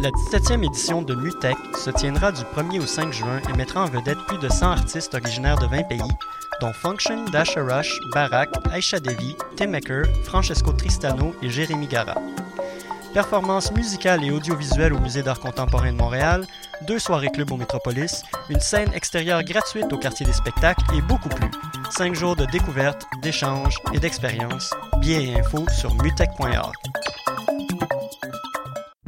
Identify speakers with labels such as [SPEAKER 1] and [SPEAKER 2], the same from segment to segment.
[SPEAKER 1] La 17e édition de NUTEC se tiendra du 1er au 5 juin et mettra en vedette plus de 100 artistes originaires de 20 pays, dont Function, Dasha Rush, Barak, Aisha Devi, Tim Ecker, Francesco Tristano et Jérémy Gara. Performances musicales et audiovisuelles au Musée d'art contemporain de Montréal, deux soirées club au Métropolis, une scène extérieure gratuite au quartier des spectacles et beaucoup plus. Cinq jours de découvertes, d'échanges et d'expériences. Billets et infos sur mutech.org.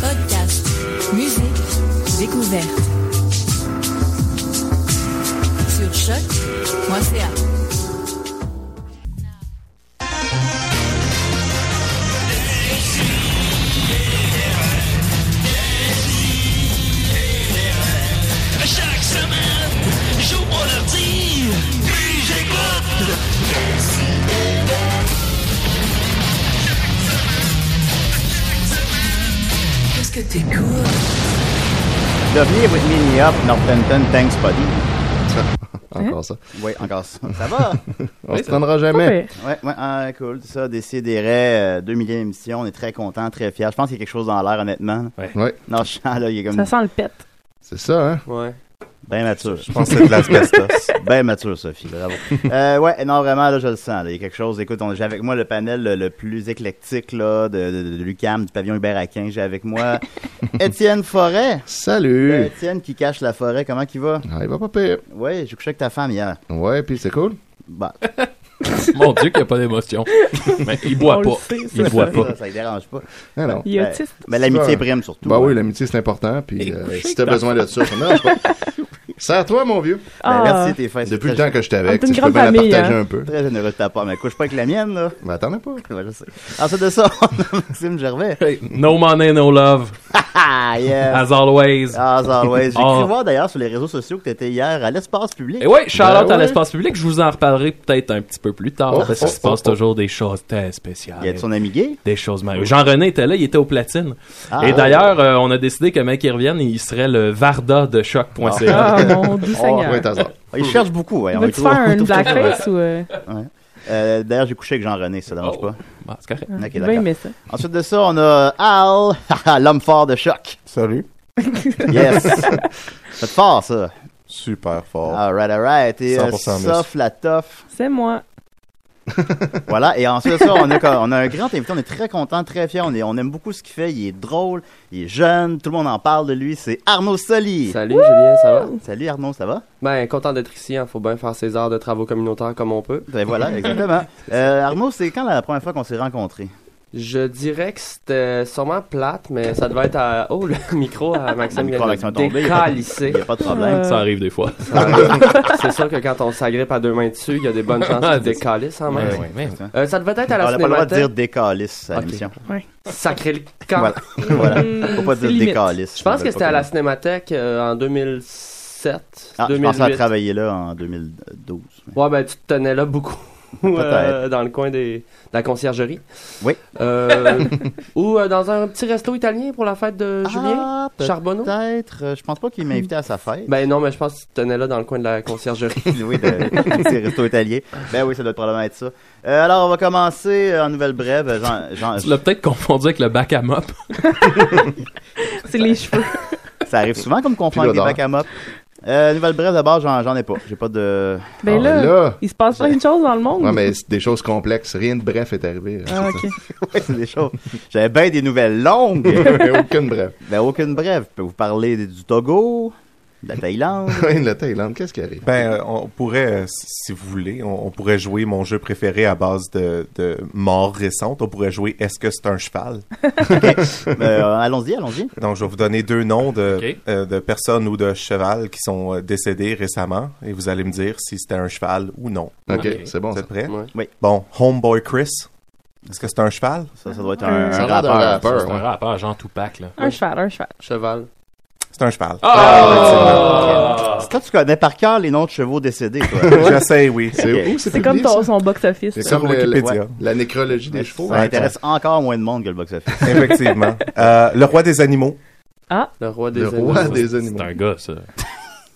[SPEAKER 2] Podcast, musique, découverte. Sur choc.ca.
[SPEAKER 3] Chaque semaine, j'ouvre mon ordi, puis j'écoute. Qu'est-ce que t'écoutes?
[SPEAKER 4] Devenir with me knee up, Northampton, thanks buddy.
[SPEAKER 5] Encore ça.
[SPEAKER 4] Oui, encore ça. Ça va?
[SPEAKER 5] On se prendra jamais.
[SPEAKER 4] Ouais, ouais, ah, cool, tout ça, Décideret, euh, 2 millions d'émissions, on est très contents, très fiers. Je pense qu'il y a quelque chose dans l'air, honnêtement.
[SPEAKER 5] Ouais,
[SPEAKER 4] Non, je sens, là, il est comme
[SPEAKER 6] Ça sent le pet.
[SPEAKER 5] c'est ça, hein?
[SPEAKER 7] Ouais.
[SPEAKER 4] bien mature.
[SPEAKER 8] Je pense que c'est de l'asbestos.
[SPEAKER 4] Bien mature, Sophie, bravo. euh, ouais, non, vraiment, là, je le sens, là, il y a quelque chose. Écoute, on- j'ai avec moi le panel le, le plus éclectique, là, de, de, de l'UQAM, du pavillon Hubert Aquin. J'ai avec moi Étienne Forêt. Euh,
[SPEAKER 5] Salut!
[SPEAKER 4] Étienne qui cache la forêt, comment qu'il va?
[SPEAKER 5] Ah, il va pas pire.
[SPEAKER 4] Oui, j'ai couché avec ta femme hier.
[SPEAKER 5] Ouais, puis c'est cool.
[SPEAKER 4] Bah,
[SPEAKER 9] Mon Dieu, qu'il n'y a pas d'émotion. Mais il boit
[SPEAKER 6] On
[SPEAKER 9] pas.
[SPEAKER 6] le sait, ça.
[SPEAKER 9] Il boit pas.
[SPEAKER 4] ça, ça, ne dérange pas.
[SPEAKER 5] Ah non.
[SPEAKER 6] Il est
[SPEAKER 4] Ben,
[SPEAKER 6] autiste.
[SPEAKER 4] Mais l'amitié
[SPEAKER 5] Ouais.
[SPEAKER 4] prime surtout. hein.
[SPEAKER 5] Bah
[SPEAKER 4] ouais.
[SPEAKER 5] oui, l'amitié, c'est important. Puis
[SPEAKER 9] Et
[SPEAKER 5] euh,
[SPEAKER 9] coucher
[SPEAKER 5] si t'as
[SPEAKER 9] avec
[SPEAKER 5] besoin de ça, ça me dérange pas. Serre-toi, mon vieux.
[SPEAKER 4] Ben,
[SPEAKER 6] Ah,
[SPEAKER 4] merci, t'es fin.
[SPEAKER 5] Depuis le temps que je
[SPEAKER 6] On est
[SPEAKER 5] t'avais,
[SPEAKER 6] une
[SPEAKER 5] tu peux
[SPEAKER 6] grande
[SPEAKER 5] bien la
[SPEAKER 6] famille,
[SPEAKER 5] partager
[SPEAKER 6] hein.
[SPEAKER 5] un peu.
[SPEAKER 4] Très généreux de ta part, mais couche pas avec la mienne, là.
[SPEAKER 5] Mais attendez pas.
[SPEAKER 4] Ouais, je sais. Ensuite de ça, on a Maxime Gervais.
[SPEAKER 9] Hey, no money, no love.
[SPEAKER 4] Ah, yes.
[SPEAKER 9] As always.
[SPEAKER 4] As always. J'ai
[SPEAKER 9] Ah.
[SPEAKER 4] cru voir d'ailleurs sur les réseaux sociaux que t'étais hier à l'espace public.
[SPEAKER 9] Et ouais, Charlotte
[SPEAKER 5] Ben ouais.
[SPEAKER 9] à l'espace public, je vous en reparlerai peut-être un petit peu plus tard,
[SPEAKER 5] Oh,
[SPEAKER 9] parce
[SPEAKER 5] oh,
[SPEAKER 9] qu'il se passe
[SPEAKER 5] oh, oh.
[SPEAKER 9] toujours des choses très
[SPEAKER 4] Il y a
[SPEAKER 9] spéciales.
[SPEAKER 4] de son ami gay.
[SPEAKER 9] Des choses mar- Jean-René était là, il était au platine.
[SPEAKER 4] Ah,
[SPEAKER 9] Et
[SPEAKER 4] oh.
[SPEAKER 9] d'ailleurs, euh, on a décidé que mec, il revienne, il serait le Varda de choc.ca.
[SPEAKER 6] Ah, mon doux
[SPEAKER 5] On
[SPEAKER 6] seigneur.
[SPEAKER 5] va être hasard.
[SPEAKER 4] Il cherche beaucoup, ouais. On
[SPEAKER 6] Veux-tu
[SPEAKER 4] trouve-
[SPEAKER 6] faire
[SPEAKER 4] on
[SPEAKER 6] un
[SPEAKER 4] trouve toujours-
[SPEAKER 6] blackface ou... euh,
[SPEAKER 4] Euh, D'ailleurs, j'ai couché avec Jean-René, ça dérange
[SPEAKER 9] Oh.
[SPEAKER 4] pas.
[SPEAKER 9] Bon,
[SPEAKER 7] Bah,
[SPEAKER 9] c'est correct.
[SPEAKER 4] Ok,
[SPEAKER 6] J'ai bien
[SPEAKER 4] d'accord.
[SPEAKER 6] aimé ça.
[SPEAKER 4] Ensuite de ça, on a Al, haha, l'homme fort de choc.
[SPEAKER 8] Salut.
[SPEAKER 4] Yes. C'est fort, ça.
[SPEAKER 8] Super fort.
[SPEAKER 4] Alright, alright. Et euh,
[SPEAKER 8] 100% miss.
[SPEAKER 4] sauf la toffe.
[SPEAKER 6] C'est moi.
[SPEAKER 4] Voilà, et ensuite de ça, on a, on a un grand invité, on est très content, très fier, on, est, on aime beaucoup ce qu'il fait, il est drôle, il est jeune, tout le monde en parle de lui, c'est Arnaud Soli.
[SPEAKER 7] Salut Julien, ça va?
[SPEAKER 4] Salut Arnaud, ça va?
[SPEAKER 7] Ben, content d'être ici, hein. faut bien faire ses heures de travaux communautaires comme on peut.
[SPEAKER 4] Ben voilà, exactement. Euh, Arnaud, c'est quand la première fois qu'on s'est rencontrés?
[SPEAKER 7] Je dirais que c'était sûrement plate, mais ça devait être à... Oh, le micro à Maxime
[SPEAKER 4] Le micro à
[SPEAKER 7] vient de
[SPEAKER 4] Maxime est tombé, il y a pas-
[SPEAKER 7] décalisser.
[SPEAKER 4] Il n'y a pas de problème.
[SPEAKER 9] Ça arrive des fois.
[SPEAKER 7] C'est sûr que quand on s'agrippe à deux mains dessus, il y a des bonnes chances
[SPEAKER 5] Ah,
[SPEAKER 7] qu'il décalisse, hein, même. Euh, ça devait être à
[SPEAKER 4] on
[SPEAKER 7] la
[SPEAKER 4] n'a pas le droit de dire
[SPEAKER 7] cinémathèque.
[SPEAKER 4] décalisse à
[SPEAKER 7] Ok.
[SPEAKER 4] l'émission.
[SPEAKER 7] Sacré le camp.
[SPEAKER 4] Voilà. voilà. Faut pas
[SPEAKER 6] c'est
[SPEAKER 4] dire
[SPEAKER 6] limite.
[SPEAKER 4] décalisse.
[SPEAKER 7] Je pense que c'était à la
[SPEAKER 4] Ah,
[SPEAKER 7] cinémathèque euh, en 2007,
[SPEAKER 4] je pensais à
[SPEAKER 7] 2008.
[SPEAKER 4] travailler là en 2012.
[SPEAKER 7] Ouais, ben tu te tenais là beaucoup. euh,
[SPEAKER 4] Peut-être.
[SPEAKER 7] dans le coin des, de la conciergerie.
[SPEAKER 4] Oui.
[SPEAKER 7] Euh, ou euh, dans un petit resto italien pour la fête de Julien
[SPEAKER 4] Ah,
[SPEAKER 7] Charbonneau.
[SPEAKER 4] peut-être. euh, Je pense pas qu'il m'a invité à sa fête.
[SPEAKER 7] Ben non, mais je pense que tu te tenais là dans le coin de la conciergerie.
[SPEAKER 4] oui, de ces restos italiens. Ben oui, ça doit probablement être ça. Euh, alors, on va commencer euh, en nouvelle brève. euh, Jean,
[SPEAKER 9] Tu
[SPEAKER 4] Jean,
[SPEAKER 9] l'as peut-être confondu avec le bac à mop.
[SPEAKER 6] C'est les cheveux.
[SPEAKER 4] ça arrive souvent comme confond avec des
[SPEAKER 5] l'odeur.
[SPEAKER 4] bacs à mop. Euh, nouvelle brève, d'abord, j'en j'en ai pas. J'ai pas de...
[SPEAKER 6] Ben
[SPEAKER 5] Ah,
[SPEAKER 6] là,
[SPEAKER 5] là.
[SPEAKER 6] il se passe plein de choses dans le
[SPEAKER 4] Oh.
[SPEAKER 6] monde.
[SPEAKER 5] Ouais, mais c'est des choses complexes. Rien de bref est arrivé. hein,
[SPEAKER 6] Ah, ok.
[SPEAKER 4] Ouais, c'est des choses. J'avais bien des nouvelles longues.
[SPEAKER 5] Aucune bref.
[SPEAKER 4] Ben, aucune brève. Je peux vous parler des- du Togo, De la Thaïlande.
[SPEAKER 5] Oui, de la Thaïlande, qu'est-ce qui arrive?
[SPEAKER 8] Ben, euh, on pourrait, euh, si- si vous voulez, on, on pourrait jouer mon jeu préféré à base de, de morts récentes. On pourrait jouer Est-ce que c'est un cheval?
[SPEAKER 4] Euh, allons-y, allons-y.
[SPEAKER 8] Donc, je vais vous donner deux noms de,
[SPEAKER 9] Ok.
[SPEAKER 8] euh, de personnes ou de cheval qui sont euh, décédés récemment et vous allez me dire si c'était un cheval ou non.
[SPEAKER 5] Ok, c'est bon.
[SPEAKER 8] Vous êtes prêts?
[SPEAKER 7] Ouais.
[SPEAKER 4] Oui.
[SPEAKER 8] Bon, Homeboy Chris, est-ce que c'est un cheval?
[SPEAKER 4] Ça, ça doit être un,
[SPEAKER 5] Euh, Ça
[SPEAKER 4] un
[SPEAKER 5] a l'air d'un
[SPEAKER 4] rappeur.
[SPEAKER 9] C'est
[SPEAKER 5] rappeur,
[SPEAKER 9] Ah, un
[SPEAKER 5] ouais.
[SPEAKER 9] rappeur, Jean Tupac, là.
[SPEAKER 6] Un cheval, un cheval.
[SPEAKER 7] Cheval.
[SPEAKER 8] C'est un cheval.
[SPEAKER 9] Ah!
[SPEAKER 4] Toi, tu connais par cœur les noms de chevaux décédés, toi.
[SPEAKER 8] Je sais, oui.
[SPEAKER 5] C'est où?
[SPEAKER 6] C'est comme
[SPEAKER 5] publié,
[SPEAKER 6] ton,
[SPEAKER 5] ça?
[SPEAKER 6] son box-office.
[SPEAKER 5] C'est
[SPEAKER 8] Sur
[SPEAKER 5] comme le- le-
[SPEAKER 8] Wikipédia.
[SPEAKER 5] ouais, la nécrologie des chevaux.
[SPEAKER 4] Ça intéresse encore moins de monde que le box-office.
[SPEAKER 8] Effectivement. Euh, le roi des animaux.
[SPEAKER 4] Ah.
[SPEAKER 6] Ah.
[SPEAKER 7] Le roi des
[SPEAKER 5] Le
[SPEAKER 7] animaux.
[SPEAKER 5] roi des
[SPEAKER 9] C'est
[SPEAKER 5] animaux.
[SPEAKER 9] un gars, ça.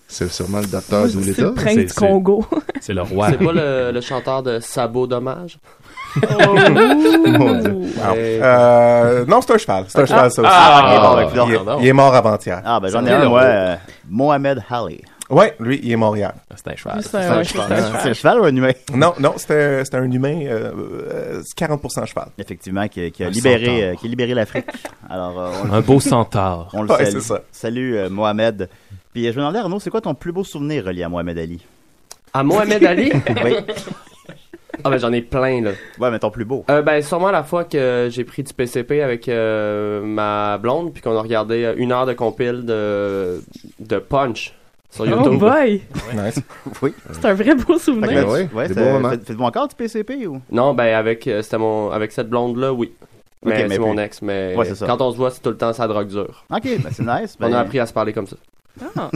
[SPEAKER 5] C'est sûrement le
[SPEAKER 8] Ah,
[SPEAKER 5] docteur
[SPEAKER 6] C'est
[SPEAKER 5] Zuleta.
[SPEAKER 6] le prince
[SPEAKER 9] C'est-
[SPEAKER 6] du
[SPEAKER 9] c'est-
[SPEAKER 6] Congo.
[SPEAKER 9] C'est le roi.
[SPEAKER 7] C'est pas le, le chanteur de Sabot Dommage?
[SPEAKER 5] Mon Dieu.
[SPEAKER 8] Non,
[SPEAKER 7] Ouais.
[SPEAKER 8] Euh, non, c'est un cheval. C'est un cheval, ça aussi.
[SPEAKER 4] Ah, bon, ben,
[SPEAKER 8] il, est,
[SPEAKER 4] coudonc.
[SPEAKER 8] il est- il est mort avant-hier.
[SPEAKER 4] Ah, ben j'en ai
[SPEAKER 9] C'est
[SPEAKER 4] un,
[SPEAKER 9] le
[SPEAKER 4] moi.
[SPEAKER 9] roi.
[SPEAKER 4] euh, Mohamed Halley.
[SPEAKER 8] Ouais, lui, il est mort hier.
[SPEAKER 9] C'est un cheval.
[SPEAKER 6] Juste un- ouais, juste un
[SPEAKER 4] C'est
[SPEAKER 6] cheval.
[SPEAKER 4] le cheval ou un humain?
[SPEAKER 8] Non, non, c'était c'était un humain, euh, euh, 40% cheval.
[SPEAKER 4] Effectivement, qui, qui a,
[SPEAKER 9] Un
[SPEAKER 4] libéré,
[SPEAKER 9] centaure.
[SPEAKER 4] euh, qui a libéré l'Afrique. Alors, euh, on, le-
[SPEAKER 9] Un beau centaure.
[SPEAKER 4] on le
[SPEAKER 8] Ouais,
[SPEAKER 4] salue.
[SPEAKER 8] c'est ça.
[SPEAKER 4] Salut, euh, Mohamed. Puis euh, je me demandais, Arnaud, c'est quoi ton plus beau souvenir relié à Mohamed Ali?
[SPEAKER 7] À Mohamed Ali?
[SPEAKER 4] Oui.
[SPEAKER 7] Ah ben j'en ai plein là.
[SPEAKER 4] Ouais, mais ton plus beau.
[SPEAKER 7] Euh, ben sûrement la fois que j'ai pris du PCP avec euh, ma blonde puis qu'on a regardé euh, une heure de compile de, de Punch sur
[SPEAKER 6] Oh
[SPEAKER 7] YouTube.
[SPEAKER 6] boy!
[SPEAKER 8] Nice.
[SPEAKER 6] C'est un vrai beau
[SPEAKER 4] Fait que
[SPEAKER 6] souvenir.
[SPEAKER 4] là,
[SPEAKER 5] Ben ouais,
[SPEAKER 4] tu- ouais,
[SPEAKER 5] des
[SPEAKER 4] ça-
[SPEAKER 5] beaux
[SPEAKER 8] hein?
[SPEAKER 5] moments.
[SPEAKER 4] faites- Faites-vous encore du PCP ou?
[SPEAKER 7] non ben avec euh, c'était mon avec cette blonde là oui.
[SPEAKER 4] Ok,
[SPEAKER 7] Mais
[SPEAKER 4] mais
[SPEAKER 7] c'est
[SPEAKER 4] plus-
[SPEAKER 7] mon ex mais
[SPEAKER 4] Ouais, c'est ça.
[SPEAKER 7] quand on se voit c'est tout le temps sa drogue dure.
[SPEAKER 4] Ok, ben c'est nice.
[SPEAKER 7] On
[SPEAKER 4] ben-
[SPEAKER 7] a appris à se parler comme ça.
[SPEAKER 6] Ah.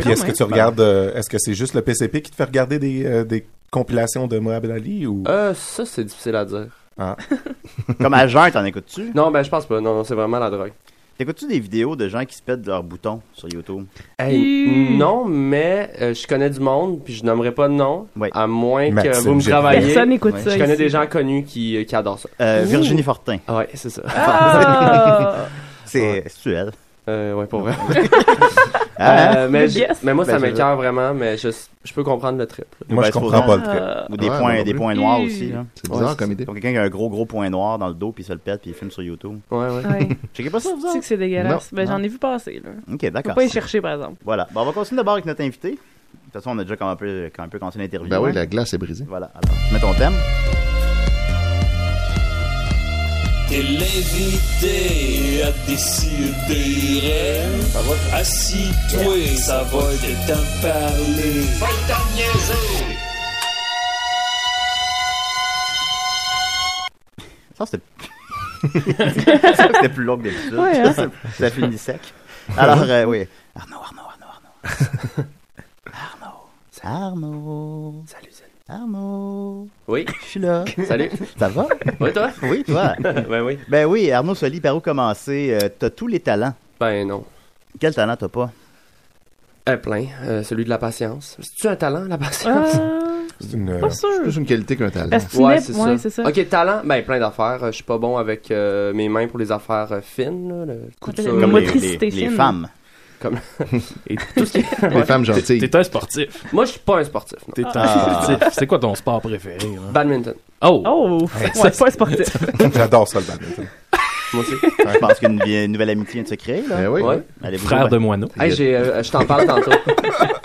[SPEAKER 8] Puis est-ce
[SPEAKER 6] quand
[SPEAKER 8] que
[SPEAKER 6] même.
[SPEAKER 8] tu regardes, euh, est-ce que c'est juste le PCP qui te fait regarder des, euh, des compilations de Mohamed Ali ou.
[SPEAKER 7] Euh ça c'est difficile à dire.
[SPEAKER 4] Ah. Comme à jeun, t'en écoutes-tu?
[SPEAKER 7] Non ben je pense pas non, non c'est vraiment la drogue.
[SPEAKER 4] T'écoutes-tu des vidéos de gens qui se pètent leurs boutons sur YouTube?
[SPEAKER 7] Hey,
[SPEAKER 6] Hmm.
[SPEAKER 7] non mais euh, je connais du monde puis je nommerai pas de nom
[SPEAKER 4] Ouais.
[SPEAKER 7] à moins que
[SPEAKER 8] Maxime
[SPEAKER 7] vous me
[SPEAKER 8] Gilbert.
[SPEAKER 7] travailliez.
[SPEAKER 6] Personne n'écoute
[SPEAKER 4] Ouais.
[SPEAKER 6] ça.
[SPEAKER 7] Je connais
[SPEAKER 6] ici. Mmh.
[SPEAKER 7] des gens connus qui, qui adorent ça.
[SPEAKER 4] Euh, Virginie Fortin.
[SPEAKER 7] Ouais, c'est ça.
[SPEAKER 6] Ah!
[SPEAKER 4] C'est c'est-tu elle?
[SPEAKER 7] Euh, ouais, pour vrai.
[SPEAKER 4] Ah, hein?
[SPEAKER 7] Euh, mais,
[SPEAKER 6] Le
[SPEAKER 7] je-
[SPEAKER 6] guess.
[SPEAKER 7] mais moi,
[SPEAKER 4] Ben,
[SPEAKER 7] ça
[SPEAKER 4] je-
[SPEAKER 7] m'écoeure vraiment, mais je, je peux comprendre le trip. là.
[SPEAKER 8] Moi,
[SPEAKER 4] ben,
[SPEAKER 8] je
[SPEAKER 4] c'est
[SPEAKER 8] comprends
[SPEAKER 4] pour-
[SPEAKER 8] pas le truc.
[SPEAKER 6] Ah.
[SPEAKER 4] Ou des
[SPEAKER 5] Ouais, moi
[SPEAKER 4] points,
[SPEAKER 5] non
[SPEAKER 4] des
[SPEAKER 5] plus.
[SPEAKER 4] points noirs aussi. là.
[SPEAKER 5] C'est bizarre
[SPEAKER 7] Ouais,
[SPEAKER 5] comme idée.
[SPEAKER 4] Donc, quelqu'un qui a un gros, gros point noir dans le dos, puis il se le pète, puis il filme sur YouTube.
[SPEAKER 7] Ouais, ouais.
[SPEAKER 6] Ouais.
[SPEAKER 4] Checkez pas ça, vous
[SPEAKER 6] Tu sais
[SPEAKER 4] autres?
[SPEAKER 6] que c'est dégueulasse.
[SPEAKER 4] Non.
[SPEAKER 6] Ben,
[SPEAKER 4] Non.
[SPEAKER 6] j'en ai vu passer, là.
[SPEAKER 4] Ok,
[SPEAKER 6] Faut
[SPEAKER 4] d'accord.
[SPEAKER 6] pas y chercher, par exemple.
[SPEAKER 4] Voilà. Bon, on va continuer d'abord avec notre invité. De toute façon, on a déjà comme un peu, quand un peu commencé l'interview.
[SPEAKER 5] Ben oui, la glace est brisée.
[SPEAKER 4] Voilà. Alors, je mets ton thème.
[SPEAKER 3] T'es l'invité à décider. Assis-toi, ça va de t'en parler. Va t'en niaiser.
[SPEAKER 4] Ça, c'était. Ça, c'était plus long que d'habitude.
[SPEAKER 6] Ouais, hein?
[SPEAKER 4] ça, ça finit sec. Alors, euh, oui. Arnaud, Arnaud, Arnaud, Arnaud. Arnaud. Arnaud.
[SPEAKER 7] Salut, salut.
[SPEAKER 4] Arnaud.
[SPEAKER 7] Oui,
[SPEAKER 4] Je suis là.
[SPEAKER 7] salut.
[SPEAKER 4] Ça va?
[SPEAKER 7] Ouais, toi?
[SPEAKER 4] Oui, toi.
[SPEAKER 7] ben oui.
[SPEAKER 4] Ben oui, Arnaud Soli, par où commencer? Euh, t'as tous les talents.
[SPEAKER 7] Ben non.
[SPEAKER 4] Quel talent t'as pas?
[SPEAKER 7] Euh, plein. Euh, celui de la patience. C'est-tu un talent, la patience?
[SPEAKER 6] Ah,
[SPEAKER 8] C'est une,
[SPEAKER 6] pas
[SPEAKER 5] C'est
[SPEAKER 6] sûr.
[SPEAKER 5] juste une qualité qu'un talent.
[SPEAKER 6] Parce que tu n'es- ouais, c'est ça.
[SPEAKER 7] Ok, talent, ben plein d'affaires. Euh, Je suis pas bon avec euh, mes mains pour les affaires euh, fines, là, le couture,
[SPEAKER 6] Comme
[SPEAKER 4] Comme les, les,
[SPEAKER 6] motricité
[SPEAKER 4] les
[SPEAKER 6] fine.
[SPEAKER 4] femmes.
[SPEAKER 7] et tout ce qui
[SPEAKER 5] Les femmes gentilles.
[SPEAKER 9] T'es un sportif.
[SPEAKER 7] Moi, je suis pas un sportif. non.
[SPEAKER 9] T'es
[SPEAKER 4] Ah.
[SPEAKER 9] un sportif. C'est quoi ton sport préféré? là?
[SPEAKER 7] Badminton.
[SPEAKER 9] Oh!
[SPEAKER 6] Oh, ouais, c'est pas un sportif.
[SPEAKER 8] J'adore ça, le badminton.
[SPEAKER 7] Moi aussi. Eh
[SPEAKER 4] Je pense qu'une vie- une nouvelle amitié vient de se créer, là.
[SPEAKER 5] Ben oui,
[SPEAKER 7] Ouais.
[SPEAKER 4] Allez-vous
[SPEAKER 9] Frère de
[SPEAKER 4] jouer?
[SPEAKER 9] moineau.
[SPEAKER 7] Hey, j'ai, euh, je t'en parle tantôt.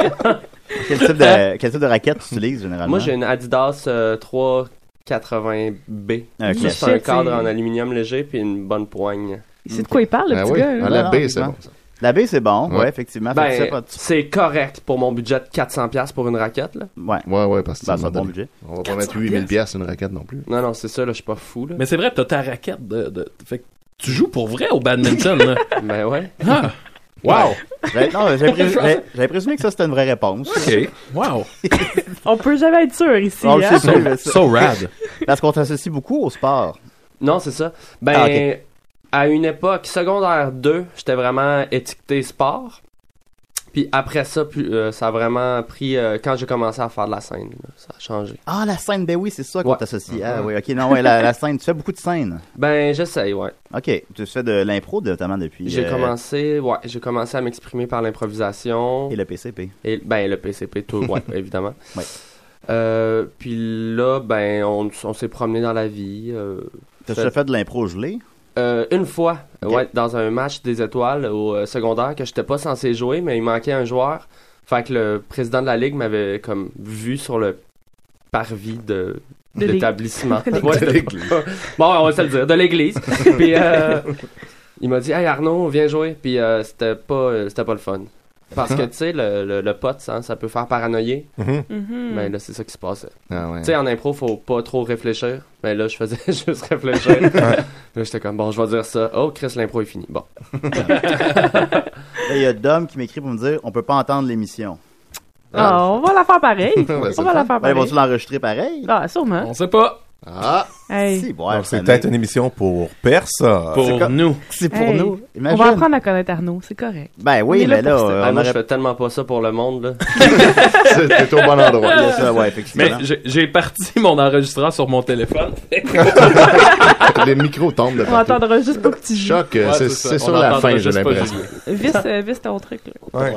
[SPEAKER 4] Quel type de, quel type de raquette tu utilises généralement?
[SPEAKER 7] Moi, j'ai une Adidas euh, 380B.
[SPEAKER 4] un
[SPEAKER 7] Ça,
[SPEAKER 4] classique.
[SPEAKER 7] c'est un
[SPEAKER 6] Shit,
[SPEAKER 7] cadre
[SPEAKER 6] c'est-
[SPEAKER 7] en aluminium léger puis une bonne poigne.
[SPEAKER 6] Il sait de quoi il parle, le
[SPEAKER 5] Ben
[SPEAKER 6] petit
[SPEAKER 5] oui.
[SPEAKER 6] gars. là.
[SPEAKER 5] Ah,
[SPEAKER 4] Non,
[SPEAKER 5] la
[SPEAKER 4] non,
[SPEAKER 5] baie, c'est
[SPEAKER 4] non.
[SPEAKER 5] bon. ça.
[SPEAKER 4] La baie, c'est bon, ouais,
[SPEAKER 5] Ouais.
[SPEAKER 4] effectivement. Fait que
[SPEAKER 7] Ben,
[SPEAKER 4] c'est pas- tu-
[SPEAKER 7] c'est correct pour mon budget de 400$ piastres pour une raquette. Là.
[SPEAKER 4] Ouais.
[SPEAKER 5] Ouais, ouais, parce que
[SPEAKER 4] Ben,
[SPEAKER 5] tu
[SPEAKER 4] c'est un
[SPEAKER 5] m'as
[SPEAKER 4] bon
[SPEAKER 5] donné-
[SPEAKER 4] budget.
[SPEAKER 5] On va pas mettre 8000 pièces une raquette non plus.
[SPEAKER 7] Non, non, c'est ça, là, je suis pas fou. Là.
[SPEAKER 9] Mais c'est vrai, t'as ta raquette de, de- Fait que tu joues pour vrai au badminton, là.
[SPEAKER 7] Ben ouais.
[SPEAKER 9] Ah. Wow!
[SPEAKER 4] J'avais- Ben, non, j'avais pré- j'avais- j'avais présumé que ça, c'était une vraie réponse.
[SPEAKER 9] Wow!
[SPEAKER 6] On peut jamais être sûr ici.
[SPEAKER 7] Oh,
[SPEAKER 4] On le
[SPEAKER 6] hein?
[SPEAKER 4] sait plus, mais ça-
[SPEAKER 9] So rad!
[SPEAKER 4] Parce qu'on t'associe beaucoup au sport.
[SPEAKER 7] Non, c'est ça. Ben,
[SPEAKER 4] Ah, ok.
[SPEAKER 7] à une époque, secondaire 2, j'étais vraiment étiqueté sport. Puis après ça, plus, euh, ça a vraiment pris euh, quand j'ai commencé à faire de la scène. là, ça a changé.
[SPEAKER 4] Ah, la scène, ben oui, c'est ça qu'on
[SPEAKER 7] Ouais.
[SPEAKER 4] t'associe. Ah oui, ok, non, ouais, la, la scène, tu fais beaucoup de scènes.
[SPEAKER 7] Ben, j'essaye, ouais.
[SPEAKER 4] Ok, tu fais de l'impro notamment depuis.
[SPEAKER 7] J'ai
[SPEAKER 4] euh,
[SPEAKER 7] commencé, ouais, j'ai commencé à m'exprimer par l'improvisation.
[SPEAKER 4] Et le PCP.
[SPEAKER 7] Et, ben, le PCP, tout, ouais, évidemment.
[SPEAKER 4] Ouais.
[SPEAKER 7] Euh, puis là, ben, on, on s'est promené dans la vie. euh,
[SPEAKER 4] T'as
[SPEAKER 7] Fait-
[SPEAKER 4] déjà fait de l'impro gelé?
[SPEAKER 7] Euh, une fois, ouais, dans un match des étoiles au euh, secondaire que j'étais pas censé jouer, mais il manquait un joueur. Fait que le président de la ligue m'avait comme vu sur le parvis de
[SPEAKER 9] De l'é-
[SPEAKER 7] l'établissement.
[SPEAKER 9] de
[SPEAKER 7] Ouais,
[SPEAKER 9] l'église.
[SPEAKER 7] de- bon, on va se le dire, de l'église. Puis euh, il m'a dit, hey Arnaud, viens jouer. Puis euh, c'était pas, euh, c'était pas le fun. Parce que tu sais, le, le, le pote, ça, ça peut faire paranoïer.
[SPEAKER 5] Mhm.
[SPEAKER 7] Mais
[SPEAKER 9] Mm-hmm.
[SPEAKER 5] Mhm.
[SPEAKER 7] là, c'est ça qui se passait.
[SPEAKER 5] Ah ouais.
[SPEAKER 7] Tu sais, en impro, faut pas trop réfléchir. Mais là, je faisais juste réfléchir. Là, j'étais comme, bon, je vais dire ça. Oh, Chris, l'impro est fini. Bon.
[SPEAKER 4] Là, il y a Dom qui m'écrit pour me dire on peut pas entendre l'émission.
[SPEAKER 6] Ah, on va la faire pareil. on va la faire
[SPEAKER 4] Ben,
[SPEAKER 6] pareil.
[SPEAKER 4] vont-tu l'enregistrer pareil?
[SPEAKER 6] Ah, sûrement. On
[SPEAKER 9] sait pas.
[SPEAKER 5] Ah!
[SPEAKER 6] Hey.
[SPEAKER 4] Si,
[SPEAKER 8] Donc, c'est peut-être une émission pour personne.
[SPEAKER 9] Pour
[SPEAKER 8] C'est comme-
[SPEAKER 9] nous.
[SPEAKER 4] C'est
[SPEAKER 8] pour
[SPEAKER 6] Hey,
[SPEAKER 8] nous.
[SPEAKER 6] On va apprendre à connaître Arnaud, c'est correct.
[SPEAKER 4] Bah. Ben
[SPEAKER 5] Eh
[SPEAKER 6] On est pour ça.
[SPEAKER 7] Ah, moi, je fais tellement pas ça pour le monde, là.
[SPEAKER 9] C'était
[SPEAKER 7] au bon endroit. Il y a ça, ouais,
[SPEAKER 9] Mais
[SPEAKER 7] effectivement.
[SPEAKER 9] j'ai- j'ai parti mon enregistreur sur mon téléphone.
[SPEAKER 5] Les micros tombent de
[SPEAKER 6] On
[SPEAKER 5] partout.
[SPEAKER 6] entendra juste pas petit jeu.
[SPEAKER 5] Choc, euh,
[SPEAKER 9] Ouais,
[SPEAKER 5] c'est
[SPEAKER 9] c'est ça.
[SPEAKER 5] c'est
[SPEAKER 9] On
[SPEAKER 5] sur la
[SPEAKER 9] entendra
[SPEAKER 5] fin, j'ai
[SPEAKER 9] juste pas
[SPEAKER 5] l'impression.
[SPEAKER 9] Julien.
[SPEAKER 6] Visse, euh, visse ton truc. Là.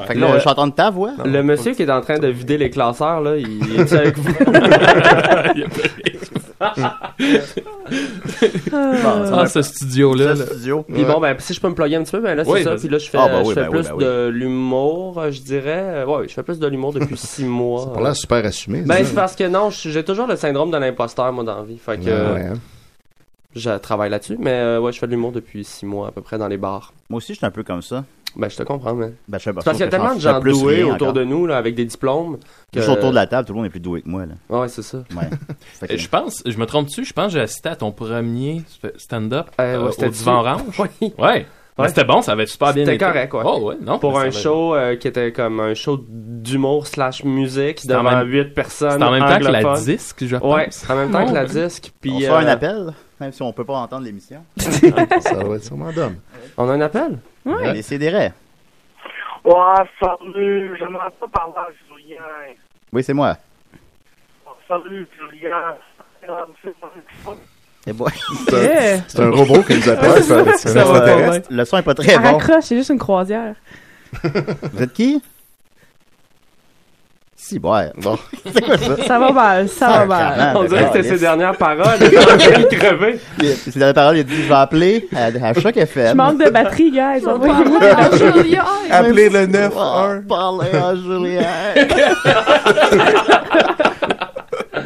[SPEAKER 4] Fait que là, on va chanter ta voix.
[SPEAKER 7] Le monsieur qui est en train de vider les classeurs, là, il est avec vous.
[SPEAKER 9] Ah, ce studio-là. là.
[SPEAKER 7] Puis bon, ben, si je peux me plugger un petit peu, ben là, c'est
[SPEAKER 9] Oui,
[SPEAKER 7] ça.
[SPEAKER 9] vas-y.
[SPEAKER 7] Puis là, je fais,
[SPEAKER 9] Ah, ben oui,
[SPEAKER 7] je fais
[SPEAKER 9] ben oui,
[SPEAKER 7] plus
[SPEAKER 9] ben oui.
[SPEAKER 7] de l'humour, euh, je dirais. Euh, Ouais, je fais plus de l'humour depuis six mois.
[SPEAKER 5] On l'a super assumé.
[SPEAKER 7] Ben,
[SPEAKER 5] ça.
[SPEAKER 7] c'est parce que non, je- j'ai toujours le syndrome de l'imposteur, moi, dans la vie. Fait que.
[SPEAKER 5] Ouais,
[SPEAKER 7] euh,
[SPEAKER 5] ouais, hein.
[SPEAKER 7] Je travaille là-dessus, mais euh, ouais, je fais de l'humour depuis six mois à peu près dans les bars.
[SPEAKER 4] Moi aussi, je suis un peu comme ça.
[SPEAKER 7] Ben, je te comprends, mais.
[SPEAKER 4] Ben, je sais pas,
[SPEAKER 7] C'est parce qu'il y a
[SPEAKER 4] je pense
[SPEAKER 7] tellement
[SPEAKER 4] que
[SPEAKER 7] de
[SPEAKER 4] je fais
[SPEAKER 7] gens
[SPEAKER 4] plus
[SPEAKER 7] doués
[SPEAKER 4] rien
[SPEAKER 7] autour
[SPEAKER 4] encore.
[SPEAKER 7] de nous, là, avec des diplômes.
[SPEAKER 4] Juste autour de la table, tout le monde est plus doué que moi. Là.
[SPEAKER 7] Ouais, c'est ça.
[SPEAKER 4] Ouais. Fait que-
[SPEAKER 9] Euh, Je pense, je me trompe-tu, je pense que j'ai assisté à ton premier sp- stand-up euh,
[SPEAKER 7] ouais,
[SPEAKER 9] au
[SPEAKER 7] c'était
[SPEAKER 9] Divan
[SPEAKER 7] dessus.
[SPEAKER 9] Orange.
[SPEAKER 7] Oui.
[SPEAKER 9] Ouais. Mais C'était bon, ça avait super bien
[SPEAKER 7] C'était
[SPEAKER 9] été.
[SPEAKER 7] correct, ouais.
[SPEAKER 9] Oh, ouais, non,
[SPEAKER 7] Pour
[SPEAKER 9] ça
[SPEAKER 7] un
[SPEAKER 9] avait-
[SPEAKER 7] show euh, qui était comme un show d'humour slash musique
[SPEAKER 9] en
[SPEAKER 7] devant
[SPEAKER 9] même-
[SPEAKER 7] huit personnes.
[SPEAKER 9] c'était en même temps que la
[SPEAKER 7] anglophones.
[SPEAKER 9] disque, je
[SPEAKER 7] Ouais,
[SPEAKER 9] pense. Oh,
[SPEAKER 7] en même temps que la
[SPEAKER 9] Ouais.
[SPEAKER 7] disque. Puis,
[SPEAKER 4] on fait un
[SPEAKER 7] euh,
[SPEAKER 4] appel, même si on peut pas entendre l'émission.
[SPEAKER 5] Ça va être sûrement Dom.
[SPEAKER 7] On a un appel?
[SPEAKER 4] Ouais. Mais c'est des raies.
[SPEAKER 10] Ouais, salut, j'aimerais pas parler à Julien.
[SPEAKER 4] Oui, c'est moi.
[SPEAKER 10] Salut, Julien. Euh, c'est mon-
[SPEAKER 4] Eh boy.
[SPEAKER 6] Yeah.
[SPEAKER 5] C'est un robot qui nous appelle.
[SPEAKER 6] Ça va,
[SPEAKER 4] Ça va,
[SPEAKER 6] ouais.
[SPEAKER 4] Le son est pas très bon.
[SPEAKER 6] Raccroche, c'est juste une croisière.
[SPEAKER 4] Vous êtes qui? Si, ouais. Bon. C'est quoi ça?
[SPEAKER 6] Ça va mal, ça va mal.
[SPEAKER 7] On dirait que c'était
[SPEAKER 4] Calice.
[SPEAKER 7] ses dernières paroles. Il est en train de crever.
[SPEAKER 4] Il- C'est la parole, il a dit, je vais appeler à, à Choc
[SPEAKER 6] Je
[SPEAKER 4] FM.
[SPEAKER 6] manque de batterie, guys.
[SPEAKER 4] Appelez
[SPEAKER 8] le
[SPEAKER 4] 9 Parlez à Julien.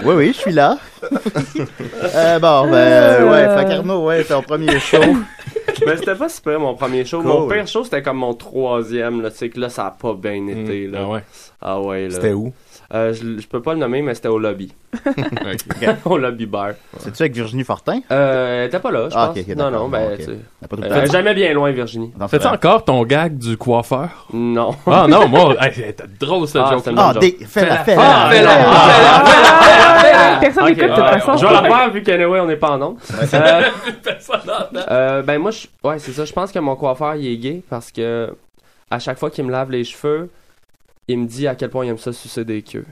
[SPEAKER 4] Oui, oui, je suis là. Euh, bon, ben,
[SPEAKER 7] Euh.
[SPEAKER 4] ouais, fait qu'Arnaud, ouais, ton premier show.
[SPEAKER 7] Mais Ben, c'était pas super mon premier show.
[SPEAKER 4] Cool.
[SPEAKER 7] Mon pire show, c'était comme mon troisième. Là. Tu sais que là, ça a pas bien été. Là. Ah ouais. Ah ouais, là.
[SPEAKER 8] C'était où?
[SPEAKER 7] Euh, je, je peux pas le nommer, mais c'était au lobby. au lobby bar.
[SPEAKER 4] C'est-tu avec Virginie Fortin?
[SPEAKER 7] Euh, elle était pas là, je
[SPEAKER 4] Ah,
[SPEAKER 7] pense.
[SPEAKER 4] ok, ok,
[SPEAKER 7] non,
[SPEAKER 4] d'accord.
[SPEAKER 7] non, ben,
[SPEAKER 4] Ok.
[SPEAKER 7] tu sais.
[SPEAKER 4] Elle a pas tout le
[SPEAKER 7] Euh,
[SPEAKER 4] temps.
[SPEAKER 7] jamais bien loin, Virginie.
[SPEAKER 9] Fais-tu encore ton gag du coiffeur?
[SPEAKER 7] Non.
[SPEAKER 9] Ah non, moi, hey, hey, t'as drôle cette
[SPEAKER 7] Ah,
[SPEAKER 9] joke.
[SPEAKER 7] c'est une bonne Ah, joke. des- fais-la,
[SPEAKER 9] Fais-la.
[SPEAKER 7] fais-la.
[SPEAKER 9] Ah, fais-la,
[SPEAKER 7] Fais-la.
[SPEAKER 9] fais-la, fais-la, fais-la, fais-la.
[SPEAKER 6] Personne
[SPEAKER 7] Ok,
[SPEAKER 6] n'écoute, de toute
[SPEAKER 7] ouais,
[SPEAKER 6] façon.
[SPEAKER 7] Je vais le faire vu qu'anyway, on n'est pas en nombre. Euh,
[SPEAKER 9] Personne n'entend.
[SPEAKER 7] Euh, ben moi, je- ouais, c'est ça. Je pense que mon coiffeur, il est gay parce que à chaque fois qu'il me lave les cheveux, il me dit à quel point il aime ça sucer des queues.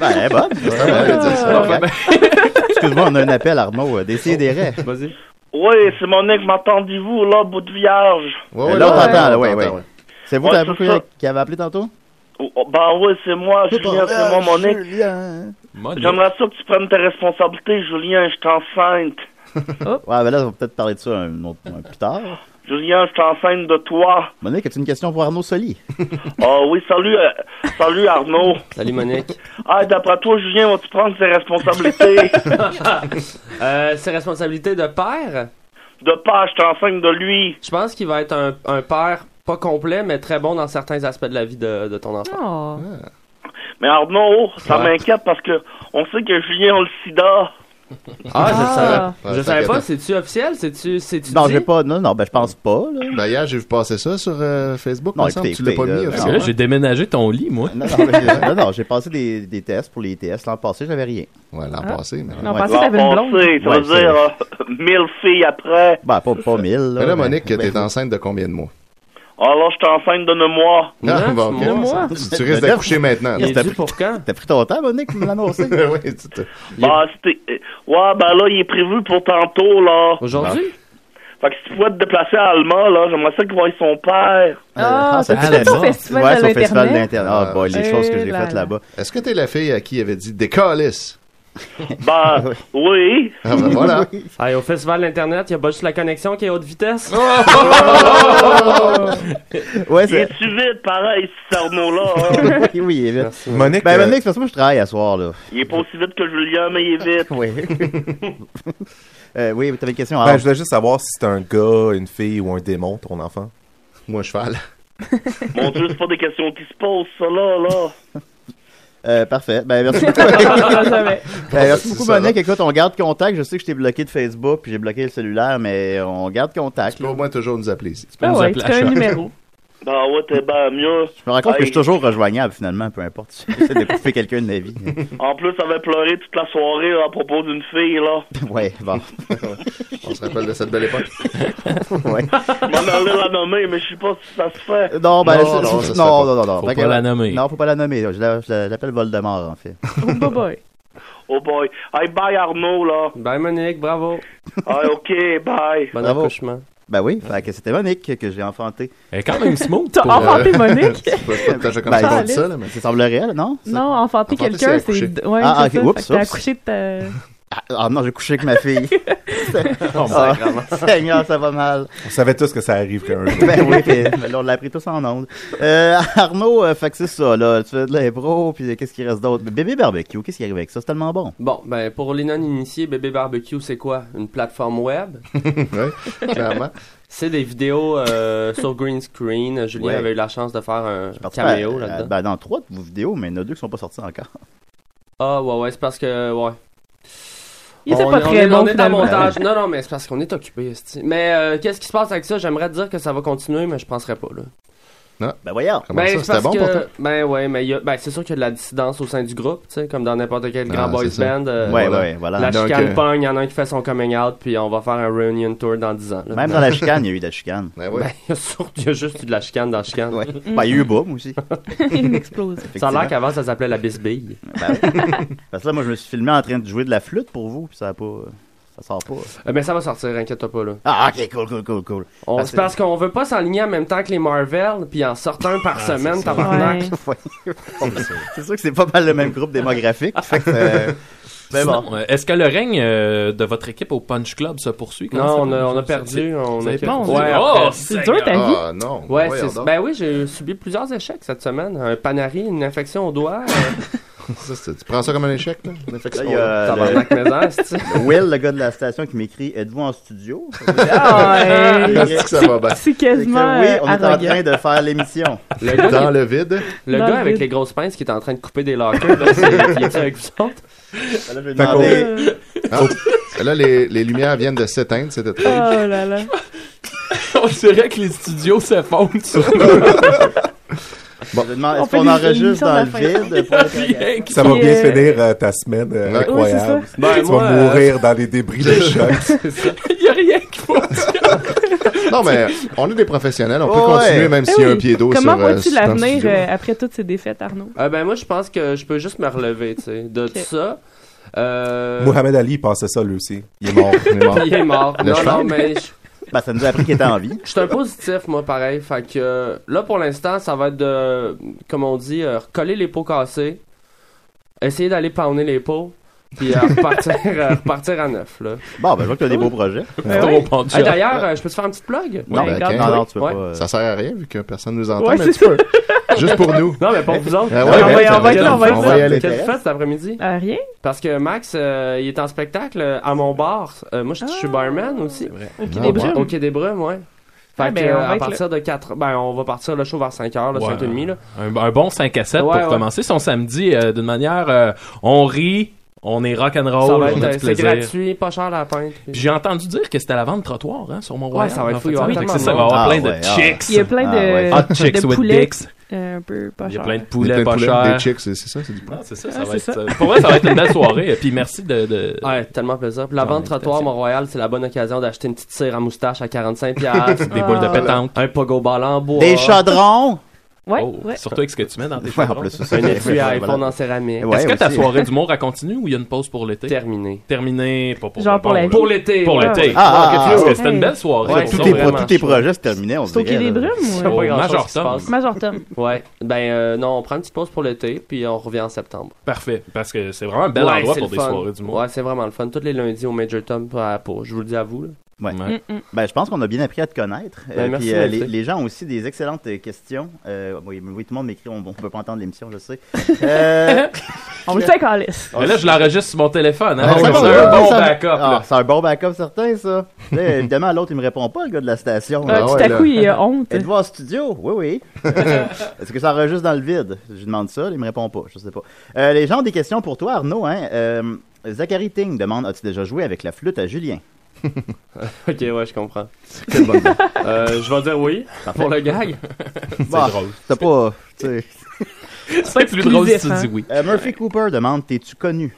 [SPEAKER 4] Ben, elle est bonne.
[SPEAKER 10] Ouais, dis ça.
[SPEAKER 4] Ouais. Excuse-moi, on a un appel, Arnaud. euh, D'essayer des raies.
[SPEAKER 7] Vas-y.
[SPEAKER 10] Oui, c'est mon ex, m'entendez-vous, là, bout de vierge?
[SPEAKER 4] Ouais, là, on t'entend, là, ouais, ouais. C'est vous
[SPEAKER 10] Ouais,
[SPEAKER 4] t'avez
[SPEAKER 10] c'est
[SPEAKER 4] beaucoup-
[SPEAKER 10] ça.
[SPEAKER 4] qui avez appelé tantôt?
[SPEAKER 10] Oh, oh, Ben oui, c'est moi, Julien, c'est moi, mon ex. J'aimerais ça que tu prennes tes responsabilités, Julien, je suis enceinte.
[SPEAKER 4] Ouais, ben là, on va peut-être parler de ça un, autre, un plus tard.
[SPEAKER 10] Julien, je suis enceinte de toi.
[SPEAKER 4] Monique, as-tu une question pour Arnaud Soli?
[SPEAKER 10] Ah oui, salut, euh, salut Arnaud.
[SPEAKER 7] Salut Monique.
[SPEAKER 10] Ah, d'après toi, Julien, vas-tu prendre tes responsabilités?
[SPEAKER 7] Euh, ses responsabilités de père?
[SPEAKER 10] De père, je suis enceinte de lui.
[SPEAKER 7] Je pense qu'il va être un, un père pas complet, mais très bon dans certains aspects de la vie de, de ton enfant.
[SPEAKER 4] Ah.
[SPEAKER 10] Mais Arnaud, ça
[SPEAKER 7] Ouais.
[SPEAKER 10] m'inquiète parce que on sait que Julien a le sida.
[SPEAKER 7] Ah, je
[SPEAKER 10] Ah.
[SPEAKER 7] savais.
[SPEAKER 5] Ouais,
[SPEAKER 7] je savais
[SPEAKER 5] t'inquiète.
[SPEAKER 7] pas, c'est-tu officiel? C'est-tu, c'est-tu
[SPEAKER 4] Non,
[SPEAKER 7] dit?
[SPEAKER 4] j'ai pas. Non, non, ben, je pense pas, là.
[SPEAKER 5] D'ailleurs, j'ai vu passer ça sur euh, Facebook.
[SPEAKER 4] Non,
[SPEAKER 5] me semble. tu
[SPEAKER 4] écoutez,
[SPEAKER 5] l'as pas
[SPEAKER 4] écoutez,
[SPEAKER 5] mis
[SPEAKER 4] là,
[SPEAKER 9] Parce que là,
[SPEAKER 5] officiellement.
[SPEAKER 9] j'ai déménagé ton lit, moi.
[SPEAKER 4] Non, non, mais j'ai- non, non, j'ai passé des, des tests pour les ITS. L'an passé, j'avais rien.
[SPEAKER 5] Ouais, l'an
[SPEAKER 4] Ah.
[SPEAKER 5] passé, mais.
[SPEAKER 4] Non, passé,
[SPEAKER 10] Bon, on sait, ça veut dire euh, mille filles après.
[SPEAKER 4] Bah, pas, pas mille,
[SPEAKER 5] Mais
[SPEAKER 4] là.
[SPEAKER 5] là,
[SPEAKER 4] mais- ben
[SPEAKER 5] Monique,
[SPEAKER 4] mais-
[SPEAKER 5] t'es enceinte de combien de mois?
[SPEAKER 10] Ah là, je suis enceinte de neuf mois.
[SPEAKER 5] Ah, bon, ok. Tu- Tu risques d'accoucher maintenant.
[SPEAKER 4] Il est
[SPEAKER 5] T'as
[SPEAKER 4] dû
[SPEAKER 5] pris-
[SPEAKER 7] pour quand?
[SPEAKER 4] T'as pris ton temps, Monique, pour me l'annoncer.
[SPEAKER 5] oui, tu te-
[SPEAKER 10] Bah, c'était- ouais, ben là, il est prévu pour tantôt, là. Ah.
[SPEAKER 7] Aujourd'hui?
[SPEAKER 10] Fait que si tu pouvais te déplacer à Alma, là, j'aimerais ça qu'il voie son père.
[SPEAKER 6] Ah,
[SPEAKER 4] c'est
[SPEAKER 6] c'est tout au festival
[SPEAKER 4] Ouais,
[SPEAKER 6] de
[SPEAKER 4] c'est au festival
[SPEAKER 6] l'Internet.
[SPEAKER 4] d'Internet. Ah, boy, les
[SPEAKER 6] Eh
[SPEAKER 4] choses que j'ai
[SPEAKER 6] là
[SPEAKER 4] faites
[SPEAKER 6] là.
[SPEAKER 4] là-bas.
[SPEAKER 5] Est-ce que t'es la fille à qui il avait dit décalisse?
[SPEAKER 10] Ben, oui.
[SPEAKER 7] Ah ben voilà. Hey, au festival d'Internet, il y a pas juste la connexion qui est haute vitesse.
[SPEAKER 10] Oh!
[SPEAKER 4] Ouais,
[SPEAKER 10] Il
[SPEAKER 4] c'est-
[SPEAKER 10] est-tu vite, pareil, ce Sarno-là? hein?
[SPEAKER 4] oui, oui, il est vite.
[SPEAKER 8] Monique,
[SPEAKER 4] Ben,
[SPEAKER 8] euh,
[SPEAKER 4] Monique, parce que moi, je travaille à soir, là.
[SPEAKER 10] Il est pas aussi vite que Julien, mais il est vite.
[SPEAKER 4] Oui. Euh, oui, t'avais une question.
[SPEAKER 8] Ben, je voulais juste savoir si c'est un gars, une fille ou un démon, ton enfant.
[SPEAKER 5] Ou un cheval.
[SPEAKER 10] Mon Dieu, c'est pas des questions qui se posent, ça, là, là.
[SPEAKER 4] Euh, parfait. Ben, merci beaucoup.
[SPEAKER 10] Jamais.
[SPEAKER 4] Ben, merci beaucoup,
[SPEAKER 5] Ça va.
[SPEAKER 4] Monique. Écoute, on garde contact. Je sais que je t'ai bloqué de Facebook, puis j'ai bloqué le cellulaire, mais on garde contact. Tu peux au moins toujours nous appeler ici. Tu
[SPEAKER 10] peux Ah nous ouais, appeler tu à as un chaque- numéro. Ben ouais, t'es ben mieux.
[SPEAKER 4] Je me rends compte que je
[SPEAKER 10] Hey,
[SPEAKER 4] suis toujours rejoignable, finalement, peu importe. J'essaie de couper quelqu'un de ma vie.
[SPEAKER 10] En plus, ça avait pleuré toute la soirée là, à propos d'une fille, là.
[SPEAKER 4] ouais, bon.
[SPEAKER 5] On se rappelle de cette belle époque.
[SPEAKER 4] ouais.
[SPEAKER 10] On allait la nommer, mais je sais pas si ça se fait.
[SPEAKER 4] Non, ben, c'est-
[SPEAKER 5] non, ça se fait
[SPEAKER 4] non,
[SPEAKER 5] pas.
[SPEAKER 4] non, non, non.
[SPEAKER 5] Faut
[SPEAKER 4] Fait
[SPEAKER 5] pas
[SPEAKER 4] que-
[SPEAKER 5] la nommer.
[SPEAKER 4] Non, faut pas la nommer. Je la- je la- je l'appelle Voldemort, en fait.
[SPEAKER 10] Oh boy. Oh boy. Hey, bye Arnaud, là.
[SPEAKER 7] Bye Monique, bravo.
[SPEAKER 10] Hey, ok, bye.
[SPEAKER 4] Bravo. Ben oui, fait que c'était Monique que j'ai enfanté.
[SPEAKER 9] Elle est
[SPEAKER 6] quand même smooth T'as pour, enfanté euh, Monique?
[SPEAKER 4] C'est
[SPEAKER 5] pas tout à fait comme ça qu'on dit ça, là, mais-
[SPEAKER 4] Ben, Ça semblerait, là, non?
[SPEAKER 6] Non, enfanter
[SPEAKER 4] Enfanter,
[SPEAKER 6] quelqu'un,
[SPEAKER 4] c'est accoucher.
[SPEAKER 6] c'est. Ouais,
[SPEAKER 4] Ah,
[SPEAKER 6] c'est
[SPEAKER 4] ok,
[SPEAKER 6] ça.
[SPEAKER 4] oups,
[SPEAKER 6] Fait que t'as
[SPEAKER 4] oups.
[SPEAKER 6] accouché de ta.
[SPEAKER 4] Ah, ah non, j'ai couché avec ma fille.
[SPEAKER 8] Oh,
[SPEAKER 4] Ah,
[SPEAKER 8] sacrément.
[SPEAKER 4] Seigneur, ça va mal.
[SPEAKER 8] On savait tous que ça arriverait un jour.
[SPEAKER 4] Ben oui, puis, ben là, on l'a appris tous en ondes. Euh, Arnaud, euh, fait que c'est ça, là. Tu fais de l'impro, puis euh, qu'est-ce qui reste d'autre? Bébé barbecue, qu'est-ce qui arrive avec ça? C'est tellement bon.
[SPEAKER 7] Bon, ben pour les non-initiés, Bébé Barbecue, c'est quoi Une plateforme web
[SPEAKER 5] Oui, clairement.
[SPEAKER 7] C'est des vidéos euh, sur green screen. Julien
[SPEAKER 4] Ouais.
[SPEAKER 7] avait eu la chance de faire un
[SPEAKER 4] Ben,
[SPEAKER 7] caméo
[SPEAKER 4] euh,
[SPEAKER 7] là-dedans.
[SPEAKER 4] Ben, dans trois de vos vidéos, mais il y en a deux qui sont pas sortis encore.
[SPEAKER 7] Ah ouais, ouais, c'est parce que ouais.
[SPEAKER 4] Il était
[SPEAKER 7] On
[SPEAKER 4] pas
[SPEAKER 7] est-
[SPEAKER 4] très
[SPEAKER 7] on est-
[SPEAKER 4] bon,
[SPEAKER 7] On est en
[SPEAKER 4] finalement.
[SPEAKER 7] montage. Non, non, mais c'est parce qu'on est occupé. esti. Mais euh, qu'est-ce qui se passe avec ça J'aimerais te dire que ça va continuer, mais je penserais pas là.
[SPEAKER 5] Non.
[SPEAKER 4] Ben voyons.
[SPEAKER 5] Comment
[SPEAKER 7] Ben,
[SPEAKER 5] ça,
[SPEAKER 7] c'est
[SPEAKER 5] c'était
[SPEAKER 7] parce
[SPEAKER 5] bon
[SPEAKER 7] que-
[SPEAKER 5] pour toi?
[SPEAKER 7] Ben ouais, mais il y a- ben, c'est sûr qu'il y a de la dissidence au sein du groupe, tu sais, comme dans n'importe quel
[SPEAKER 5] Ah,
[SPEAKER 7] grand boys
[SPEAKER 5] c'est ça.
[SPEAKER 7] band. euh,
[SPEAKER 4] Ouais, ouais, voilà.
[SPEAKER 7] La
[SPEAKER 4] Donc,
[SPEAKER 7] chicane
[SPEAKER 4] euh,
[SPEAKER 7] pogne, il y en a un qui fait son coming out, puis on va faire un reunion tour dans 10 ans. là.
[SPEAKER 4] Même dans la chicane, il y a eu de la chicane.
[SPEAKER 5] Ben
[SPEAKER 7] Ben, il y a surtout- il y a juste eu de la chicane dans la chicane.
[SPEAKER 4] Ben, il y a eu Boum aussi.
[SPEAKER 6] Une explosion.
[SPEAKER 7] Ça a l'air qu'avant, ça s'appelait la bisbille.
[SPEAKER 4] Ben oui. Parce que là, moi, je me suis filmé en train de jouer de la flûte pour vous, puis ça a pas. Ça sort pas.
[SPEAKER 7] Euh, mais ça va sortir, inquiète pas là.
[SPEAKER 4] Ah, ok, cool, cool, cool, cool.
[SPEAKER 7] On-
[SPEAKER 4] Ah,
[SPEAKER 7] c'est parce qu'on veut pas s'aligner en même temps que les Marvel, puis en sortant un par semaine, tabarnak.
[SPEAKER 4] Ouais. c'est sûr que c'est pas mal le même groupe démographique. fait que, euh, mais bon.
[SPEAKER 9] Sinon, euh, est-ce que le règne euh, de votre équipe au Punch Club se poursuit? Comment
[SPEAKER 7] Non,
[SPEAKER 9] ça
[SPEAKER 7] on a-
[SPEAKER 9] va?
[SPEAKER 7] on a
[SPEAKER 9] C'est-
[SPEAKER 7] perdu, on
[SPEAKER 9] c'est
[SPEAKER 7] a-
[SPEAKER 9] bon,
[SPEAKER 7] Ouais,
[SPEAKER 9] c'est-
[SPEAKER 7] après,
[SPEAKER 9] oh,
[SPEAKER 7] c'est
[SPEAKER 9] Seigneur.
[SPEAKER 7] dur, ta vie.
[SPEAKER 5] Ah non.
[SPEAKER 7] Ouais,
[SPEAKER 5] voyons
[SPEAKER 7] c'est
[SPEAKER 5] donc.
[SPEAKER 7] Ben oui, j'ai subi plusieurs échecs cette semaine. Un panari, une infection au doigt. euh,
[SPEAKER 5] Ça, c'est- tu prends ça comme un échec, là? Une infection.
[SPEAKER 4] Là, il y a
[SPEAKER 7] Tabarnak,
[SPEAKER 4] le-
[SPEAKER 7] mais hein, c'est-
[SPEAKER 4] le Will, le gars de la station, qui m'écrit Êtes-vous en studio
[SPEAKER 6] Ah, ouais.
[SPEAKER 5] Est-ce que ça va bien?
[SPEAKER 6] C'est
[SPEAKER 4] Fait que,
[SPEAKER 6] quasiment.
[SPEAKER 4] Oui,
[SPEAKER 6] euh,
[SPEAKER 4] on est en
[SPEAKER 6] arrogant.
[SPEAKER 4] train de faire l'émission.
[SPEAKER 7] le gars,
[SPEAKER 5] Dans le vide.
[SPEAKER 7] le
[SPEAKER 6] Dans
[SPEAKER 7] gars
[SPEAKER 6] le
[SPEAKER 7] avec
[SPEAKER 6] vide.
[SPEAKER 7] les grosses pinces qui est en train de couper des lockers, là, c'est- il est avec vous autres?
[SPEAKER 4] Là, je vais
[SPEAKER 5] Fait qu'on-
[SPEAKER 4] demander-
[SPEAKER 5] Ah, là, les, les lumières viennent de s'éteindre, c'est
[SPEAKER 6] Oh
[SPEAKER 5] étrange.
[SPEAKER 6] là là.
[SPEAKER 9] On dirait que les studios s'effondrent sur
[SPEAKER 4] je vais demander,
[SPEAKER 6] On
[SPEAKER 4] Ah, Est-ce
[SPEAKER 6] fait
[SPEAKER 4] qu'on
[SPEAKER 6] des
[SPEAKER 4] enregistre
[SPEAKER 6] émissions
[SPEAKER 4] dans le
[SPEAKER 6] d'affaires.
[SPEAKER 4] vide pour
[SPEAKER 9] la
[SPEAKER 4] le podcast?
[SPEAKER 9] vieille.
[SPEAKER 8] Ça va
[SPEAKER 6] Puis,
[SPEAKER 8] bien
[SPEAKER 6] euh,
[SPEAKER 8] finir euh, ta semaine euh,
[SPEAKER 5] Ouais.
[SPEAKER 8] incroyable.
[SPEAKER 6] Oui,
[SPEAKER 7] Ben,
[SPEAKER 8] tu
[SPEAKER 7] moi,
[SPEAKER 8] vas
[SPEAKER 7] euh,
[SPEAKER 8] mourir dans les débris de choc.
[SPEAKER 9] Il n'y a rien qui va.
[SPEAKER 5] Non, mais on est des professionnels, on peut
[SPEAKER 4] Ouais.
[SPEAKER 5] continuer
[SPEAKER 6] Ben
[SPEAKER 5] même s'il y a
[SPEAKER 6] oui.
[SPEAKER 5] un pied d'eau sur
[SPEAKER 6] Comment
[SPEAKER 5] euh,
[SPEAKER 6] vois-tu
[SPEAKER 5] sur- dans le
[SPEAKER 6] l'avenir
[SPEAKER 5] studio.
[SPEAKER 6] euh, après toutes ces défaites, Arnaud
[SPEAKER 7] Euh, ben moi, je pense que je peux juste me relever, tu sais, de tout ça. Euh,
[SPEAKER 8] Mohamed Ali, il pensait ça lui aussi.
[SPEAKER 5] Il est mort, il est mort.
[SPEAKER 7] il est mort.
[SPEAKER 5] Le
[SPEAKER 7] non,
[SPEAKER 5] cheval.
[SPEAKER 7] non, mais je-
[SPEAKER 4] Ben, ça nous a appris qu'il était en vie.
[SPEAKER 7] Je suis un positif, moi, pareil. Fait que euh, là, pour l'instant, ça va être de, comme on dit, euh, recoller les pots cassés, essayer d'aller pounder les pots, puis euh, repartir, euh, repartir à neuf. Là.
[SPEAKER 4] Bon, ben, je vois que tu as des beaux projets.
[SPEAKER 9] Trop pendu.
[SPEAKER 7] Hey, D'ailleurs, euh, je peux te faire un petit plug?
[SPEAKER 5] Non, ben,
[SPEAKER 4] non,
[SPEAKER 5] ok.
[SPEAKER 4] non, tu peux
[SPEAKER 7] Ouais.
[SPEAKER 4] pas. euh,
[SPEAKER 5] Ça sert à rien vu que personne nous entend,
[SPEAKER 6] Ouais,
[SPEAKER 5] mais
[SPEAKER 6] c'est
[SPEAKER 5] tu peux. Juste pour nous.
[SPEAKER 7] Non, mais pour vous autres.
[SPEAKER 5] Ah ouais,
[SPEAKER 7] Non,
[SPEAKER 5] ben,
[SPEAKER 7] mais
[SPEAKER 5] ça
[SPEAKER 7] on va
[SPEAKER 5] va
[SPEAKER 7] être là, on va
[SPEAKER 5] être-
[SPEAKER 7] être
[SPEAKER 5] on
[SPEAKER 7] là.
[SPEAKER 5] va y aller.
[SPEAKER 7] Qu'est-ce que tu fais cet après-midi?
[SPEAKER 6] Euh, Rien.
[SPEAKER 7] Parce que Max, euh, il est en spectacle euh, à mon bar. Euh, moi, je je suis barman aussi.
[SPEAKER 6] Au Quai
[SPEAKER 5] Non,
[SPEAKER 6] Ah. des
[SPEAKER 5] ouais.
[SPEAKER 6] Brumes.
[SPEAKER 7] Au Quai des Brumes, ouais. Fait
[SPEAKER 6] Ah,
[SPEAKER 7] que,
[SPEAKER 6] ben,
[SPEAKER 7] euh,
[SPEAKER 6] on va
[SPEAKER 7] à
[SPEAKER 6] être
[SPEAKER 7] partir de 4 ben on va partir le show vers 5h, là,
[SPEAKER 9] Ouais.
[SPEAKER 7] 5h30 là.
[SPEAKER 9] Un, un bon 5 à 7
[SPEAKER 7] Ouais,
[SPEAKER 9] pour
[SPEAKER 7] ouais.
[SPEAKER 9] commencer son samedi euh, d'une manière euh, on rit, on est rock and
[SPEAKER 7] Ça
[SPEAKER 9] roll,
[SPEAKER 7] va
[SPEAKER 9] on a
[SPEAKER 7] être-
[SPEAKER 9] du
[SPEAKER 7] euh, c'est
[SPEAKER 9] plaisir.
[SPEAKER 7] gratuit, pas cher la pinte.
[SPEAKER 9] Puis j'ai entendu dire que c'était la vente trottoir hein, sur Mont-Royal.
[SPEAKER 7] Ouais, ça va être
[SPEAKER 9] en
[SPEAKER 7] fou,
[SPEAKER 9] fait,
[SPEAKER 7] il va y avoir
[SPEAKER 9] Fait que
[SPEAKER 7] tellement
[SPEAKER 9] ça, ça
[SPEAKER 7] de
[SPEAKER 9] va avoir
[SPEAKER 4] monde.
[SPEAKER 9] plein de
[SPEAKER 4] Ah ouais, ah ouais.
[SPEAKER 9] chicks.
[SPEAKER 6] Il y a plein
[SPEAKER 4] Ah,
[SPEAKER 6] de,
[SPEAKER 4] ouais.
[SPEAKER 9] Hot chicks
[SPEAKER 6] de
[SPEAKER 9] with
[SPEAKER 6] poulets
[SPEAKER 9] dicks.
[SPEAKER 6] euh, un peu pas
[SPEAKER 9] Il y a
[SPEAKER 6] chers.
[SPEAKER 9] plein de
[SPEAKER 5] Des
[SPEAKER 9] poulets pas
[SPEAKER 5] poulets, Des
[SPEAKER 9] chers.
[SPEAKER 5] chicks, c'est c'est ça, c'est du poulet.
[SPEAKER 9] Ah, c'est ça, ça
[SPEAKER 6] Ouais,
[SPEAKER 9] va
[SPEAKER 6] c'est
[SPEAKER 9] être,
[SPEAKER 6] ça.
[SPEAKER 9] euh, pour moi, ça va être une belle soirée. Et Puis merci de. de-
[SPEAKER 7] Ouais, tellement plaisir. Puis la
[SPEAKER 9] Ah,
[SPEAKER 7] vente trottoir
[SPEAKER 9] l'invitation.
[SPEAKER 7] Mont-Royal, c'est la bonne occasion d'acheter une petite cire à moustache à 45
[SPEAKER 9] Des boules de pétanque.
[SPEAKER 7] un pogo ball en bois.
[SPEAKER 4] Des chaudrons!
[SPEAKER 6] Ouais,
[SPEAKER 9] Oh,
[SPEAKER 6] ouais.
[SPEAKER 9] Surtout avec ce que tu mets dans tes
[SPEAKER 4] Ouais,
[SPEAKER 9] chaudrons.
[SPEAKER 4] en plus, ça,
[SPEAKER 7] Un étui à iPhone en céramique.
[SPEAKER 9] Est-ce que
[SPEAKER 7] Ouais,
[SPEAKER 9] ta
[SPEAKER 7] aussi.
[SPEAKER 9] soirée d'humour a continué ou il y a une pause pour l'été?
[SPEAKER 7] Terminée.
[SPEAKER 9] Terminée, pas pour
[SPEAKER 7] Genre
[SPEAKER 9] de
[SPEAKER 7] pour
[SPEAKER 9] bon,
[SPEAKER 7] la
[SPEAKER 9] là.
[SPEAKER 7] vie. Pour l'été,
[SPEAKER 9] Pour
[SPEAKER 7] ouais.
[SPEAKER 9] l'été.
[SPEAKER 7] Ah,
[SPEAKER 9] Ok, parce
[SPEAKER 7] ah, ah,
[SPEAKER 9] que C'était
[SPEAKER 7] ouais.
[SPEAKER 9] une belle soirée.
[SPEAKER 7] Ouais,
[SPEAKER 9] pour
[SPEAKER 7] tout
[SPEAKER 9] ça,
[SPEAKER 7] est-
[SPEAKER 9] vraiment.
[SPEAKER 7] tous tes projets
[SPEAKER 4] se terminaient, on
[SPEAKER 6] C'est au Quai des Brumes,
[SPEAKER 7] pas
[SPEAKER 6] ouais.
[SPEAKER 7] grand-chose
[SPEAKER 9] Major
[SPEAKER 7] qui se
[SPEAKER 9] Tom.
[SPEAKER 7] passe.
[SPEAKER 6] Major Tom.
[SPEAKER 7] Ouais. Ben euh, non, on prend une petite pause pour l'été, puis on revient en septembre.
[SPEAKER 9] Parfait. Parce que c'est vraiment un bel
[SPEAKER 7] Ouais,
[SPEAKER 9] endroit
[SPEAKER 7] c'est
[SPEAKER 9] pour
[SPEAKER 7] le
[SPEAKER 9] des
[SPEAKER 7] fun.
[SPEAKER 9] soirées d'humour.
[SPEAKER 7] Ouais, c'est vraiment le fun. Tous les lundis au Major Tom à Pau. Je vous le dis à vous. là.
[SPEAKER 4] Ouais.
[SPEAKER 7] Mm,
[SPEAKER 9] Ouais.
[SPEAKER 6] Mm-mm.
[SPEAKER 4] Ben, je pense qu'on a bien appris à te connaître.
[SPEAKER 7] Ben, merci,
[SPEAKER 4] puis, euh, les,
[SPEAKER 7] merci.
[SPEAKER 4] les gens ont aussi des excellentes euh, questions. Euh, oui, mais oui, tout le monde m'écrit, on ne peut pas entendre l'émission, je sais. Euh,
[SPEAKER 6] On le fait, Calis.
[SPEAKER 9] Mais là, je l'enregistre sur mon téléphone. hein.
[SPEAKER 4] Ah,
[SPEAKER 9] Donc,
[SPEAKER 4] ça
[SPEAKER 9] c'est
[SPEAKER 4] va,
[SPEAKER 9] un bon
[SPEAKER 4] ça-
[SPEAKER 9] backup.
[SPEAKER 4] Ah,
[SPEAKER 9] là.
[SPEAKER 4] c'est un bon backup certain, ça. Là, évidemment, l'autre, il me répond pas, le gars de la station.
[SPEAKER 6] Ah, tout à coup, il a honte.
[SPEAKER 4] Êtes-vous en studio? Oui, oui. Euh, Est-ce que ça enregistre dans le vide? Je lui demande ça, il me répond pas, je sais pas. Euh, les gens ont des questions pour toi, Arnaud. Hein? Euh, Zachary Ting demande, as-tu déjà joué avec la flûte à Julien?
[SPEAKER 7] ok, ouais, je comprends.
[SPEAKER 4] Quelle bonne idée.
[SPEAKER 7] Euh, je vais dire oui
[SPEAKER 4] Parfait.
[SPEAKER 7] pour le gag.
[SPEAKER 4] Bah, T'as pas... tu sais.
[SPEAKER 9] C'est plus drôle si
[SPEAKER 7] hein.
[SPEAKER 9] tu dis oui.
[SPEAKER 4] Euh, Murphy Cooper demande T'es-tu connu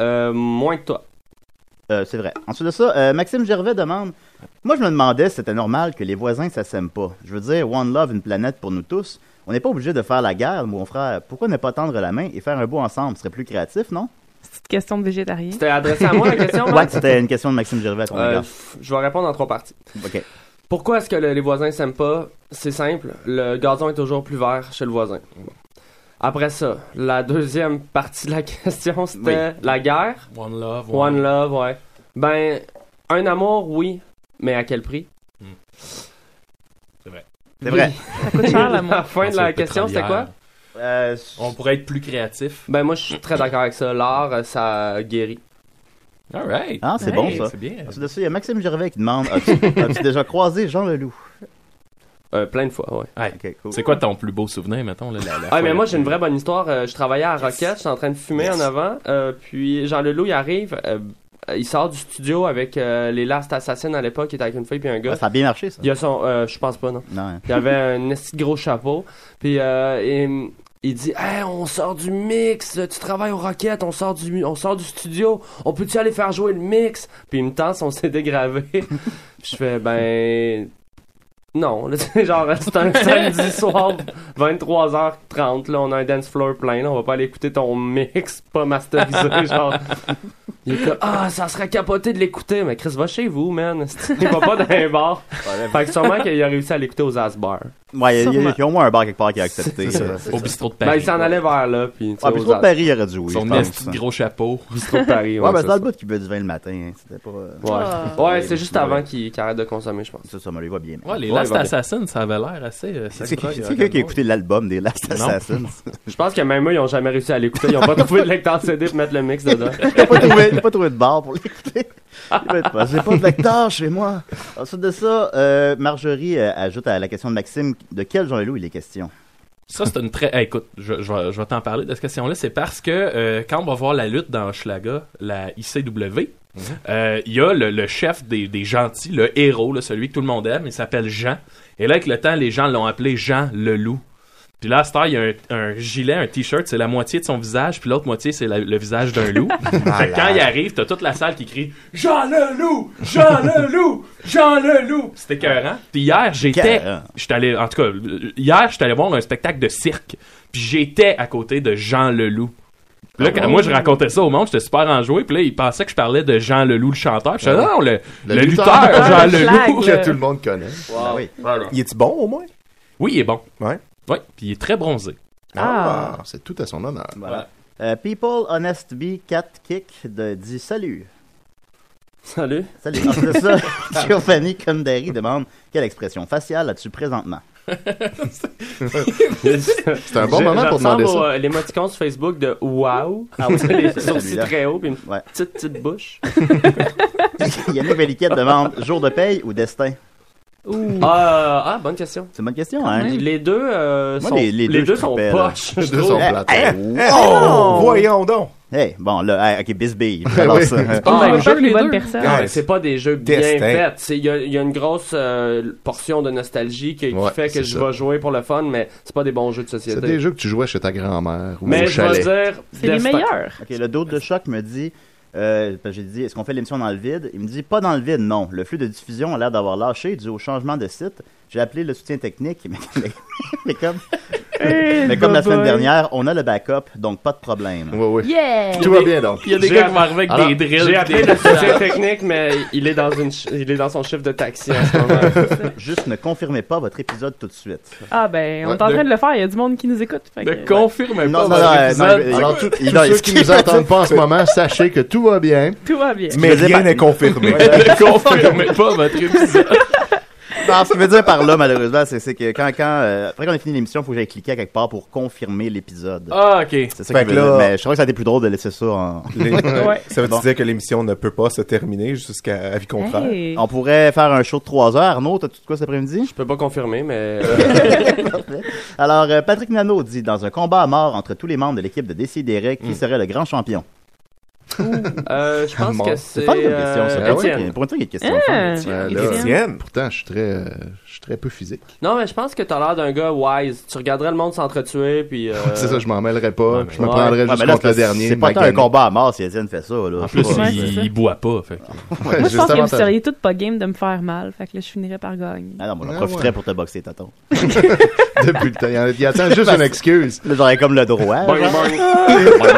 [SPEAKER 7] Euh,
[SPEAKER 4] Euh,
[SPEAKER 7] Moins que toi.
[SPEAKER 4] c'est vrai. Ensuite de ça, euh, Maxime Gervais demande Moi, je me demandais si c'était normal que les voisins, ça s'aime pas. Je veux dire, One Love, une planète pour nous tous. On n'est pas obligé de faire la guerre, mon frère. Pourquoi ne pas tendre la main et faire un bout ensemble Ce serait plus créatif, non
[SPEAKER 6] Petite question de végétarien.
[SPEAKER 7] C'était adressé à moi la question. Max?
[SPEAKER 4] Ouais, c'était une question de Maxime Gervais à ton
[SPEAKER 7] Euh,
[SPEAKER 4] égard.
[SPEAKER 7] pff, je vais répondre en trois parties.
[SPEAKER 4] Ok.
[SPEAKER 7] Pourquoi est-ce que le- les voisins s'aiment pas C'est simple, le gazon est toujours plus vert chez le voisin. Après ça, la deuxième partie de la question, c'était la guerre.
[SPEAKER 9] One Love. One,
[SPEAKER 7] One love, ouais. Ben, un amour, oui, mais à quel prix
[SPEAKER 9] C'est vrai.
[SPEAKER 4] C'est vrai.
[SPEAKER 6] Ça coûte cher, l'amour.
[SPEAKER 7] La
[SPEAKER 9] Ah,
[SPEAKER 7] fin de la question, c'était quoi
[SPEAKER 4] Euh,
[SPEAKER 9] On pourrait être plus créatif.
[SPEAKER 7] Ben, moi, je suis très d'accord avec ça. L'art, euh, ça guérit.
[SPEAKER 9] Alright.
[SPEAKER 4] Ah, c'est bon ça.
[SPEAKER 9] C'est bien.
[SPEAKER 4] Ensuite de ça, il y a Maxime Gervais qui demande As-tu as-tu déjà croisé Jean Leloup
[SPEAKER 7] Euh, plein de fois, ouais.
[SPEAKER 9] Hey,
[SPEAKER 4] Ok, cool.
[SPEAKER 9] C'est quoi ton plus beau souvenir, mettons? Là, la, la
[SPEAKER 7] Ah,
[SPEAKER 9] fois-
[SPEAKER 7] mais moi, j'ai une vraie bonne histoire. Euh, je travaillais à Rocket, j'étais en train de fumer
[SPEAKER 9] Yes.
[SPEAKER 7] en avant. euh, puis Jean Leloup, il arrive. euh, il sort du studio avec euh, les Last Assassins à l'époque, il était avec une fille puis un gars.
[SPEAKER 4] Ça a bien marché ça.
[SPEAKER 7] Il a son. euh, je pense pas, non.
[SPEAKER 4] Non. hein.
[SPEAKER 7] Il avait un esti de gros chapeau. Puis euh, il, il dit Hey, on sort du mix, tu travailles au Rocket, on sort du, on sort du studio, on peut-tu aller faire jouer le mix Puis il me tente son CD gravé. je fais Ben. Non, là, c'est genre, c'est un samedi soir, 23h30, là, on a un dance floor plein, là, on va pas aller écouter ton mix pas masterisé, genre. Il est comme, ah, ça serait capoté de l'écouter, mais Chris, va chez vous, man. Il va pas dans un bar. Fait que sûrement qu'il a réussi à l'écouter aux Asbar.
[SPEAKER 4] Ouais, il y, a- il y a-
[SPEAKER 6] Sûrement.
[SPEAKER 4] il y a au moins un bar quelque part qui a accepté.
[SPEAKER 9] C'est
[SPEAKER 4] euh,
[SPEAKER 9] ça. Au bistrot de
[SPEAKER 7] Ben,
[SPEAKER 9] Paris.
[SPEAKER 7] il s'en allait vers là, puis tu sais,
[SPEAKER 4] Ah, puis
[SPEAKER 7] aux
[SPEAKER 4] trop de
[SPEAKER 7] As-
[SPEAKER 4] Paris, il aurait dû oui.
[SPEAKER 9] Son
[SPEAKER 4] je pense.
[SPEAKER 9] esti de gros chapeau.
[SPEAKER 7] bistrot de Paris,
[SPEAKER 4] Ouais,
[SPEAKER 7] ouais,
[SPEAKER 4] ben
[SPEAKER 7] c'est
[SPEAKER 4] c'est dans
[SPEAKER 7] ça.
[SPEAKER 4] le bout qui buvait du vin le matin. hein. C'était pas. euh,
[SPEAKER 7] Ouais, ouais c'est juste avant qu'il qu'il arrête de consommer, je pense.
[SPEAKER 4] Ça, ça me les voit bien.
[SPEAKER 9] Ouais, les
[SPEAKER 7] Ouais,
[SPEAKER 9] Last
[SPEAKER 7] il va bien.
[SPEAKER 9] Assassins, ça avait l'air assez. euh,
[SPEAKER 4] C'est
[SPEAKER 9] sex
[SPEAKER 4] c'est-
[SPEAKER 9] drug,
[SPEAKER 4] c'est
[SPEAKER 9] euh,
[SPEAKER 4] quelqu'un qui a
[SPEAKER 9] rock'n'roll.
[SPEAKER 4] écouté l'album des Last
[SPEAKER 9] Non.
[SPEAKER 4] Assassins.
[SPEAKER 7] Je pense que même eux, ils ont jamais réussi à l'écouter. Ils ont pas trouvé de lecteur CD pour mettre le mix dedans.
[SPEAKER 4] Il n'a pas, trouvé- il a pas trouvé de bar pour l'écouter. Il va être pas. J'ai pas de lecteur chez moi. Ensuite de ça, euh, Marjorie euh, ajoute à la question de Maxime de quel Jean Leloup il est question.
[SPEAKER 9] Ça, c'est une très. Eh, écoute, je, je vais, je vais t'en parler de cette question-là. C'est parce que euh, quand on va voir la lutte dans Schlaga, la ICW, euh, il y a le, le chef des, des gentils, le héros, là, celui que tout le monde aime, il s'appelle Jean. Et là, avec le temps, les gens l'ont appelé Jean le loup. Puis là, à cette heure, il y a un, un gilet, un t-shirt, c'est la moitié de son visage, puis l'autre moitié, c'est la- le visage d'un loup.
[SPEAKER 4] Ah,
[SPEAKER 9] fait que quand il arrive, t'as toute la salle qui crie Jean le loup Jean le loup Jean le loup C'était écœurant. Puis hier, j'étais.
[SPEAKER 4] Écœurant.
[SPEAKER 9] J'étais allé. En tout cas, euh, hier, j'étais allé voir un spectacle de cirque, puis j'étais à côté de Jean le loup. Puis
[SPEAKER 5] Ah
[SPEAKER 9] Là, quand moi, je racontais ça au monde, j'étais super enjoué, puis là, ils pensaient que je parlais de Jean Leloup, le chanteur. Puis je disais, non, le,
[SPEAKER 5] Ah Le
[SPEAKER 9] le lutteur,
[SPEAKER 5] lutteur.
[SPEAKER 9] Jean
[SPEAKER 6] Ah, Le
[SPEAKER 9] Leloup.
[SPEAKER 6] flag.
[SPEAKER 5] Que tout le monde connaît.
[SPEAKER 4] Ah oui.
[SPEAKER 5] Il est-tu bon, au moins?
[SPEAKER 9] Oui, il est bon.
[SPEAKER 5] Ouais.
[SPEAKER 9] Ouais, puis il est très bronzé.
[SPEAKER 6] Ah.
[SPEAKER 5] Ah, c'est tout à son honneur.
[SPEAKER 4] Voilà. Euh, People Honest Bee Cat Kick de, dit salut.
[SPEAKER 7] Salut.
[SPEAKER 4] Salut. Ensuite de ça, Giovanni Condari demande quelle expression faciale as-tu présentement
[SPEAKER 5] C'est un bon moment pour demander ça.
[SPEAKER 7] L'émoticon euh, sur Facebook de wow.
[SPEAKER 4] Ah oui,
[SPEAKER 7] Les sourcils
[SPEAKER 4] celui-là.
[SPEAKER 7] très hauts, puis une
[SPEAKER 4] Ouais.
[SPEAKER 7] petite, petite bouche.
[SPEAKER 9] euh,
[SPEAKER 4] Yannick Véliquette demande jour de paye ou destin
[SPEAKER 6] Ouh.
[SPEAKER 7] Ah, ah, bonne question.
[SPEAKER 4] C'est une bonne question, hein
[SPEAKER 7] Les deux euh,
[SPEAKER 4] Moi,
[SPEAKER 7] sont,
[SPEAKER 4] les- les deux, je
[SPEAKER 7] sont
[SPEAKER 4] trippais, là.
[SPEAKER 7] poches.
[SPEAKER 5] Les deux sont
[SPEAKER 4] Eh,
[SPEAKER 5] plates.
[SPEAKER 4] eh,
[SPEAKER 5] Oh! Voyons donc!
[SPEAKER 4] Hey, bon, là, hey, ok, Bisbee. j'adore
[SPEAKER 5] oui.
[SPEAKER 4] ça. hein.
[SPEAKER 6] On
[SPEAKER 7] Ah,
[SPEAKER 6] n'arrive
[SPEAKER 7] jeu,
[SPEAKER 6] pas les
[SPEAKER 7] les
[SPEAKER 6] bonnes
[SPEAKER 7] deux.
[SPEAKER 6] personnes.
[SPEAKER 7] Ah,
[SPEAKER 5] Ouais,
[SPEAKER 7] mais c'est pas des jeux bien
[SPEAKER 5] Destin.
[SPEAKER 7] faits. C'est- Il y, a- il y a une grosse euh, portion de nostalgie qui, qui
[SPEAKER 5] Ouais,
[SPEAKER 7] fait que
[SPEAKER 5] c'est
[SPEAKER 7] je
[SPEAKER 5] ça.
[SPEAKER 7] vais jouer pour le fun, mais c'est pas des bons jeux de société.
[SPEAKER 5] C'est des jeux que tu jouais chez ta grand-mère ou
[SPEAKER 7] mais
[SPEAKER 5] au
[SPEAKER 7] je vais
[SPEAKER 5] chalet.
[SPEAKER 7] dire.
[SPEAKER 6] C'est les
[SPEAKER 7] Destin.
[SPEAKER 6] meilleurs.
[SPEAKER 4] Ok, le d'autre de choc me dit, euh, parce que j'ai dit, est-ce qu'on fait l'émission dans le vide Il me dit, pas dans le vide, non. Le flux de diffusion a l'air d'avoir lâché dû au changement de site, J'ai appelé le soutien technique, mais, mais- mais comme,
[SPEAKER 11] Hey,
[SPEAKER 4] mais comme la semaine
[SPEAKER 11] bye-bye.
[SPEAKER 4] dernière, on a le backup, donc pas de problème.
[SPEAKER 5] Oui,
[SPEAKER 11] Yeah!
[SPEAKER 7] Tout va bien, donc.
[SPEAKER 9] Il y a des
[SPEAKER 7] J'ai
[SPEAKER 9] gars
[SPEAKER 7] app-
[SPEAKER 9] qui vont arriver avec
[SPEAKER 7] Alors,
[SPEAKER 9] des drills.
[SPEAKER 7] J'ai appelé
[SPEAKER 9] des-
[SPEAKER 7] le soutien technique, mais il est dans une, ch- il est dans son chiffre de taxi en ce moment.
[SPEAKER 4] Juste ne confirmez pas votre épisode tout de suite.
[SPEAKER 6] Ah ben, on
[SPEAKER 4] Ouais,
[SPEAKER 6] est en
[SPEAKER 4] de-
[SPEAKER 6] train de le faire, il y a du monde qui nous écoute. fait que-
[SPEAKER 9] confirmez
[SPEAKER 4] Ah, non,
[SPEAKER 5] pas
[SPEAKER 4] euh,
[SPEAKER 5] votre
[SPEAKER 4] non,
[SPEAKER 5] épisode.
[SPEAKER 4] non, non,
[SPEAKER 5] Alors,
[SPEAKER 4] écoute,
[SPEAKER 5] tous tous
[SPEAKER 4] il a-
[SPEAKER 5] ceux qui nous entendent pas en ce moment, sachez que tout va bien.
[SPEAKER 6] Tout va bien.
[SPEAKER 5] Mais rien n'est confirmé.
[SPEAKER 9] Ne confirmez pas votre épisode.
[SPEAKER 4] Non, ce que je veux dire par là, malheureusement, c'est c'est que quand, quand euh, après qu'on a fini l'émission, il faut que j'aille cliquer à quelque part pour confirmer l'épisode.
[SPEAKER 9] Ah, ok.
[SPEAKER 4] C'est ça que
[SPEAKER 8] Fait
[SPEAKER 4] je veux
[SPEAKER 8] que là-
[SPEAKER 4] dire, Mais je trouvais que ça a été plus drôle de laisser ça en.
[SPEAKER 8] Les- Ça veut
[SPEAKER 4] Bon.
[SPEAKER 8] dire que l'émission ne peut pas se terminer jusqu'à avis contraire.
[SPEAKER 4] Hey. On pourrait faire un show de 3 heures. Arnaud, t'as tout de quoi cet après-midi?
[SPEAKER 7] Je peux pas confirmer, mais.
[SPEAKER 9] euh,
[SPEAKER 4] Alors, euh, Patrick Nano dit dans un combat à mort entre tous les membres de l'équipe de Décideret,
[SPEAKER 9] Hmm.
[SPEAKER 4] qui serait le grand champion?
[SPEAKER 7] Euh, je pense que
[SPEAKER 4] C'est
[SPEAKER 7] c'est.
[SPEAKER 4] pas une bonne question, ça.
[SPEAKER 7] euh,
[SPEAKER 4] Pour une fois qu'il y a-
[SPEAKER 7] Étienne.
[SPEAKER 4] Pour une fois qu'il y a une question. Euh,
[SPEAKER 7] Ah,
[SPEAKER 4] Étienne.
[SPEAKER 7] Ah,
[SPEAKER 5] Là,
[SPEAKER 7] Étienne.
[SPEAKER 5] Pourtant, je suis très, euh, je suis très peu physique.
[SPEAKER 7] Non, mais je pense que t'as l'air d'un gars wise. Tu regarderais le monde s'entretuer, puis. euh,
[SPEAKER 5] C'est ça, je m'en mêlerais pas. je me
[SPEAKER 7] ouais.
[SPEAKER 5] prendrais
[SPEAKER 7] Ouais,
[SPEAKER 5] juste
[SPEAKER 7] mais là,
[SPEAKER 5] contre le
[SPEAKER 7] c'est-
[SPEAKER 5] dernier.
[SPEAKER 4] C'est pas tant un
[SPEAKER 5] magané.
[SPEAKER 4] combat à mort si Étienne fait ça. Là.
[SPEAKER 9] En plus,
[SPEAKER 4] C'est pas-
[SPEAKER 9] il, il boit pas. Fait. que-
[SPEAKER 6] Moi, je pense que vous
[SPEAKER 4] avantage.
[SPEAKER 6] seriez toutes pas game de me faire mal. Fait que là, je finirais par gagner.
[SPEAKER 4] Ah non, moi, j'en
[SPEAKER 6] Ah
[SPEAKER 4] profiterais
[SPEAKER 6] ouais.
[SPEAKER 4] pour te boxer, tonton.
[SPEAKER 5] Depuis le temps, il y en a- il y a tant juste une excuse.
[SPEAKER 4] J'aurais comme le droit.
[SPEAKER 5] Bang,
[SPEAKER 4] là.
[SPEAKER 5] bang.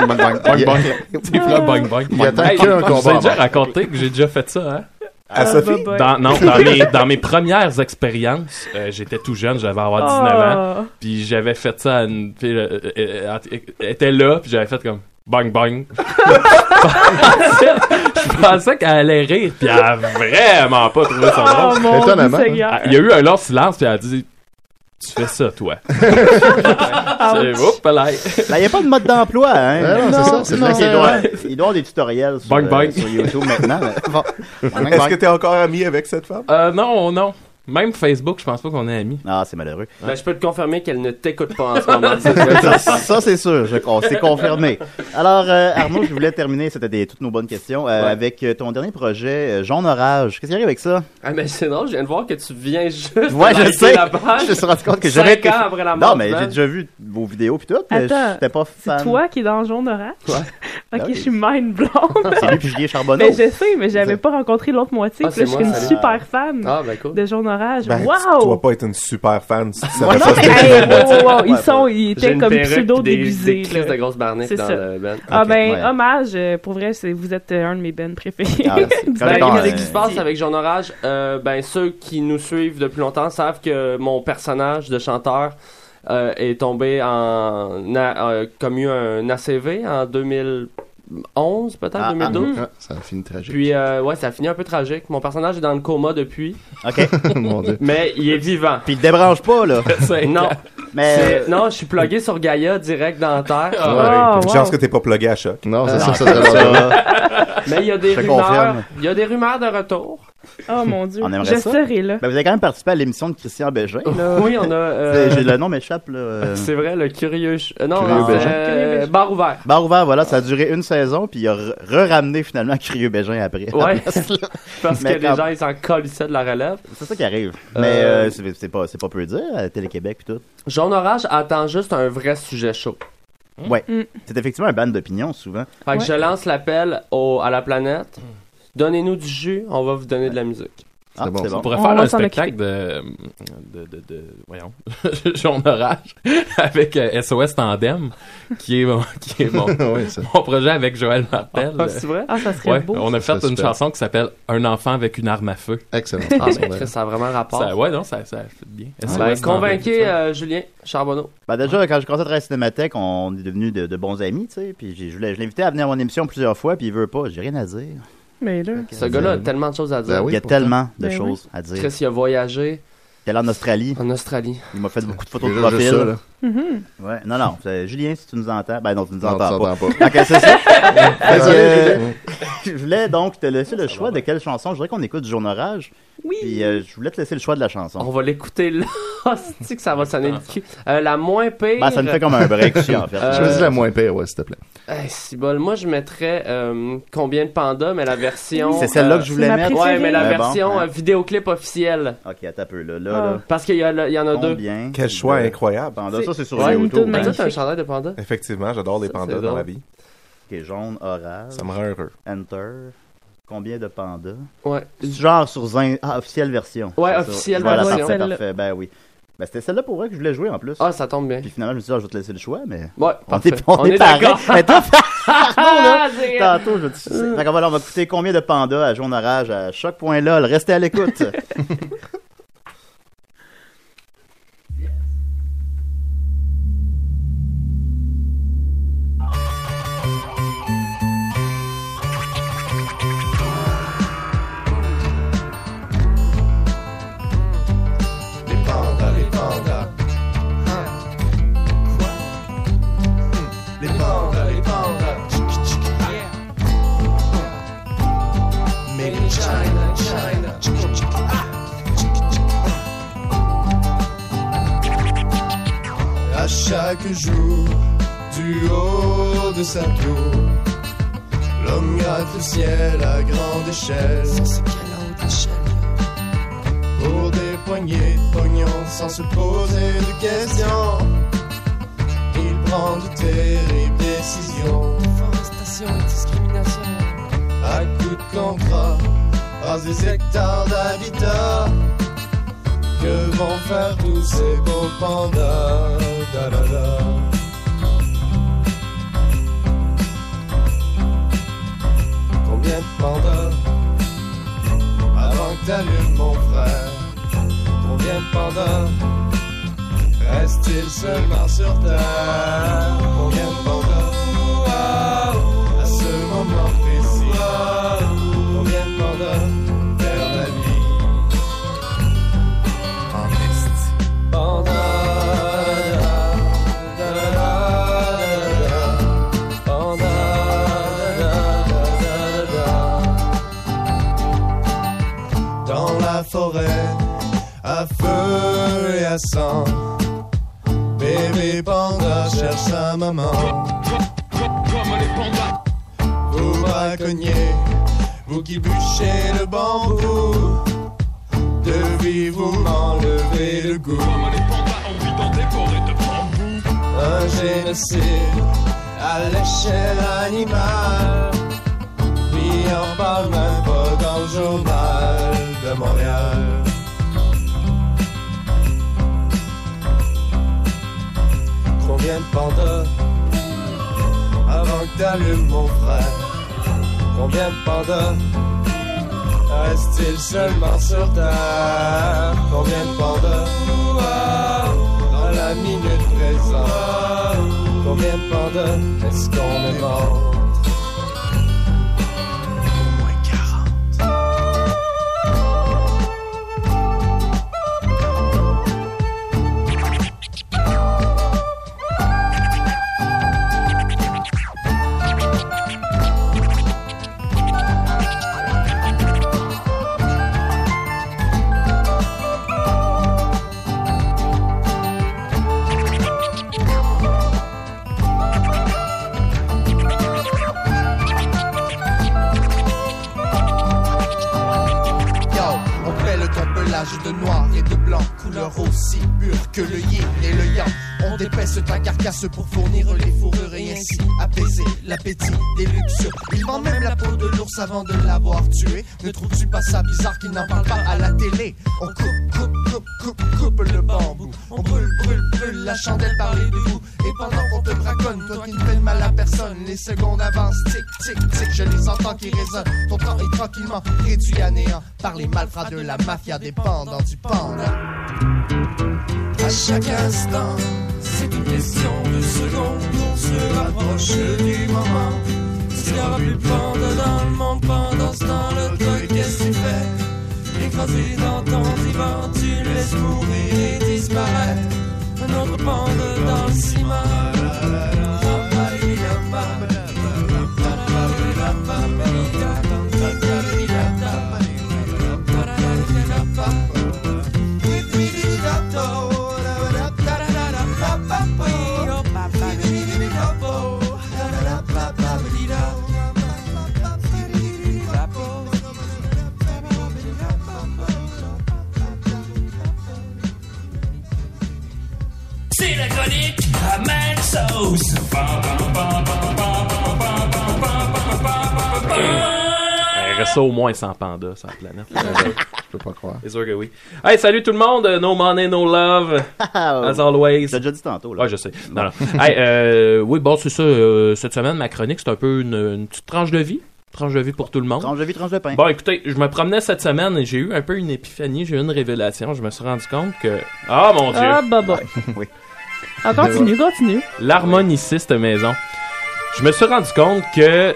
[SPEAKER 5] Bang, bang, bang, bang, bang, bang.
[SPEAKER 9] Bang, bang. T'es là, bang, bang.
[SPEAKER 5] Il attend
[SPEAKER 9] Hey,
[SPEAKER 5] qu'un
[SPEAKER 9] je
[SPEAKER 5] combat
[SPEAKER 9] vous ai
[SPEAKER 5] à
[SPEAKER 9] déjà
[SPEAKER 5] mort.
[SPEAKER 9] raconté que j'ai déjà fait ça, hein?
[SPEAKER 5] À Ah, Sophie? bye-bye.
[SPEAKER 9] Dans, non, dans mes, dans mes premières expériences, euh, j'étais tout jeune, j'avais avoir 19
[SPEAKER 6] Ah.
[SPEAKER 9] ans, puis j'avais fait ça à une fille, euh, euh, euh, elle était là, puis j'avais fait comme bang bang. je pensais qu'elle allait rire, puis elle a vraiment pas trouvé ça
[SPEAKER 6] Oh,
[SPEAKER 9] drôle.
[SPEAKER 6] mon Dieu Étonnamment. Seigneur.
[SPEAKER 9] Ah, Il y a eu un long silence, puis elle a dit Tu fais ça, toi. C'est oups, là.
[SPEAKER 4] Là, Ben, il n'y a pas de mode d'emploi, hein?
[SPEAKER 9] Ouais, non, c'est ça, c'est ça.
[SPEAKER 4] Il doit, il doit avoir des tutoriels sur,
[SPEAKER 9] Bang,
[SPEAKER 4] euh,
[SPEAKER 9] bang.
[SPEAKER 4] sur YouTube maintenant. mais bon. Bang,
[SPEAKER 8] Est-ce
[SPEAKER 4] bang.
[SPEAKER 8] que t'es encore ami avec cette femme?
[SPEAKER 9] Euh, non, non. Même Facebook, je pense pas qu'on est amis.
[SPEAKER 4] Ah, c'est malheureux.
[SPEAKER 7] Ben, je peux te confirmer qu'elle ne t'écoute pas en ce moment. c'est
[SPEAKER 4] ça, ça, c'est sûr, je crois. C'est confirmé. Alors, euh, Arnaud, je voulais terminer, c'était des- toutes nos bonnes questions, euh,
[SPEAKER 7] Ouais.
[SPEAKER 4] avec euh, ton dernier projet, euh, Jean Orage. Qu'est-ce qui arrive avec ça?
[SPEAKER 7] Ah, mais c'est drôle, je viens de voir que tu viens juste. de
[SPEAKER 4] Ouais, je
[SPEAKER 7] liker
[SPEAKER 4] sais.
[SPEAKER 7] La page.
[SPEAKER 4] Je me suis rendu compte que
[SPEAKER 7] Cinq
[SPEAKER 4] j'aurais été-
[SPEAKER 7] ans après la mort.
[SPEAKER 4] Non, mais
[SPEAKER 7] du
[SPEAKER 4] j'ai
[SPEAKER 7] band.
[SPEAKER 4] déjà vu vos vidéos puis tout, mais
[SPEAKER 6] Attends,
[SPEAKER 4] j'étais pas fan.
[SPEAKER 6] C'est toi qui es dans le jaune orange?
[SPEAKER 4] Ben
[SPEAKER 6] ok,
[SPEAKER 4] oui.
[SPEAKER 6] je suis mind blonde.
[SPEAKER 4] C'est lui puis Julien Charbonneau.
[SPEAKER 6] Mais je sais, mais j'avais pas rencontré l'autre moitié.
[SPEAKER 8] Ah,
[SPEAKER 6] puis là,
[SPEAKER 8] c'est
[SPEAKER 6] je suis
[SPEAKER 8] moi,
[SPEAKER 6] une
[SPEAKER 8] salut.
[SPEAKER 6] super fan
[SPEAKER 8] Ah, ben, cool.
[SPEAKER 6] de Jaune Orage.
[SPEAKER 8] Ben, Tu, tu
[SPEAKER 6] wow!
[SPEAKER 8] dois pas être une super fan si tu savais
[SPEAKER 6] non,
[SPEAKER 8] pas
[SPEAKER 6] mais-
[SPEAKER 8] ce que
[SPEAKER 6] Hey,
[SPEAKER 8] t'avais à
[SPEAKER 6] wow,
[SPEAKER 8] dire.
[SPEAKER 6] wow, ils sont- ils étaient
[SPEAKER 8] J'ai une
[SPEAKER 6] comme
[SPEAKER 8] perruque
[SPEAKER 6] pseudo
[SPEAKER 8] puis des-
[SPEAKER 6] déguisés,
[SPEAKER 8] des
[SPEAKER 6] là.
[SPEAKER 8] crises de grosses barnettes
[SPEAKER 6] C'est
[SPEAKER 8] dans
[SPEAKER 6] ça.
[SPEAKER 8] le band.
[SPEAKER 6] Ah
[SPEAKER 8] Ok,
[SPEAKER 6] ben,
[SPEAKER 8] ouais.
[SPEAKER 6] hommage, euh, pour vrai, c'est- vous êtes euh, un de mes bands préférés.
[SPEAKER 4] Ah,
[SPEAKER 7] Ben,
[SPEAKER 6] Du band.
[SPEAKER 7] Qu'est-ce qui se passe avec Jean Orage? Euh, ben, ceux qui nous suivent depuis longtemps savent que mon personnage de chanteur euh, est tombé en. a- euh, comme eu un ACV en 2011, peut-être,
[SPEAKER 5] Ah, ah,
[SPEAKER 7] 2012.
[SPEAKER 5] ah, ça a fini tragique.
[SPEAKER 7] Puis, euh, ouais, ça a fini un peu tragique. Mon personnage est dans le coma depuis.
[SPEAKER 4] OK.
[SPEAKER 5] Oh, Mon Dieu.
[SPEAKER 7] Mais il est vivant.
[SPEAKER 4] Puis il débranche pas, là.
[SPEAKER 7] non.
[SPEAKER 4] Mais-
[SPEAKER 7] C'est- Non, je suis plugué sur Gaïa direct dans la terre.
[SPEAKER 8] Ah, ouais. Une chance que t'es pas plugué à Ah. choc.
[SPEAKER 5] Non,
[SPEAKER 4] c'est
[SPEAKER 9] Ah.
[SPEAKER 5] ça, ça,
[SPEAKER 7] Mais il y a des
[SPEAKER 4] Je te
[SPEAKER 7] rumeurs.
[SPEAKER 4] confirme.
[SPEAKER 7] Il y a des rumeurs de retour.
[SPEAKER 6] Oh mon dieu,
[SPEAKER 4] On aimerait
[SPEAKER 6] je
[SPEAKER 4] ça.
[SPEAKER 6] serai là.
[SPEAKER 4] Ben, vous avez quand même participé à l'émission de Christian Bégin, là.
[SPEAKER 7] Oui, on a, euh,
[SPEAKER 4] J'ai- Le nom m'échappe, là. euh.
[SPEAKER 7] C'est vrai, le curieux. ch- euh, Non,
[SPEAKER 4] Curieux
[SPEAKER 7] euh,
[SPEAKER 4] Bégin.
[SPEAKER 7] euh, bar ouvert.
[SPEAKER 4] Bar ouvert, voilà, ça a duré une saison, puis il a re- re-ramené finalement Crieux Bégin après.
[SPEAKER 7] Ouais. Parce
[SPEAKER 4] Mais
[SPEAKER 7] que les
[SPEAKER 4] quand-
[SPEAKER 7] gens, ils s'en collissaient de la relève.
[SPEAKER 4] C'est ça qui arrive. Mais euh, c'est c'est pas, c'est pas peu dire, à Télé-Québec puis tout.
[SPEAKER 7] Jaune Orage attend juste un vrai sujet chaud.
[SPEAKER 4] Mmh. Ouais.
[SPEAKER 6] Mmh.
[SPEAKER 4] C'est effectivement un ban d'opinion, souvent.
[SPEAKER 7] Fait que je lance l'appel au- à la planète. Donnez-nous du jus, on va vous donner de la musique.
[SPEAKER 4] Ah, c'est bon,
[SPEAKER 9] On pourrait faire un spectacle de, de, de, de- Voyons. Jaune orage avec euh, SOS Tandem, qui est mon, qui est mon,
[SPEAKER 5] Ouais, ça.
[SPEAKER 9] mon projet avec Joël Martel.
[SPEAKER 7] Ah, c'est vrai? Ah, ça serait
[SPEAKER 9] Ouais,
[SPEAKER 7] beau.
[SPEAKER 9] On a
[SPEAKER 7] Ça
[SPEAKER 9] fait
[SPEAKER 7] serait
[SPEAKER 9] une
[SPEAKER 7] super.
[SPEAKER 9] chanson qui s'appelle Un enfant avec une arme à feu.
[SPEAKER 5] Excellent.
[SPEAKER 7] Ah, mais Chris, ça a vraiment rapport.
[SPEAKER 9] Ça- ouais, non, ça, ça fait bien. SOS
[SPEAKER 7] Ben,
[SPEAKER 9] Tandem.
[SPEAKER 7] convainquez euh, Julien Charbonneau.
[SPEAKER 4] Ben déjà, quand j'ai commencé à travailler à Cinémathèque, on est devenus de, de bons amis, tu sais. Puis j'ai- je l'ai je l'ai invité à venir à mon émission plusieurs fois, puis il veut pas. J'ai rien à dire.
[SPEAKER 6] Mais
[SPEAKER 4] Ben
[SPEAKER 6] là,
[SPEAKER 7] Ce gars-là a tellement de choses à dire.
[SPEAKER 4] il y a tellement de choses à dire.
[SPEAKER 7] Chris, il a voyagé.
[SPEAKER 4] Il est allé en Australie.
[SPEAKER 7] En Australie.
[SPEAKER 4] Il m'a fait beaucoup de photos de
[SPEAKER 5] Déjà,
[SPEAKER 4] profil.
[SPEAKER 5] juste ça, là.
[SPEAKER 3] Hmm.
[SPEAKER 6] Mhm.
[SPEAKER 4] Mm. Ouais, non, non. c'est- Julien, si tu nous entends. Ben non, tu nous
[SPEAKER 5] Non, tu
[SPEAKER 4] entends pas.
[SPEAKER 5] t'entends pas.
[SPEAKER 4] Ok, c'est ça. Parce que,
[SPEAKER 5] Désolé,
[SPEAKER 4] euh, je voulais donc te laisser le choix de quelle chanson. Je voudrais qu'on écoute du jour d'orage.
[SPEAKER 6] Oui.
[SPEAKER 4] Puis euh, je voulais te laisser le choix de la chanson.
[SPEAKER 7] On va l'écouter là. cest que ça va sonner le cul? Euh, la moins pire.
[SPEAKER 4] Ben, ça me fait comme un break chiant, en fait.
[SPEAKER 7] Euh,
[SPEAKER 5] Choisis la moins pire, ouais, s'il te plaît.
[SPEAKER 7] Eh, si bol. Moi, je mettrais euh, combien de pandas, mais la version. euh,
[SPEAKER 4] C'est celle-là que je voulais C'est ma mettre. préférée.
[SPEAKER 7] Ouais, mais la
[SPEAKER 4] Mais bon,
[SPEAKER 7] version
[SPEAKER 4] hein.
[SPEAKER 7] euh, vidéoclip officielle.
[SPEAKER 4] Ok, attends un peu, là. là,
[SPEAKER 7] Ah.
[SPEAKER 4] là.
[SPEAKER 7] Parce qu'il y, a le- il y en a deux.
[SPEAKER 4] Combien
[SPEAKER 8] Quel choix
[SPEAKER 4] de
[SPEAKER 8] incroyable.
[SPEAKER 4] pandas? Ça, c'est sur ben. hein.
[SPEAKER 7] Ouais,
[SPEAKER 4] YouTube.
[SPEAKER 7] mais toi, t'as un chandail de panda.
[SPEAKER 8] Effectivement, j'adore les
[SPEAKER 7] Ça,
[SPEAKER 8] pandas
[SPEAKER 7] c'est
[SPEAKER 8] dans
[SPEAKER 7] drôle.
[SPEAKER 8] la vie.
[SPEAKER 4] Ok, jaune, orage.
[SPEAKER 8] Ça me rend heureux.
[SPEAKER 4] Enter. Combien de pandas
[SPEAKER 7] Ouais.
[SPEAKER 4] Genre sur Zin. Ah, officielle version.
[SPEAKER 7] Ouais,
[SPEAKER 4] C'est ça.
[SPEAKER 7] officielle
[SPEAKER 4] Voilà,
[SPEAKER 7] version.
[SPEAKER 4] parfait,
[SPEAKER 7] Celle-là.
[SPEAKER 4] parfait. Ben oui. Ben, c'était celle-là pour vrai que je voulais jouer en plus.
[SPEAKER 7] Ah, ça tombe bien.
[SPEAKER 4] Puis finalement, je me suis dit, ah, je vais te laisser le choix, mais.
[SPEAKER 7] Ouais,
[SPEAKER 4] on
[SPEAKER 7] parfait.
[SPEAKER 4] est, on
[SPEAKER 7] On
[SPEAKER 4] est
[SPEAKER 7] est
[SPEAKER 4] pareil.
[SPEAKER 7] d'accord.
[SPEAKER 4] Mais t'as-
[SPEAKER 7] Ah, c'est-
[SPEAKER 4] Tantôt, je vais te sucer. Fait que voilà, on va écouter combien de pandas à Jaune Orage à chaque point là. Restez à l'écoute.
[SPEAKER 3] Les pandas, les pandas. Les pandas, les pandas. Made in China, China. À chaque jour, du haut de sa tour, l'homme gratte le ciel à grande échelle. Pour des poignées de pognon, sans se poser de questions, il prend de terribles décisions. Déforestation et discrimination. À coups de contrat, rase des hectares d'habitat. Que vont faire tous ces beaux pandas? Da, da, da. Combien de pandas avant que t'allumes mon frère? Combien de pandas reste-t-il seulement sur terre? Combien de pandas à ce moment précis? Combien de pandas perdent la vie? En dans la forêt, à feu et à sang. Bébé panda cherche sa maman. Vous braconniers, vous qui bûchez le bambou, devez vous m'enlever le goût. Un génocide à l'échelle animale. Puis on parle même pas dans le journal de Montréal. Combien de pandas avant que t'allumes mon frère? Combien de pandas reste-t-il seulement sur terre? Combien de pandas dans la minute présente? Combien de pandas est-ce qu'on est mort?
[SPEAKER 11] Yo, on fait le tempelage de noir et de blanc, couleur aussi pure que le yin et le yang. On dépaisse ta carcasse pour fournir les fourrures et ainsi apaiser l'appétit des luxures. Il vend même la peau de l'ours avant de l'avoir tué. Ne trouves-tu pas ça bizarre qu'il n'en parle pas à la télé On coupe, coupe, coupe, coupe, coupe le bambou. On brûle, brûle, brûle la chandelle par les bouts. Et pendant qu'on te braconne, toi qui ne fais de mal à personne, les secondes avancent, tic, tic, tic, je les entends qui résonnent. Ton temps est tranquillement réduit à néant par les malfrats de la mafia dépendant du panda.
[SPEAKER 3] À chaque instant, c'est une question de seconde. On se rapproche du moment. S'il n'y aura plus de panda dans le monde pendant ce temps, le truc, qu'est-ce que tu fais Écrasé dans ton divan, tu le laisses mourir et disparaître. Un autre panda dans le ciment. C'est la chronique à Mad Sauce. Pam, pam, pam, pam, pam, pam, pam, pam, pam, pam, pam, pam.
[SPEAKER 9] ça au moins 100 pandas sur la planète.
[SPEAKER 5] Je peux pas croire.
[SPEAKER 9] C'est sûr que oui. Hey, salut tout le monde. No money, no love. As always. T'as
[SPEAKER 4] déjà dit tantôt.
[SPEAKER 9] Ouais, je sais. Non, non. Hey, euh, oui, bon, c'est ça. euh, cette semaine, ma chronique, c'est un peu une, une petite tranche de vie. Tranche de vie pour tout le monde.
[SPEAKER 4] Tranche de vie, tranche de pain.
[SPEAKER 9] Bon, écoutez, je me promenais cette semaine et j'ai eu un peu une épiphanie, j'ai eu une révélation. Je me suis rendu compte que. Ah, mon Dieu!
[SPEAKER 6] Ah, bah, bah.
[SPEAKER 4] oui.
[SPEAKER 6] Ah, continue, continue.
[SPEAKER 9] L'harmoniciste maison. Je me suis rendu compte que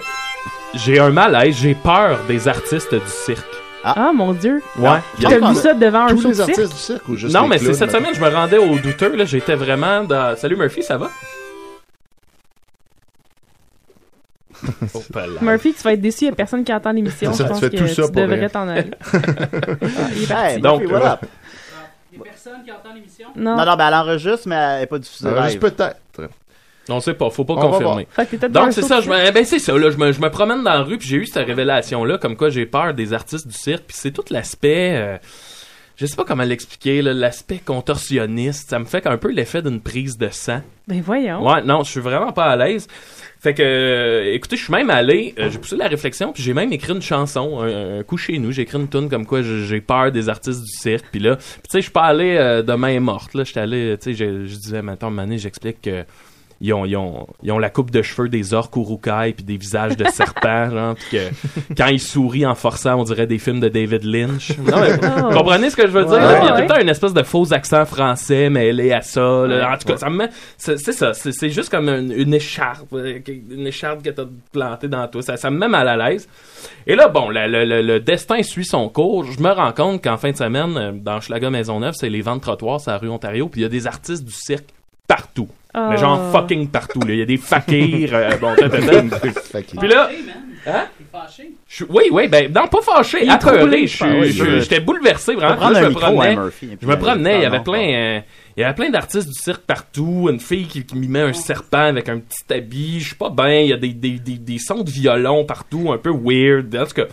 [SPEAKER 9] j'ai un malaise, j'ai peur des artistes du cirque.
[SPEAKER 6] Ah, mon Dieu.
[SPEAKER 9] Ouais.
[SPEAKER 6] T'as vu ça devant un show de cirque?
[SPEAKER 9] Non, mais c'est cette semaine, je me rendais au douteux, là, j'étais vraiment dans... Salut Murphy, ça va? Oh, pas là.
[SPEAKER 6] Murphy, tu vas être déçu, il n'y a personne qui entend l'émission.
[SPEAKER 9] Ça,
[SPEAKER 6] Je
[SPEAKER 9] tu
[SPEAKER 6] pense
[SPEAKER 9] fais
[SPEAKER 6] que
[SPEAKER 9] tout ça
[SPEAKER 6] tu
[SPEAKER 9] pour
[SPEAKER 6] devrais
[SPEAKER 9] rien.
[SPEAKER 6] t'en aller. Il est parti.
[SPEAKER 9] Donc, euh, voilà.
[SPEAKER 6] Il n'y a personne qui entend l'émission?
[SPEAKER 4] Non.
[SPEAKER 6] Non.
[SPEAKER 4] non, ben elle enregistre, mais elle n'est pas diffusée.
[SPEAKER 9] Elle enregistre
[SPEAKER 4] peut-être.
[SPEAKER 9] On sait pas, faut pas
[SPEAKER 4] On va
[SPEAKER 9] confirmer.
[SPEAKER 4] voir. Fait que peut-être dans
[SPEAKER 9] Donc
[SPEAKER 4] un
[SPEAKER 9] c'est
[SPEAKER 4] show
[SPEAKER 9] ça,
[SPEAKER 4] de
[SPEAKER 9] je me, eh ben c'est ça, là, je me, je me promène dans la rue puis j'ai eu cette révélation là, comme quoi j'ai peur des artistes du cirque, puis c'est tout l'aspect, euh, je sais pas comment l'expliquer, là, l'aspect contorsionniste, ça me fait un peu l'effet d'une prise de sang.
[SPEAKER 6] Ben voyons.
[SPEAKER 9] Ouais, non, je suis vraiment pas à l'aise. Fait que, euh, écoutez, je suis même allé, euh, j'ai poussé la réflexion, puis j'ai même écrit une chanson, un, un coup chez nous, j'ai écrit une tune comme quoi je- j'ai peur des artistes du cirque, puis là, puis tu sais, je suis pas allé euh, de main morte, là, j'étais allé, tu sais, je, je disais, maintenant, Mané, j'explique que ils ont, ils, ont, ils ont la coupe de cheveux des orques urukai puis des visages de serpents, genre, puis que quand ils sourient en forçant, on dirait des films de David Lynch. Non, mais,
[SPEAKER 8] Oh.
[SPEAKER 9] vous comprenez ce que je veux dire?
[SPEAKER 8] Ouais.
[SPEAKER 9] là? Puis il y a tout
[SPEAKER 8] Ouais.
[SPEAKER 9] le temps une espèce de faux accent français mêlé à ça. là. En tout cas, ça me met. C'est c'est ça, c'est c'est juste comme une, une écharpe, euh, que- une écharpe que t'as plantée dans toi. Ça, ça me met mal à l'aise. Et là, bon, la- le, le- le destin suit son cours. Je me rends compte qu'en fin de semaine, euh, dans Schlaga Maisonneuve, c'est les ventes trottoirs, c'est la rue Ontario, puis il y a des artistes du cirque partout. Mais genre
[SPEAKER 8] Ah.
[SPEAKER 9] fucking partout. là. Il y a des fakirs. euh, bon, tata, tata. Puis là, Hein? je suis- oui, oui, ben, non, pas fâché,
[SPEAKER 8] Il est troublé,
[SPEAKER 9] apeuré.
[SPEAKER 8] je
[SPEAKER 9] Je
[SPEAKER 8] pense.
[SPEAKER 9] suis- je- J'étais bouleversé, vraiment.
[SPEAKER 8] On va prendre
[SPEAKER 9] Là, je
[SPEAKER 8] un
[SPEAKER 9] me
[SPEAKER 8] micro,
[SPEAKER 9] promenais.
[SPEAKER 8] hein, Murphy, et puis
[SPEAKER 9] je me
[SPEAKER 8] aller-
[SPEAKER 9] promenais, il y
[SPEAKER 8] Ah,
[SPEAKER 9] avait
[SPEAKER 8] non,
[SPEAKER 9] plein, euh, il y avait plein d'artistes du cirque partout. Une fille qui, qui mimait un serpent avec un petit habit. Je suis pas bien. Il y a des, des, des, des sons de violon partout, un peu weird. En tout cas.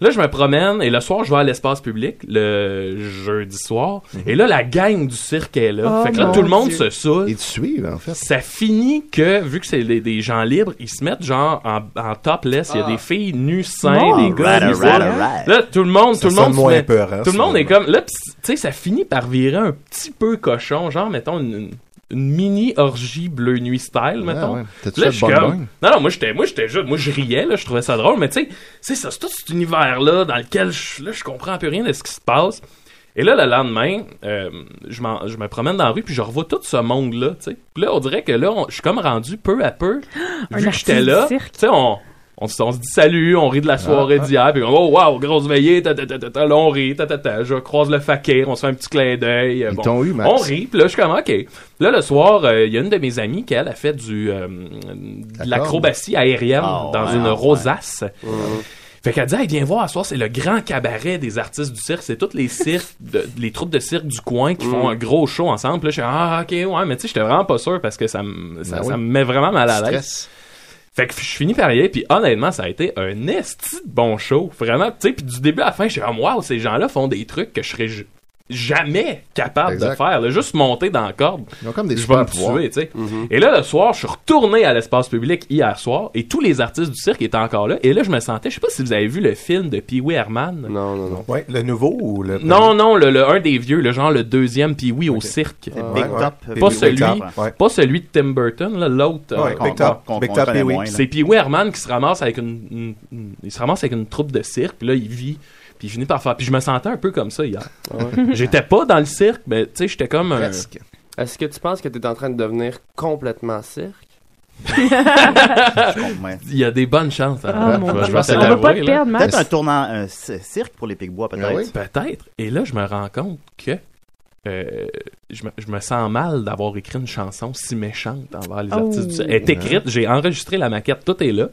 [SPEAKER 9] Là, je me promène et le soir, je vais à l'espace public, le jeudi soir. Et là, la gang du cirque est là.
[SPEAKER 8] Mhm. Oh,
[SPEAKER 9] fait que là,
[SPEAKER 8] mon
[SPEAKER 9] tout le monde
[SPEAKER 8] Dieu.
[SPEAKER 9] se saoule.
[SPEAKER 5] Ils te suivent, en fait.
[SPEAKER 9] Ça finit que, vu que c'est des, des gens libres, ils se mettent genre en, en topless.
[SPEAKER 8] Ah.
[SPEAKER 9] Il y a des filles nues seins,
[SPEAKER 8] Bon.
[SPEAKER 9] des gars
[SPEAKER 8] Right,
[SPEAKER 9] nues
[SPEAKER 8] right,
[SPEAKER 9] seins.
[SPEAKER 8] right.
[SPEAKER 9] Là, tout le monde,
[SPEAKER 8] Ça
[SPEAKER 9] tout le monde,
[SPEAKER 8] sonne
[SPEAKER 9] se
[SPEAKER 8] moins
[SPEAKER 9] met-
[SPEAKER 8] peurant,
[SPEAKER 9] tout le
[SPEAKER 8] ça.
[SPEAKER 9] monde est comme, là, pis, tu sais, ça finit par virer un petit peu cochon, genre, mettons, une, une mini orgie bleu nuit style, mettons.
[SPEAKER 8] ouais. T'as-tu
[SPEAKER 9] Là,
[SPEAKER 8] fait
[SPEAKER 9] je suis
[SPEAKER 8] bonne
[SPEAKER 9] comme-
[SPEAKER 8] gang?
[SPEAKER 9] non, non, moi j'étais, moi j'étais juste, moi je riais là, je trouvais ça drôle, mais tu sais, c'est ça, c'est tout cet univers là dans lequel je, là je comprends plus rien de ce qui se passe. Et là le lendemain, euh, je, m'en- je me promène dans la rue puis je revois tout ce monde là, tu sais. Puis là on dirait que là on- je suis comme rendu peu à peu,
[SPEAKER 6] Un
[SPEAKER 9] vu que
[SPEAKER 6] artiste
[SPEAKER 9] j'étais là,
[SPEAKER 6] du
[SPEAKER 9] tu
[SPEAKER 6] cirque.
[SPEAKER 9] sais on on, se- on se dit salut, on rit de la soirée
[SPEAKER 8] ah.
[SPEAKER 9] d'hier, puis oh wow, grosse veillée, ta, ta, ta, ta, ta, là, on rit, ta, ta, ta, je croise le fakir, on se fait un petit clin d'œil. euh,
[SPEAKER 8] Ils
[SPEAKER 9] bon.
[SPEAKER 8] t'ont eu, Max.
[SPEAKER 9] On rit, puis là, je suis comme, OK. Là, le soir, euh, il y a une de mes amies qui, elle, a fait du, euh, de l'acrobatie aérienne
[SPEAKER 8] Ah,
[SPEAKER 9] dans
[SPEAKER 8] ouais,
[SPEAKER 9] une
[SPEAKER 8] ah, ouais.
[SPEAKER 9] rosace. Fait qu'elle dit, hey, viens voir, à soir, c'est le grand cabaret des artistes du cirque. C'est toutes les cirques, de- les troupes de cirque du coin qui font
[SPEAKER 8] Mm.
[SPEAKER 9] un gros show ensemble. Puis là, je suis, ah, ok, ouais, mais tu sais, j'étais vraiment pas sûr parce que ça, me- ça,
[SPEAKER 8] Ben
[SPEAKER 9] ça
[SPEAKER 8] oui.
[SPEAKER 9] me met vraiment mal à l'aise.
[SPEAKER 8] Stress.
[SPEAKER 9] Fait que je finis par y aller, puis honnêtement, ça a été un esti de bon show. Vraiment, tu sais, puis du début à la fin, je suis comme, waouh, ces gens-là font des trucs que je serais ju- jamais capable de
[SPEAKER 8] Exact.
[SPEAKER 9] faire. là. Juste monter dans la corde.
[SPEAKER 5] Ils ont comme des
[SPEAKER 9] je vais
[SPEAKER 5] super
[SPEAKER 9] me
[SPEAKER 5] pouvoirs.
[SPEAKER 9] tuer, tu Mhm. sais. Et là, le soir, je suis retourné à l'espace public hier soir, et tous les artistes du cirque étaient encore là. Et là, je me sentais, je sais pas si vous avez vu le film de Pee-Wee Herman.
[SPEAKER 7] Non, non, non.
[SPEAKER 8] Ouais, le nouveau ou le.
[SPEAKER 9] Non, non, le, le- un des vieux, le genre le deuxième Pee-Wee au cirque.
[SPEAKER 8] Ah, Big ouais, Top, ouais.
[SPEAKER 9] Pas
[SPEAKER 8] Pee-wee
[SPEAKER 9] celui,
[SPEAKER 8] Top, ouais.
[SPEAKER 9] pas celui de Tim Burton, là, l'autre. euh,
[SPEAKER 8] Ouais, Big Top, Qu'on- Big qu'on Top connaît Pee-wee. moins, là.
[SPEAKER 9] C'est Pee-Wee Herman qui se ramasse avec une, une- une- il se ramasse avec une troupe de cirque, puis là il vit, puis il finit par faire. Puis je me sentais un peu comme ça hier.
[SPEAKER 8] Ah
[SPEAKER 7] ouais.
[SPEAKER 9] J'étais pas dans le cirque, mais tu sais, j'étais comme euh, un.
[SPEAKER 7] Est-ce que tu penses que t'es en train de devenir complètement cirque?
[SPEAKER 9] Il y a des bonnes chances. hein.
[SPEAKER 7] Ah, mon
[SPEAKER 9] Je vais- je
[SPEAKER 7] Dieu.
[SPEAKER 9] vais te
[SPEAKER 7] On va
[SPEAKER 9] l'avouer,
[SPEAKER 7] pas te
[SPEAKER 9] là.
[SPEAKER 7] perdre, Max.
[SPEAKER 4] Peut-être un tournant, un c- cirque pour les Pigbois, peut-être.
[SPEAKER 9] Peut-être. Et là, je me rends compte que euh, je, me, je me sens mal d'avoir écrit une chanson si méchante envers les
[SPEAKER 8] Oh.
[SPEAKER 9] artistes du Elle est écrite, j'ai enregistré la maquette, tout est là.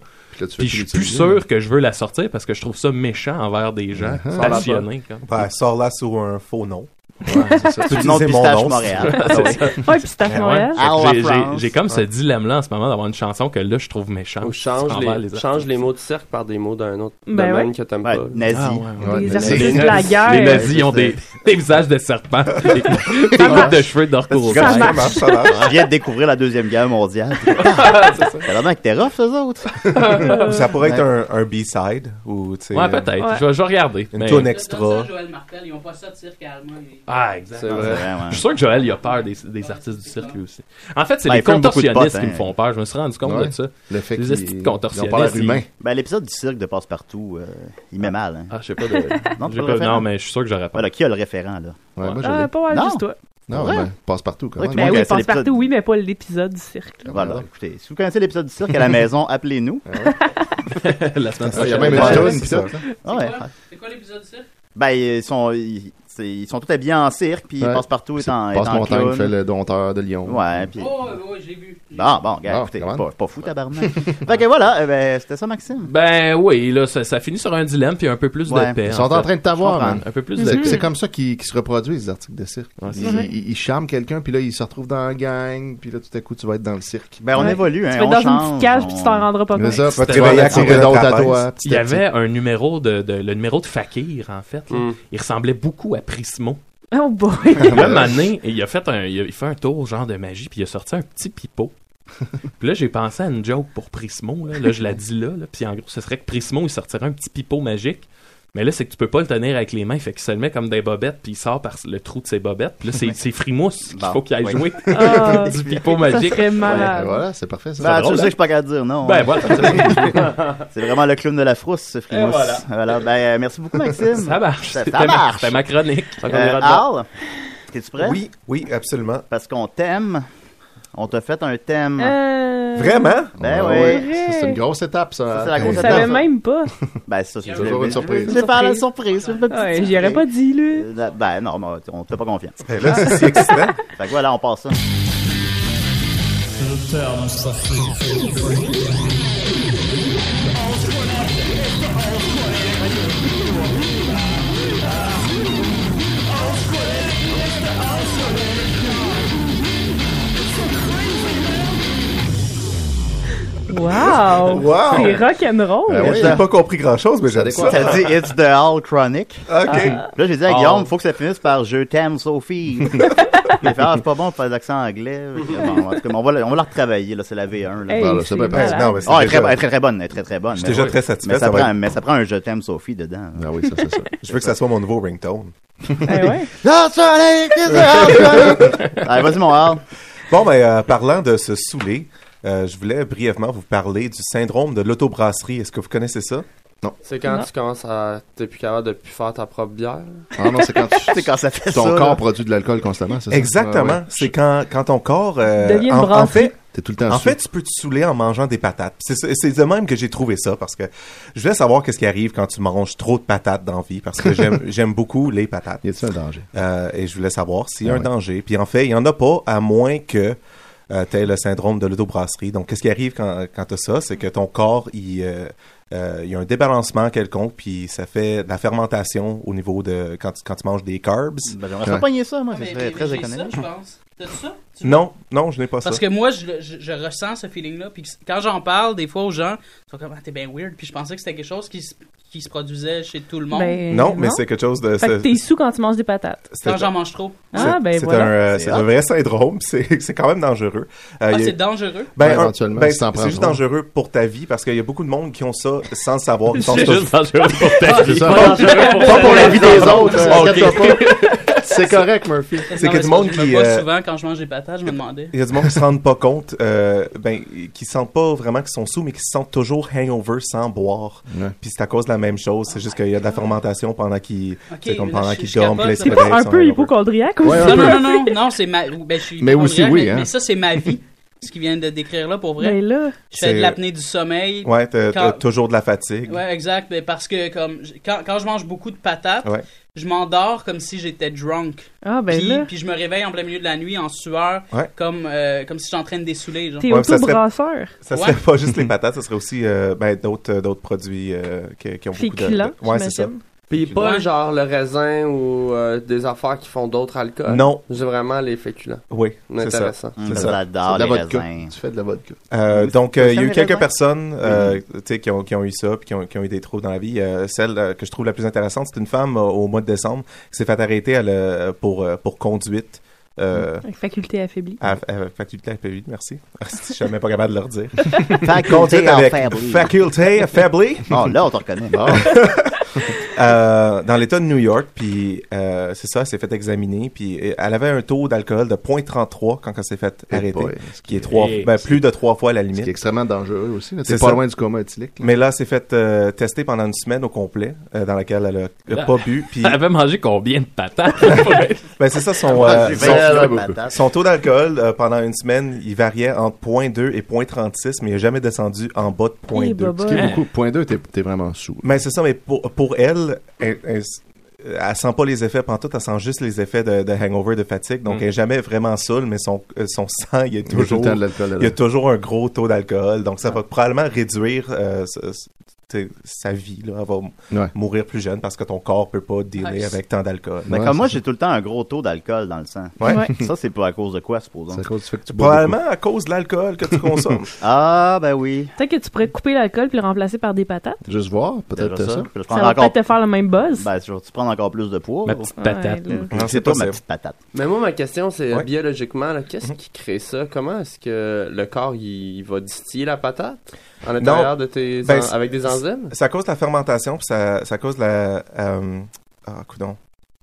[SPEAKER 8] tu veux
[SPEAKER 5] Puis,
[SPEAKER 9] Puis
[SPEAKER 8] plus
[SPEAKER 9] je suis plus
[SPEAKER 8] l'utiliser,
[SPEAKER 9] sûr que je veux la sortir parce que je trouve ça méchant envers des gens
[SPEAKER 8] Mhm.
[SPEAKER 9] passionnés. comme.
[SPEAKER 8] Ben, sors-la sous un faux nom.
[SPEAKER 4] Tout le monde pistache Montréal. Ah,
[SPEAKER 9] C'est
[SPEAKER 4] Ouais.
[SPEAKER 9] ça.
[SPEAKER 4] Ouais, pistache
[SPEAKER 9] Ben
[SPEAKER 4] Montréal.
[SPEAKER 9] Fait que
[SPEAKER 4] Arles à
[SPEAKER 9] j'ai- j'ai-
[SPEAKER 4] France.
[SPEAKER 9] J'ai comme ce
[SPEAKER 7] Ouais.
[SPEAKER 9] dilemme-là en ce moment d'avoir une chanson que là, je trouve méchante.
[SPEAKER 7] Ou change
[SPEAKER 9] envers
[SPEAKER 7] les,
[SPEAKER 9] artistes.
[SPEAKER 7] change les mots de cercle par des mots d'un autre
[SPEAKER 9] Ben
[SPEAKER 7] domaine
[SPEAKER 9] ouais.
[SPEAKER 7] que t'aimes
[SPEAKER 9] Ouais,
[SPEAKER 7] pas.
[SPEAKER 9] nazis. Ah ouais, ouais, Les nazis. artistes
[SPEAKER 7] Les
[SPEAKER 9] de la
[SPEAKER 7] nazis.
[SPEAKER 9] guerre. Les nazis ont des- des visages de serpents, des- des coupes de cheveux d'ortho. Ça marche. Ça marche, ça marche.
[SPEAKER 4] Je viens de découvrir la Deuxième Guerre mondiale. C'est vraiment que t'es rough, eux autres.
[SPEAKER 8] Ou ça pourrait être
[SPEAKER 4] Ouais.
[SPEAKER 8] un, un B-side. Ou, tu sais,
[SPEAKER 9] Ouais, peut-être.
[SPEAKER 8] euh,
[SPEAKER 9] Je vais- je vais regarder,
[SPEAKER 8] Une
[SPEAKER 9] mais-
[SPEAKER 8] tune extra.
[SPEAKER 6] Joël Martel, ils n'ont pas ça de cirque allemand. ils-
[SPEAKER 9] Ah, exact.
[SPEAKER 8] C'est vrai.
[SPEAKER 9] Je suis sûr que Joël, il a peur des, des artistes du cirque, lui aussi. En fait, c'est
[SPEAKER 4] Ouais,
[SPEAKER 9] les
[SPEAKER 4] Ben, il filme beaucoup de
[SPEAKER 9] contorsionnistes
[SPEAKER 4] potes,
[SPEAKER 9] qui
[SPEAKER 4] hein.
[SPEAKER 9] me font peur. Je me suis rendu compte
[SPEAKER 4] Ouais.
[SPEAKER 9] de ça.
[SPEAKER 4] Le fait
[SPEAKER 9] les
[SPEAKER 4] qu'ils-
[SPEAKER 9] estimes
[SPEAKER 4] ils ont pas
[SPEAKER 9] contorsionnistes.
[SPEAKER 4] l'air humains.
[SPEAKER 9] ils-
[SPEAKER 4] Ben, l'épisode du cirque de Passepartout, euh, il met mal. Hein.
[SPEAKER 9] Ah, je sais pas. De...
[SPEAKER 4] non,
[SPEAKER 9] j'ai pas- non, mais je suis sûr que j'aurais pas.
[SPEAKER 4] Voilà, qui a le référent, là
[SPEAKER 5] Ouais, moi,
[SPEAKER 6] je Ah, l'ai. pas mal,
[SPEAKER 4] Non.
[SPEAKER 6] juste toi.
[SPEAKER 5] Non,
[SPEAKER 4] Ouais.
[SPEAKER 5] ben, Passepartout, quand
[SPEAKER 4] Ouais,
[SPEAKER 5] même.
[SPEAKER 4] tout
[SPEAKER 6] Ben
[SPEAKER 4] le monde
[SPEAKER 6] oui,
[SPEAKER 4] connaissait
[SPEAKER 6] pense
[SPEAKER 4] l'épisode
[SPEAKER 6] partout, oui, mais pas l'épisode du cirque. là.
[SPEAKER 4] Ah, Voilà, écoutez, si vous connaissez l'épisode du cirque à la maison, appelez-nous.
[SPEAKER 8] Ah
[SPEAKER 5] Ah
[SPEAKER 9] La semaine prochaine.
[SPEAKER 5] Ouais,
[SPEAKER 4] une
[SPEAKER 5] c'est ça.
[SPEAKER 4] Ouais.
[SPEAKER 6] C'est quoi l'épisode du cirque?
[SPEAKER 4] Ben, ils sont, ils, c'est- ils sont tous habillés en cirque, puis
[SPEAKER 5] Ouais.
[SPEAKER 4] Passepartout est en. est en
[SPEAKER 5] Passe-Montagne
[SPEAKER 4] clown.
[SPEAKER 5] fait le dompteur de Lyon.
[SPEAKER 4] Ouais, puis.
[SPEAKER 6] Oh, oui, j'ai vu.
[SPEAKER 4] Bon, bon,
[SPEAKER 5] Ah,
[SPEAKER 4] gars, écoutez,
[SPEAKER 5] quand même.
[SPEAKER 4] pas, pas fou, tabarnak. fait que voilà, euh, ben, c'était ça, Maxime.
[SPEAKER 9] Ben oui, là, ça, ça finit sur un dilemme puis un peu plus
[SPEAKER 4] Ouais. Mhm.
[SPEAKER 9] de paix.
[SPEAKER 4] Ils
[SPEAKER 5] Ils sont en
[SPEAKER 9] fait.
[SPEAKER 5] train de t'avoir,
[SPEAKER 9] Je comprends.
[SPEAKER 4] hein.
[SPEAKER 5] man.
[SPEAKER 9] Un peu plus de
[SPEAKER 5] C'est-
[SPEAKER 9] paix.
[SPEAKER 5] C'est comme ça qu'ils qu'ils se reproduisent, les articles de cirque.
[SPEAKER 9] c'est
[SPEAKER 5] ils,
[SPEAKER 9] vrai.
[SPEAKER 5] ils- ils charment quelqu'un, puis là, ils se retrouvent dans la gang, puis là, tout à coup, tu vas être dans le cirque.
[SPEAKER 4] Ben, on
[SPEAKER 6] Ouais.
[SPEAKER 4] évolue, hein.
[SPEAKER 6] Tu vas être
[SPEAKER 4] on
[SPEAKER 6] dans une
[SPEAKER 4] change,
[SPEAKER 6] petite cage
[SPEAKER 4] on-
[SPEAKER 6] puis tu t'en rendras pas
[SPEAKER 5] Mais
[SPEAKER 6] compte.
[SPEAKER 5] ça, après,
[SPEAKER 9] C'était
[SPEAKER 5] tu vas y
[SPEAKER 9] vraiment
[SPEAKER 5] attirer
[SPEAKER 9] la
[SPEAKER 5] d'autres à
[SPEAKER 9] parenthèse.
[SPEAKER 5] toi, petit
[SPEAKER 9] Il y
[SPEAKER 5] à petit.
[SPEAKER 9] avait un numéro de, de- le numéro de Fakir, en fait. là.
[SPEAKER 6] Mm.
[SPEAKER 9] Il ressemblait beaucoup à Prismo.
[SPEAKER 6] Oh boy!
[SPEAKER 9] Là, Mané, il a fait un, il a il fait un tour genre de magie, puis il a sorti un petit pipeau. puis là, j'ai pensé à une joke pour Prismo. Là, Là, je la dis là, là. Puis en gros, ce serait que Prismo, il sortirait un petit pipeau magique. Mais là, c'est que tu peux pas le tenir avec les mains. Fait qu'il se le met comme des bobettes, puis il sort par le trou de ses bobettes. Puis là, c'est, c'est Frimousse qu'il
[SPEAKER 4] Bon,
[SPEAKER 9] faut qu'il aille
[SPEAKER 4] oui.
[SPEAKER 9] jouer
[SPEAKER 4] Ah,
[SPEAKER 9] du pipeau magique.
[SPEAKER 6] Ça serait malade.
[SPEAKER 5] Ben, voilà, c'est parfait, ça.
[SPEAKER 4] Ben,
[SPEAKER 9] drôle,
[SPEAKER 4] tu sais que
[SPEAKER 9] hein?
[SPEAKER 4] je suis pas capable de dire non.
[SPEAKER 9] Ben,
[SPEAKER 4] hein.
[SPEAKER 9] voilà.
[SPEAKER 4] c'est vraiment le clown de la frousse, ce Frimousse.
[SPEAKER 9] Et voilà.
[SPEAKER 4] ben, euh, merci beaucoup, Maxime.
[SPEAKER 9] Ça marche.
[SPEAKER 4] Ça, ça
[SPEAKER 9] C'était ma-
[SPEAKER 4] marche.
[SPEAKER 9] c'était ma chronique.
[SPEAKER 4] Euh,
[SPEAKER 9] Encore des radeaux.
[SPEAKER 4] Al, es-tu prêt?
[SPEAKER 8] Oui, oui, absolument.
[SPEAKER 4] Parce qu'on t'aime. On t'a fait un thème.
[SPEAKER 6] Euh,
[SPEAKER 4] Ben
[SPEAKER 5] Ah
[SPEAKER 4] oui.
[SPEAKER 5] ouais. Ça, C'est une grosse étape, ça.
[SPEAKER 4] Ça, c'est
[SPEAKER 8] Euh,
[SPEAKER 4] la grosse
[SPEAKER 6] Je
[SPEAKER 4] étape.
[SPEAKER 6] savais même pas.
[SPEAKER 4] Ben, ça, c'est
[SPEAKER 5] Toujours une surprise.
[SPEAKER 4] Je vais faire la surprise. je vais faire la
[SPEAKER 6] Ouais,
[SPEAKER 4] petite
[SPEAKER 6] j'y aurais
[SPEAKER 4] surprise.
[SPEAKER 6] pas dit, là.
[SPEAKER 4] Euh, Ben, non, mais on te fait pas confiance.
[SPEAKER 8] Ben là, c'est si excitant.
[SPEAKER 4] Fait que voilà, on passe ça.
[SPEAKER 6] Wow!
[SPEAKER 8] Wow!
[SPEAKER 6] C'est rock'nroll!
[SPEAKER 8] Ben oui, J'ai pas compris grand-chose, mais j'aime ça.
[SPEAKER 4] Ça dit It's the All Chronic. Ah.
[SPEAKER 8] OK.
[SPEAKER 4] Là, j'ai dit à
[SPEAKER 8] Oh.
[SPEAKER 4] Guillaume, faut que ça finisse par Je t'aime, Sophie. Il a fait, ah, c'est pas bon de faire l'accent anglais. Bon, en tout cas, mais on va, la- on va la retravailler, là, c'est la V1. Là.
[SPEAKER 6] Hey,
[SPEAKER 5] Ben, là, c'est bien
[SPEAKER 6] c'est
[SPEAKER 5] parti.
[SPEAKER 6] malade.
[SPEAKER 8] Non, mais c'est
[SPEAKER 4] Ah, elle, est
[SPEAKER 8] déjà-
[SPEAKER 4] très, elle est très, très bonne, elle est très très bonne.
[SPEAKER 8] Je suis
[SPEAKER 4] mais
[SPEAKER 8] déjà
[SPEAKER 4] oui.
[SPEAKER 8] très satisfait,
[SPEAKER 4] Mais ça,
[SPEAKER 8] ça va
[SPEAKER 4] prend,
[SPEAKER 8] être-
[SPEAKER 4] mais ça prend un je t'aime Sophie dedans. hein.
[SPEAKER 5] Ah oui, ça, c'est ça.
[SPEAKER 8] Je veux que ça soit mon nouveau ringtone.
[SPEAKER 6] Eh ouais.
[SPEAKER 4] Non, soleil, qu'est-ce que c'est? Allez, vas-y mon Al.
[SPEAKER 8] Bon, ben, euh, parlant de se saouler, euh, je voulais brièvement vous parler du syndrome de l'autobrasserie. Est-ce que vous connaissez ça? Non.
[SPEAKER 7] C'est quand
[SPEAKER 6] Non.
[SPEAKER 7] tu commences à. T'es plus capable de plus faire ta propre bière.
[SPEAKER 5] Ah non, c'est quand tu-
[SPEAKER 4] C'est quand ça fait
[SPEAKER 5] ton
[SPEAKER 4] ça. là.
[SPEAKER 5] corps produit de l'alcool constamment, c'est ça?
[SPEAKER 8] Exactement.
[SPEAKER 5] Ah ouais.
[SPEAKER 8] C'est quand, quand ton corps... euh,
[SPEAKER 6] Devient une
[SPEAKER 8] en- en,
[SPEAKER 6] brasserie.
[SPEAKER 8] fait,
[SPEAKER 5] T'es tout le temps
[SPEAKER 8] en
[SPEAKER 5] sous.
[SPEAKER 8] fait, tu peux te saouler en mangeant des patates. C'est ça- C'est de même que j'ai trouvé ça, parce que je voulais savoir qu'est-ce qui arrive quand tu manges trop de patates dans la vie, parce que j'aime j'aime beaucoup les patates.
[SPEAKER 5] Y a-tu un danger?
[SPEAKER 8] Euh, et je voulais savoir s'il y a
[SPEAKER 5] Ah
[SPEAKER 8] un
[SPEAKER 5] ouais.
[SPEAKER 8] danger. Puis en fait, il n'y en a pas à moins que tu aies le syndrome de l'autobrasserie. Donc, qu'est-ce qui arrive quand, quand tu as ça? C'est que ton corps, il, euh, euh, il y a un débalancement quelconque, puis ça fait de la fermentation au niveau de quand, tu- quand tu manges des carbs.
[SPEAKER 4] Ben, j'aimerais ça pogner ça, moi,
[SPEAKER 12] Ah,
[SPEAKER 4] ça serait très économique.
[SPEAKER 12] je pense. T'as ça? Tu-
[SPEAKER 8] Non, non, je n'ai pas
[SPEAKER 12] Parce
[SPEAKER 8] ça.
[SPEAKER 12] que moi, je, le- je, je ressens ce feeling-là. Puis quand j'en parle, des fois aux gens, ils sont comme, ah, t'es bien weird. Puis je pensais que c'était quelque chose qui, se- qui se produisait chez tout le monde.
[SPEAKER 6] Ben,
[SPEAKER 8] Non, mais c'est quelque chose de...
[SPEAKER 6] Fait que
[SPEAKER 8] c'est-
[SPEAKER 6] t'es sous quand tu manges des patates.
[SPEAKER 8] c'est-
[SPEAKER 12] quand j'en mange trop.
[SPEAKER 6] Ah,
[SPEAKER 8] c'est-
[SPEAKER 6] ben
[SPEAKER 8] c'est
[SPEAKER 6] voilà.
[SPEAKER 8] un, euh,
[SPEAKER 4] C'est
[SPEAKER 8] c'est un
[SPEAKER 4] hot.
[SPEAKER 8] vrai syndrome, c'est c'est quand même dangereux. Euh,
[SPEAKER 12] Ah,
[SPEAKER 8] il y a-
[SPEAKER 12] c'est dangereux.
[SPEAKER 8] Ben,
[SPEAKER 5] Ouais,
[SPEAKER 8] un-
[SPEAKER 5] éventuellement,
[SPEAKER 8] ben,
[SPEAKER 5] si t'en prends
[SPEAKER 8] c'est juste
[SPEAKER 5] trop.
[SPEAKER 8] dangereux pour ta vie parce qu'il y a beaucoup de monde qui ont ça sans le savoir. Ils pensent
[SPEAKER 9] C'est
[SPEAKER 8] que-
[SPEAKER 9] juste dangereux pour ta vie.
[SPEAKER 5] Ah, ça.
[SPEAKER 9] Pas dangereux pour
[SPEAKER 4] Pas pour la vie des autres,
[SPEAKER 9] Ah, ok.
[SPEAKER 4] inquiète-toi pas.
[SPEAKER 5] C'est correct, Murphy.
[SPEAKER 12] Non,
[SPEAKER 8] euh, c'est que
[SPEAKER 12] mais
[SPEAKER 8] du monde
[SPEAKER 12] je me
[SPEAKER 8] qui,
[SPEAKER 12] bats
[SPEAKER 8] euh,
[SPEAKER 12] souvent quand je mange des patates, je me demandais.
[SPEAKER 8] Il y a du monde qui se rendent pas compte, euh, ben, qui sentent pas vraiment qu'ils sont sous, mais qui se sentent toujours hangover sans boire.
[SPEAKER 5] Ouais.
[SPEAKER 8] Puis c'est à cause de la même chose, c'est juste qu'il y a de la fermentation pendant qu'ils,
[SPEAKER 12] Ah, Ok,
[SPEAKER 8] c'est comme
[SPEAKER 12] là,
[SPEAKER 8] pendant
[SPEAKER 12] je-
[SPEAKER 8] qu'ils
[SPEAKER 12] je
[SPEAKER 8] dorment.
[SPEAKER 12] capote,
[SPEAKER 8] puis là, ils
[SPEAKER 12] c'est
[SPEAKER 8] se
[SPEAKER 12] pas-
[SPEAKER 8] réveillent,
[SPEAKER 6] Un
[SPEAKER 8] ils sont
[SPEAKER 6] peu
[SPEAKER 8] hangover.
[SPEAKER 6] hypochondriaque aussi.
[SPEAKER 5] Ouais, un
[SPEAKER 12] Non,
[SPEAKER 5] peu.
[SPEAKER 12] non, non, non, non, c'est ma. Ben, je suis
[SPEAKER 5] Mais aussi,
[SPEAKER 12] hypochondriaque,
[SPEAKER 5] oui,
[SPEAKER 12] mais-
[SPEAKER 5] hein.
[SPEAKER 12] mais ça, c'est ma vie. Ce qu'il vient de décrire là, pour vrai.
[SPEAKER 6] Mais Ben là,
[SPEAKER 12] Je fais
[SPEAKER 8] C'est-
[SPEAKER 12] de l'apnée du sommeil.
[SPEAKER 8] Ouais, t'as, t'as
[SPEAKER 12] Quand-
[SPEAKER 8] toujours de la fatigue.
[SPEAKER 12] Ouais, exact. Mais parce que comme j- quand, quand je mange beaucoup de patates,
[SPEAKER 8] Ouais.
[SPEAKER 12] je m'endors comme si j'étais drunk.
[SPEAKER 6] ah ben
[SPEAKER 12] puis,
[SPEAKER 6] là,
[SPEAKER 12] puis je me réveille en plein milieu de la nuit en sueur,
[SPEAKER 8] Ouais.
[SPEAKER 12] comme, euh, comme si j'étais en train de dessouler. Genre.
[SPEAKER 6] t'es
[SPEAKER 8] Ouais, ça serait-
[SPEAKER 6] autobrasseur.
[SPEAKER 8] Ça serait
[SPEAKER 12] Ouais.
[SPEAKER 8] pas juste les patates, ça serait aussi euh, ben, d'autres, euh, d'autres produits euh, qui, qui ont beaucoup de-
[SPEAKER 6] Féculent,
[SPEAKER 8] de... Ouais, c'est ça.
[SPEAKER 6] j'imagine.
[SPEAKER 7] Puis pas
[SPEAKER 8] Ouais.
[SPEAKER 7] genre le raisin ou euh, des affaires qui font d'autres alcools.
[SPEAKER 8] Non.
[SPEAKER 7] J'ai vraiment les féculents.
[SPEAKER 8] Oui, c'est ça.
[SPEAKER 7] Intéressant.
[SPEAKER 8] C'est ça. Mmh. J'adore
[SPEAKER 5] C'est de la
[SPEAKER 8] les
[SPEAKER 5] vodka.
[SPEAKER 8] raisins.
[SPEAKER 5] Tu fais de la vodka. Mm-hmm.
[SPEAKER 8] Euh, donc,
[SPEAKER 5] Vous
[SPEAKER 8] euh, il y a
[SPEAKER 5] savez
[SPEAKER 8] eu quelques
[SPEAKER 5] raison.
[SPEAKER 8] personnes euh, tu sais, qui, ont, qui ont eu ça, puis qui ont, qui ont eu des troubles dans la vie. Euh, celle euh, que je trouve la plus intéressante, c'est une femme euh, au mois de décembre qui s'est fait arrêter elle, euh, pour, euh, pour conduite. euh,
[SPEAKER 6] Avec faculté affaiblie.
[SPEAKER 8] à, à faculté affaiblie, merci. Ah, je suis même pas capable de leur dire.
[SPEAKER 4] Faculté
[SPEAKER 8] Conduite avec
[SPEAKER 4] affaiblie.
[SPEAKER 8] Faculté affaiblie.
[SPEAKER 5] Ah,
[SPEAKER 4] Oh, là, on te reconnaît.
[SPEAKER 8] Euh, dans l'État de New York, puis euh, c'est ça, elle s'est fait examiner, puis euh, elle avait un taux d'alcool de 0.33 quand elle s'est fait arrêter,
[SPEAKER 5] Eh boy,
[SPEAKER 8] ce qui est trois,
[SPEAKER 5] est-
[SPEAKER 8] ben, plus de trois fois la limite.
[SPEAKER 5] C'est extrêmement dangereux aussi. là. T'es
[SPEAKER 8] C'est
[SPEAKER 5] pas
[SPEAKER 8] ça.
[SPEAKER 5] loin du coma éthylique.
[SPEAKER 8] Mais là, elle s'est fait euh, tester pendant une semaine au complet, euh, dans laquelle elle a elle a pas bu. Puis...
[SPEAKER 9] Elle avait mangé combien de patates?
[SPEAKER 8] ben, c'est ça, son,
[SPEAKER 9] Elle a
[SPEAKER 8] euh,
[SPEAKER 9] mangé
[SPEAKER 8] son,
[SPEAKER 9] vraiment
[SPEAKER 8] son-
[SPEAKER 9] beaucoup.
[SPEAKER 8] son taux d'alcool euh, pendant une semaine, il variait entre 0.2 et 0.36, mais il n'est jamais descendu en bas de
[SPEAKER 5] Point
[SPEAKER 8] 0.2.
[SPEAKER 5] Ce qui est beaucoup. Point 2, t'es t'es vraiment sous.
[SPEAKER 8] Mais c'est ça, mais pour, pour elle, elle, elle, s- elle sent pas les effets pantoute, elle sent juste les effets de, de hangover, de fatigue. Donc,
[SPEAKER 5] Mm.
[SPEAKER 8] elle est jamais vraiment saoule, mais son, euh, son sang, il y a
[SPEAKER 5] tout le
[SPEAKER 8] toujours,
[SPEAKER 5] temps de l'alcool dedans.
[SPEAKER 8] il y a toujours un gros taux d'alcool. Donc, ça va probablement réduire euh, ce- ce- t'sais, sa vie. Là. Elle va m-
[SPEAKER 5] Ouais.
[SPEAKER 8] mourir plus jeune parce que ton corps peut pas
[SPEAKER 4] Ouais.
[SPEAKER 8] dealer avec tant d'alcool.
[SPEAKER 4] Ben, comme moi, j'ai tout le temps un gros taux d'alcool dans le sang.
[SPEAKER 8] Ouais.
[SPEAKER 4] Ça, c'est pas à cause de quoi, supposons?
[SPEAKER 5] C'est à cause du fait que tu
[SPEAKER 8] bois Probablement beaucoup. à cause de l'alcool que tu consommes.
[SPEAKER 4] ah, ben oui.
[SPEAKER 6] Peut-être que tu pourrais couper l'alcool puis le remplacer par des patates.
[SPEAKER 4] Juste voir,
[SPEAKER 6] peut-être ça.
[SPEAKER 4] Je
[SPEAKER 6] Ça va peut-être te faire le même buzz.
[SPEAKER 4] Ben, tu vas tu prends encore plus de poids.
[SPEAKER 6] Ma
[SPEAKER 4] là.
[SPEAKER 6] petite patate. Ouais, là.
[SPEAKER 4] Je
[SPEAKER 8] Non,
[SPEAKER 4] sais
[SPEAKER 8] c'est
[SPEAKER 4] pas,
[SPEAKER 8] pas
[SPEAKER 4] ma
[SPEAKER 8] ça. Mhm.
[SPEAKER 4] petite patate.
[SPEAKER 7] Oh. Mais moi, ma question, c'est euh,
[SPEAKER 4] Ouais.
[SPEAKER 7] biologiquement, là, qu'est-ce qui crée ça? Comment est-ce que le corps, il, il va distiller la patate à
[SPEAKER 8] Non.
[SPEAKER 7] l'intérieur de tes
[SPEAKER 8] Ben,
[SPEAKER 7] en-
[SPEAKER 8] c'est-
[SPEAKER 7] avec des enzymes?
[SPEAKER 8] C'est à cause de la fermentation, puis ça, c'est à cause de la. euh, ah, coudonc.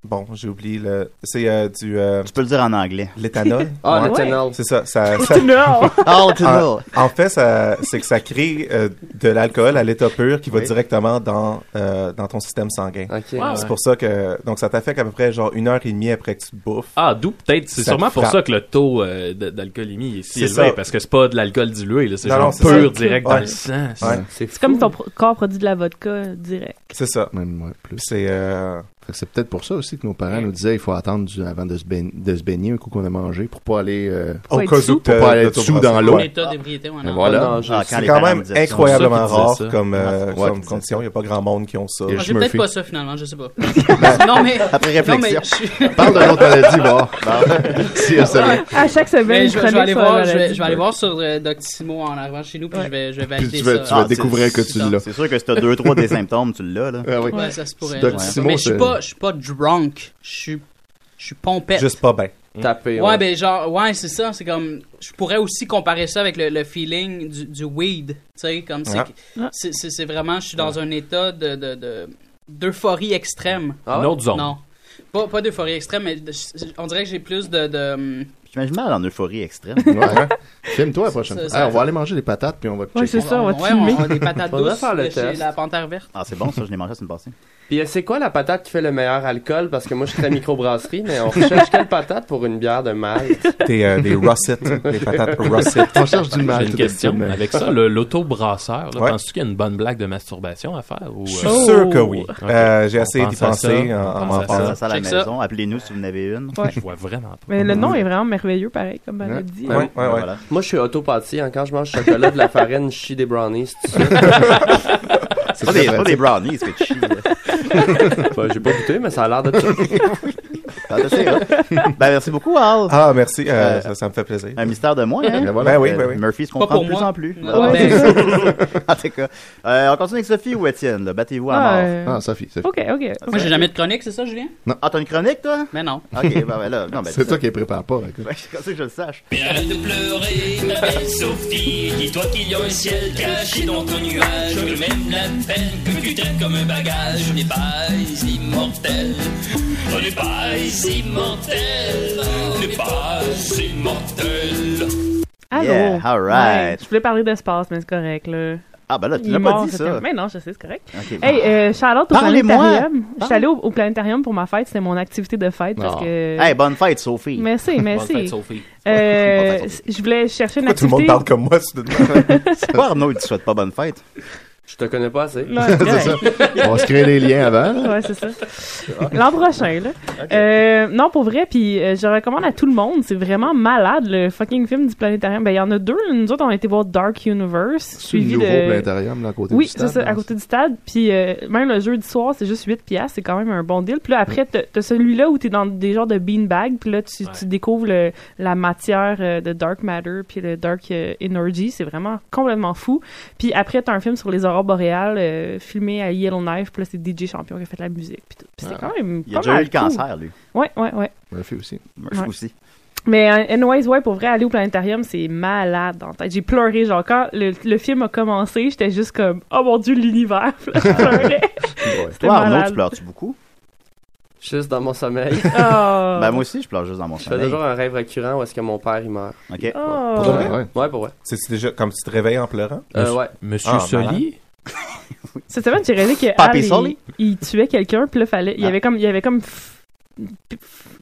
[SPEAKER 8] Bon, j'ai oublié le. C'est euh, du.
[SPEAKER 4] Tu peux le dire en anglais.
[SPEAKER 8] L'éthanol.
[SPEAKER 4] Ah,
[SPEAKER 8] Ouais.
[SPEAKER 4] l'éthanol.
[SPEAKER 8] C'est ça. ça, ça-
[SPEAKER 4] L'éthanol. Ah, l'éthanol.
[SPEAKER 8] En, en fait, ça- c'est que ça crée euh, de l'alcool à l'état pur qui va
[SPEAKER 4] Oui.
[SPEAKER 8] directement dans, euh, dans ton système sanguin.
[SPEAKER 9] Wow.
[SPEAKER 8] C'est pour ça que. Donc, ça t'affecte à peu près genre une heure et demie après que tu bouffes.
[SPEAKER 9] Ah, d'où peut-être. C'est
[SPEAKER 8] Ça
[SPEAKER 9] sûrement
[SPEAKER 8] te
[SPEAKER 9] pour
[SPEAKER 8] frappe.
[SPEAKER 9] ça que le taux euh, d- d'alcoolémie est si
[SPEAKER 8] C'est
[SPEAKER 9] élevé,
[SPEAKER 8] ça.
[SPEAKER 9] parce que c'est pas de l'alcool dilué, là, c'est
[SPEAKER 8] Non,
[SPEAKER 9] genre
[SPEAKER 8] non, c'est
[SPEAKER 9] pur
[SPEAKER 8] ça.
[SPEAKER 9] direct
[SPEAKER 8] Ouais.
[SPEAKER 9] dans le sang.
[SPEAKER 8] Ouais.
[SPEAKER 7] C'est
[SPEAKER 6] C'est comme ton pro- corps produit de la vodka euh, direct.
[SPEAKER 8] C'est ça.
[SPEAKER 5] Même ouais, plus.
[SPEAKER 8] C'est euh,
[SPEAKER 5] c'est peut-être pour ça aussi que nos parents nous disaient il faut attendre du- avant de se, baign- de se baigner un coup qu'on a mangé pour pas aller euh,
[SPEAKER 8] Au Ouais, cas sous. où
[SPEAKER 5] pour
[SPEAKER 8] t'as-
[SPEAKER 5] pas aller
[SPEAKER 8] t'as ton
[SPEAKER 5] sous
[SPEAKER 8] brassard.
[SPEAKER 5] dans l'eau.
[SPEAKER 8] En
[SPEAKER 12] état d'ébriété, ouais,
[SPEAKER 5] Ben
[SPEAKER 12] non.
[SPEAKER 5] voilà.
[SPEAKER 12] Non, je- Ah,
[SPEAKER 8] c'est quand même incroyablement rare comme, euh,
[SPEAKER 5] Ouais,
[SPEAKER 8] comme condition. Il n'y a pas grand monde qui ont ça. Ben,
[SPEAKER 12] Ah, J'ai peut-être pas ça finalement, je sais pas. non mais.
[SPEAKER 8] Après
[SPEAKER 12] non, mais
[SPEAKER 8] réflexion.
[SPEAKER 12] je-
[SPEAKER 8] Parle d'un autre maladie, va. Si, euh,
[SPEAKER 12] Ouais.
[SPEAKER 8] seulement.
[SPEAKER 6] À chaque semaine,
[SPEAKER 12] Mais
[SPEAKER 6] une
[SPEAKER 12] je, vais- je
[SPEAKER 6] chronique
[SPEAKER 12] vais aller
[SPEAKER 6] sur
[SPEAKER 12] voir,
[SPEAKER 6] la
[SPEAKER 12] je vais,
[SPEAKER 6] maladie.
[SPEAKER 12] je vais aller voir sur euh, Doctissimo en arrivant chez nous, puis je vais, je vais valider
[SPEAKER 4] tu vas-
[SPEAKER 12] ça.
[SPEAKER 4] tu vas
[SPEAKER 12] Ah,
[SPEAKER 4] découvrir
[SPEAKER 12] c'est-
[SPEAKER 4] que tu l'as. C'est sûr que si t'as deux, trois des symptômes, tu l'as, là.
[SPEAKER 12] Ouais,
[SPEAKER 4] oui.
[SPEAKER 12] ça se pourrait. je
[SPEAKER 4] C'est Doc
[SPEAKER 12] sais pas.
[SPEAKER 4] Simo,
[SPEAKER 12] mais je suis
[SPEAKER 4] c'est-
[SPEAKER 12] pas, je suis pas drunk. Je suis, je suis pompette.
[SPEAKER 8] Juste pas bien.
[SPEAKER 7] Tapé.
[SPEAKER 12] Ouais,
[SPEAKER 7] ouais.
[SPEAKER 12] ben genre, ouais, c'est ça. C'est comme, je pourrais aussi comparer ça avec le, le feeling du, du weed, tu sais, comme c'est,
[SPEAKER 9] Ouais.
[SPEAKER 12] que- c'est, c'est, c'est vraiment, je suis dans un état de, de, de- d'euphorie extrême.
[SPEAKER 9] Ah ouais? Une autre zone.
[SPEAKER 12] Non, pas, pas d'euphorie extrême, mais de- on dirait que j'ai plus de, de
[SPEAKER 4] Je m'imagine mal en euphorie extrême.
[SPEAKER 5] Ouais. Filme-toi la prochaine
[SPEAKER 12] Ça,
[SPEAKER 5] fois.
[SPEAKER 12] ça-
[SPEAKER 5] Hey, on va aller manger des patates puis on va
[SPEAKER 12] Ouais, c'est ça, on va te Ouais, filmer. on a des patates
[SPEAKER 7] Faudrait
[SPEAKER 12] douces
[SPEAKER 7] faire le
[SPEAKER 12] de chez
[SPEAKER 7] test.
[SPEAKER 12] la Panthère Verte.
[SPEAKER 4] Ah, c'est bon, ça, je l'ai mangé la semaine passée.
[SPEAKER 7] Puis euh, c'est quoi la patate qui fait le meilleur alcool? Parce que moi, je suis très microbrasserie, mais on recherche quelle patate pour une bière de malt?
[SPEAKER 8] Des, euh, des russet, des patates russet. On cherche du malt,
[SPEAKER 9] J'ai une question.
[SPEAKER 8] effectivement.
[SPEAKER 9] Avec ça, le- l'autobrasseur, là,
[SPEAKER 8] Ouais.
[SPEAKER 9] penses-tu qu'il y a une bonne blague de masturbation à faire? Ou, Oh!
[SPEAKER 8] Je suis sûr que oui. Euh, j'ai essayé d'y penser en- en
[SPEAKER 9] m'en
[SPEAKER 8] m'en parlant.
[SPEAKER 4] Ça à la maison, appelez-nous si vous en avez une.
[SPEAKER 6] Ouais.
[SPEAKER 9] Je vois vraiment pas.
[SPEAKER 6] Mais le nom est vraiment merveilleux, pareil, comme on dit.
[SPEAKER 7] Ouais, ouais, ouais. Moi, je suis autopâti. hein. Quand je mange du chocolat, de la farine, je chie des brownies. tout ça.
[SPEAKER 4] C'est pas des- pas des brownies, c'est que tu chies, là.
[SPEAKER 7] Ben, J'ai pas goûté, mais ça a l'air de ça.
[SPEAKER 4] Ah, ben, c'est vrai. ben, merci beaucoup, Al.
[SPEAKER 8] Ah, merci. euh, ça, ça me fait plaisir.
[SPEAKER 4] Un mystère de moi, hein?
[SPEAKER 8] Ben voilà. Ben oui, ben oui.
[SPEAKER 4] Murphy se
[SPEAKER 8] Pas
[SPEAKER 4] comprend
[SPEAKER 8] pour
[SPEAKER 4] de plus
[SPEAKER 8] moi.
[SPEAKER 4] en plus. Ah,
[SPEAKER 8] Ouais.
[SPEAKER 4] Alors,
[SPEAKER 8] Ben-
[SPEAKER 4] en tout cas, euh, on continue avec Sophie ou Étienne, là. Battez-vous à
[SPEAKER 12] Ah,
[SPEAKER 4] mort.
[SPEAKER 12] euh, Ah,
[SPEAKER 5] Sophie,
[SPEAKER 12] Ok,
[SPEAKER 6] ok.
[SPEAKER 12] Moi, j'ai jamais de chronique, c'est ça, Julien?
[SPEAKER 5] Non.
[SPEAKER 4] Ah, t'as une chronique, toi?
[SPEAKER 12] Mais non.
[SPEAKER 4] Ok, ben, ben là, non, ben,
[SPEAKER 5] C'est
[SPEAKER 4] ça.
[SPEAKER 5] toi qui les prépare pas. écoute.
[SPEAKER 4] Ouais, comme ça que je le sache.
[SPEAKER 13] Arrête de pleurer, ma belle Sophie. Dis-toi qu'il y a un ciel caché dans ton nuage. Que même la peine que tu traînes comme un bagage n'est pas immortel. On n'est pas immortel. On n'est pas immortel.
[SPEAKER 6] Allô?
[SPEAKER 4] Yeah, all right.
[SPEAKER 6] Ouais, je voulais parler d'espace, mais c'est correct, là.
[SPEAKER 4] Ah, ben là, tu
[SPEAKER 6] Il
[SPEAKER 4] l'as
[SPEAKER 6] est
[SPEAKER 4] pas
[SPEAKER 6] mort,
[SPEAKER 4] dit,
[SPEAKER 6] cette
[SPEAKER 4] ça.
[SPEAKER 6] semaine. Mais non, je sais, c'est correct.
[SPEAKER 4] Ok.
[SPEAKER 6] Hey, euh, Charlotte, au
[SPEAKER 4] Parlez-moi.
[SPEAKER 6] planétarium. Je
[SPEAKER 4] Parle.
[SPEAKER 6] suis allée au, au planétarium pour ma fête. C'était mon activité de fête parce
[SPEAKER 4] Ah.
[SPEAKER 6] que.
[SPEAKER 4] Hey, bonne fête, Sophie.
[SPEAKER 6] Merci, merci.
[SPEAKER 4] fête, Sophie.
[SPEAKER 6] Euh,
[SPEAKER 4] Bonne fête,
[SPEAKER 6] je voulais chercher une
[SPEAKER 4] Pourquoi
[SPEAKER 6] activité.
[SPEAKER 4] tout le monde parle comme moi, soudainement? Pourquoi Arnaud, il ne souhaite pas bonne fête?
[SPEAKER 7] Je te connais pas assez.
[SPEAKER 6] Ouais. C'est ça.
[SPEAKER 5] On va se créer des liens avant.
[SPEAKER 6] Ouais, c'est ça. L'an prochain, là. Euh, non, pour vrai, puis euh, je recommande à tout le monde. C'est vraiment malade, le fucking film du planétarium. Ben, il y en a deux. Nous autres, on a été voir Dark Universe.
[SPEAKER 5] C'est le
[SPEAKER 6] Suivi
[SPEAKER 5] nouveau
[SPEAKER 6] de...
[SPEAKER 5] planétarium, là, à côté
[SPEAKER 6] oui,
[SPEAKER 5] du stade.
[SPEAKER 6] c'est
[SPEAKER 4] hein.
[SPEAKER 6] ça, à côté du stade. Puis euh, même le jeudi soir, c'est juste 8 piastres. C'est quand même un bon deal. Puis là, après, t'as t'as celui-là où t'es dans des genres de beanbag. Puis là, tu, tu découvres le- la matière euh, de Dark Matter puis le Dark euh, Energy. C'est vraiment complètement fou. Puis après, t'as un film sur les aurores boréales euh, filmé à Yellowknife. Puis là, c'est DJ Champion qui a fait la musique. Puis tout. Puis c'est quand même
[SPEAKER 4] Ah. Il
[SPEAKER 6] pas
[SPEAKER 4] a déjà
[SPEAKER 6] mal
[SPEAKER 4] eu le
[SPEAKER 6] cool.
[SPEAKER 4] cancer, lui.
[SPEAKER 6] Ouais, ouais, ouais.
[SPEAKER 5] Ah. Murphy aussi.
[SPEAKER 4] Murphy
[SPEAKER 6] Ouais.
[SPEAKER 4] aussi.
[SPEAKER 6] Mais euh, anyways, ouais, pour vrai, aller au planétarium, c'est malade dans la tête. J'ai pleuré, genre, quand le, le film a commencé, j'étais juste comme « Oh mon Dieu, l'univers! » Puis là, je pleurais. C'était
[SPEAKER 4] Toi, Arnaud,
[SPEAKER 6] malade.
[SPEAKER 4] tu pleures-tu beaucoup?
[SPEAKER 7] Juste dans mon sommeil.
[SPEAKER 6] Ah.
[SPEAKER 4] Ben, moi aussi, je pleure juste dans mon
[SPEAKER 7] Je fais
[SPEAKER 4] sommeil.
[SPEAKER 7] toujours un rêve récurrent où est-ce que mon père, il meurt.
[SPEAKER 4] OK.
[SPEAKER 6] Oh. Pour de vrai?
[SPEAKER 7] Ouais, ouais, pour vrai.
[SPEAKER 8] C'est c'est déjà comme tu te réveilles en pleurant?
[SPEAKER 7] Euh, ouais. Monsieur Soli?
[SPEAKER 6] Cette semaine, j'ai réalisé que
[SPEAKER 8] Papi Ah.
[SPEAKER 6] Al, il,
[SPEAKER 8] Sully.
[SPEAKER 6] il tuait quelqu'un, puis là, fallait, il y avait comme... Il y avait comme f- tu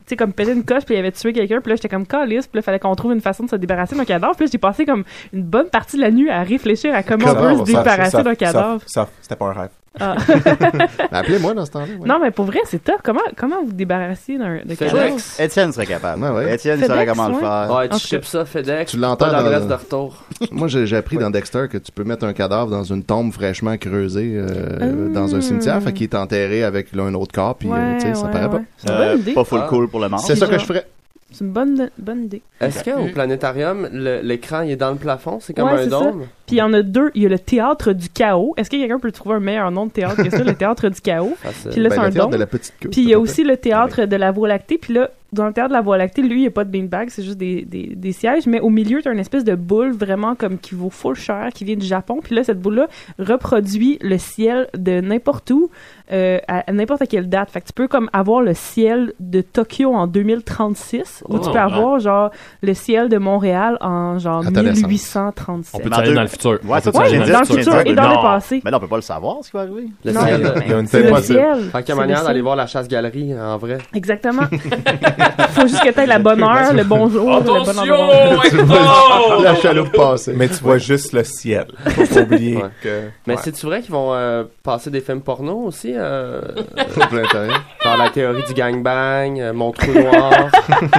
[SPEAKER 6] sais, comme pété une coche, puis il avait tué quelqu'un, puis là, j'étais comme calice, puis là, fallait qu'on trouve une façon de se débarrasser d'un cadavre. Puis là, j'ai passé comme une bonne partie de la nuit à réfléchir à comment on peut se débarrasser d'un cadavre.
[SPEAKER 8] Ça, c'était pas un rêve.
[SPEAKER 6] Ah.
[SPEAKER 5] Ben, Appelez-moi dans ce temps-là.
[SPEAKER 6] Non, mais pour vrai, c'est tough. Comment, comment vous débarrasser d'un de quelque chose?
[SPEAKER 4] Étienne serait capable. Étienne il
[SPEAKER 6] FedEx,
[SPEAKER 4] saurait comment le
[SPEAKER 6] ouais.
[SPEAKER 4] faire.
[SPEAKER 7] Ouais,
[SPEAKER 6] En
[SPEAKER 7] tu chips ça, FedEx.
[SPEAKER 5] Tu l'entends
[SPEAKER 7] Pas
[SPEAKER 5] dans-
[SPEAKER 7] d'adresse de retour.
[SPEAKER 5] Moi, j'ai j'ai appris dans Dexter que tu peux mettre un cadavre dans une tombe fraîchement creusée euh, dans un cimetière, fait qu'il est enterré avec là, un autre corps, puis euh,
[SPEAKER 6] Ah. Ouais,
[SPEAKER 5] tu sais, ça
[SPEAKER 6] ouais,
[SPEAKER 5] paraît
[SPEAKER 6] ouais. C'est
[SPEAKER 5] pas. Ah.
[SPEAKER 6] une bonne Euh, idée. pas full
[SPEAKER 7] cool pour le mort.
[SPEAKER 5] C'est ça que
[SPEAKER 6] Genre-
[SPEAKER 5] je ferais.
[SPEAKER 6] C'est une bonne, bonne idée.
[SPEAKER 7] Est-ce qu'au
[SPEAKER 6] Mm.
[SPEAKER 7] planétarium, le- l'écran, il est dans le plafond? C'est comme
[SPEAKER 6] Ouais,
[SPEAKER 7] un
[SPEAKER 6] c'est ça.
[SPEAKER 7] dôme?
[SPEAKER 6] Puis il y en a deux. Il y a le théâtre du chaos. Est-ce que quelqu'un peut trouver un meilleur nom de théâtre que ça, le théâtre du chaos?
[SPEAKER 7] Ah,
[SPEAKER 6] Puis là,
[SPEAKER 5] Ben,
[SPEAKER 6] c'est
[SPEAKER 5] le
[SPEAKER 6] un
[SPEAKER 5] théâtre
[SPEAKER 6] don.
[SPEAKER 5] de la petite queue,
[SPEAKER 6] Puis il y a
[SPEAKER 5] peut-être.
[SPEAKER 6] aussi le théâtre de la Voie lactée. Puis là, dans le théâtre de la Voie lactée, lui, il n'y a pas de beanbag, c'est juste des, des, des sièges. Mais au milieu, tu as une espèce de boule vraiment comme qui vaut full cher, qui vient du Japon. Puis là, cette boule-là reproduit le ciel de n'importe où, euh, à, à n'importe quelle date. Fait que tu peux comme avoir le ciel de Tokyo en 2036, ou tu
[SPEAKER 9] Oh,
[SPEAKER 6] peux
[SPEAKER 9] ouais.
[SPEAKER 6] avoir genre le ciel de Montréal en genre
[SPEAKER 4] À ta naissance.
[SPEAKER 6] 1837.
[SPEAKER 4] On peut aller dans le futur.
[SPEAKER 6] Ouais,
[SPEAKER 4] Ouais, ça, tu
[SPEAKER 6] dans
[SPEAKER 4] viens
[SPEAKER 6] le
[SPEAKER 4] de dire, tu viens de
[SPEAKER 6] futur
[SPEAKER 4] dire
[SPEAKER 6] et dans le
[SPEAKER 4] non.
[SPEAKER 6] passé.
[SPEAKER 4] Mais là, on peut pas le savoir, ce qui va arriver.
[SPEAKER 7] Le
[SPEAKER 6] Non,
[SPEAKER 7] ciel.
[SPEAKER 6] mais- C'est le ciel.
[SPEAKER 7] Fait qu'il y
[SPEAKER 6] C'est le
[SPEAKER 7] a manière
[SPEAKER 6] ciel.
[SPEAKER 7] d'aller voir la chasse-galerie en vrai.
[SPEAKER 6] Exactement. Faut juste que t'aies la bonne heure, le bonjour, le bon endroit.
[SPEAKER 7] Oh!
[SPEAKER 5] La chaloupe passée.
[SPEAKER 8] Mais tu vois juste le ciel. Faut pas oublier
[SPEAKER 7] Ouais.
[SPEAKER 8] que...
[SPEAKER 7] Mais
[SPEAKER 8] Ouais.
[SPEAKER 7] c'est-tu vrai qu'ils vont euh, passer des films porno aussi? Euh,
[SPEAKER 5] Au planétarium?
[SPEAKER 7] Par la théorie du gangbang, euh, mon trou noir.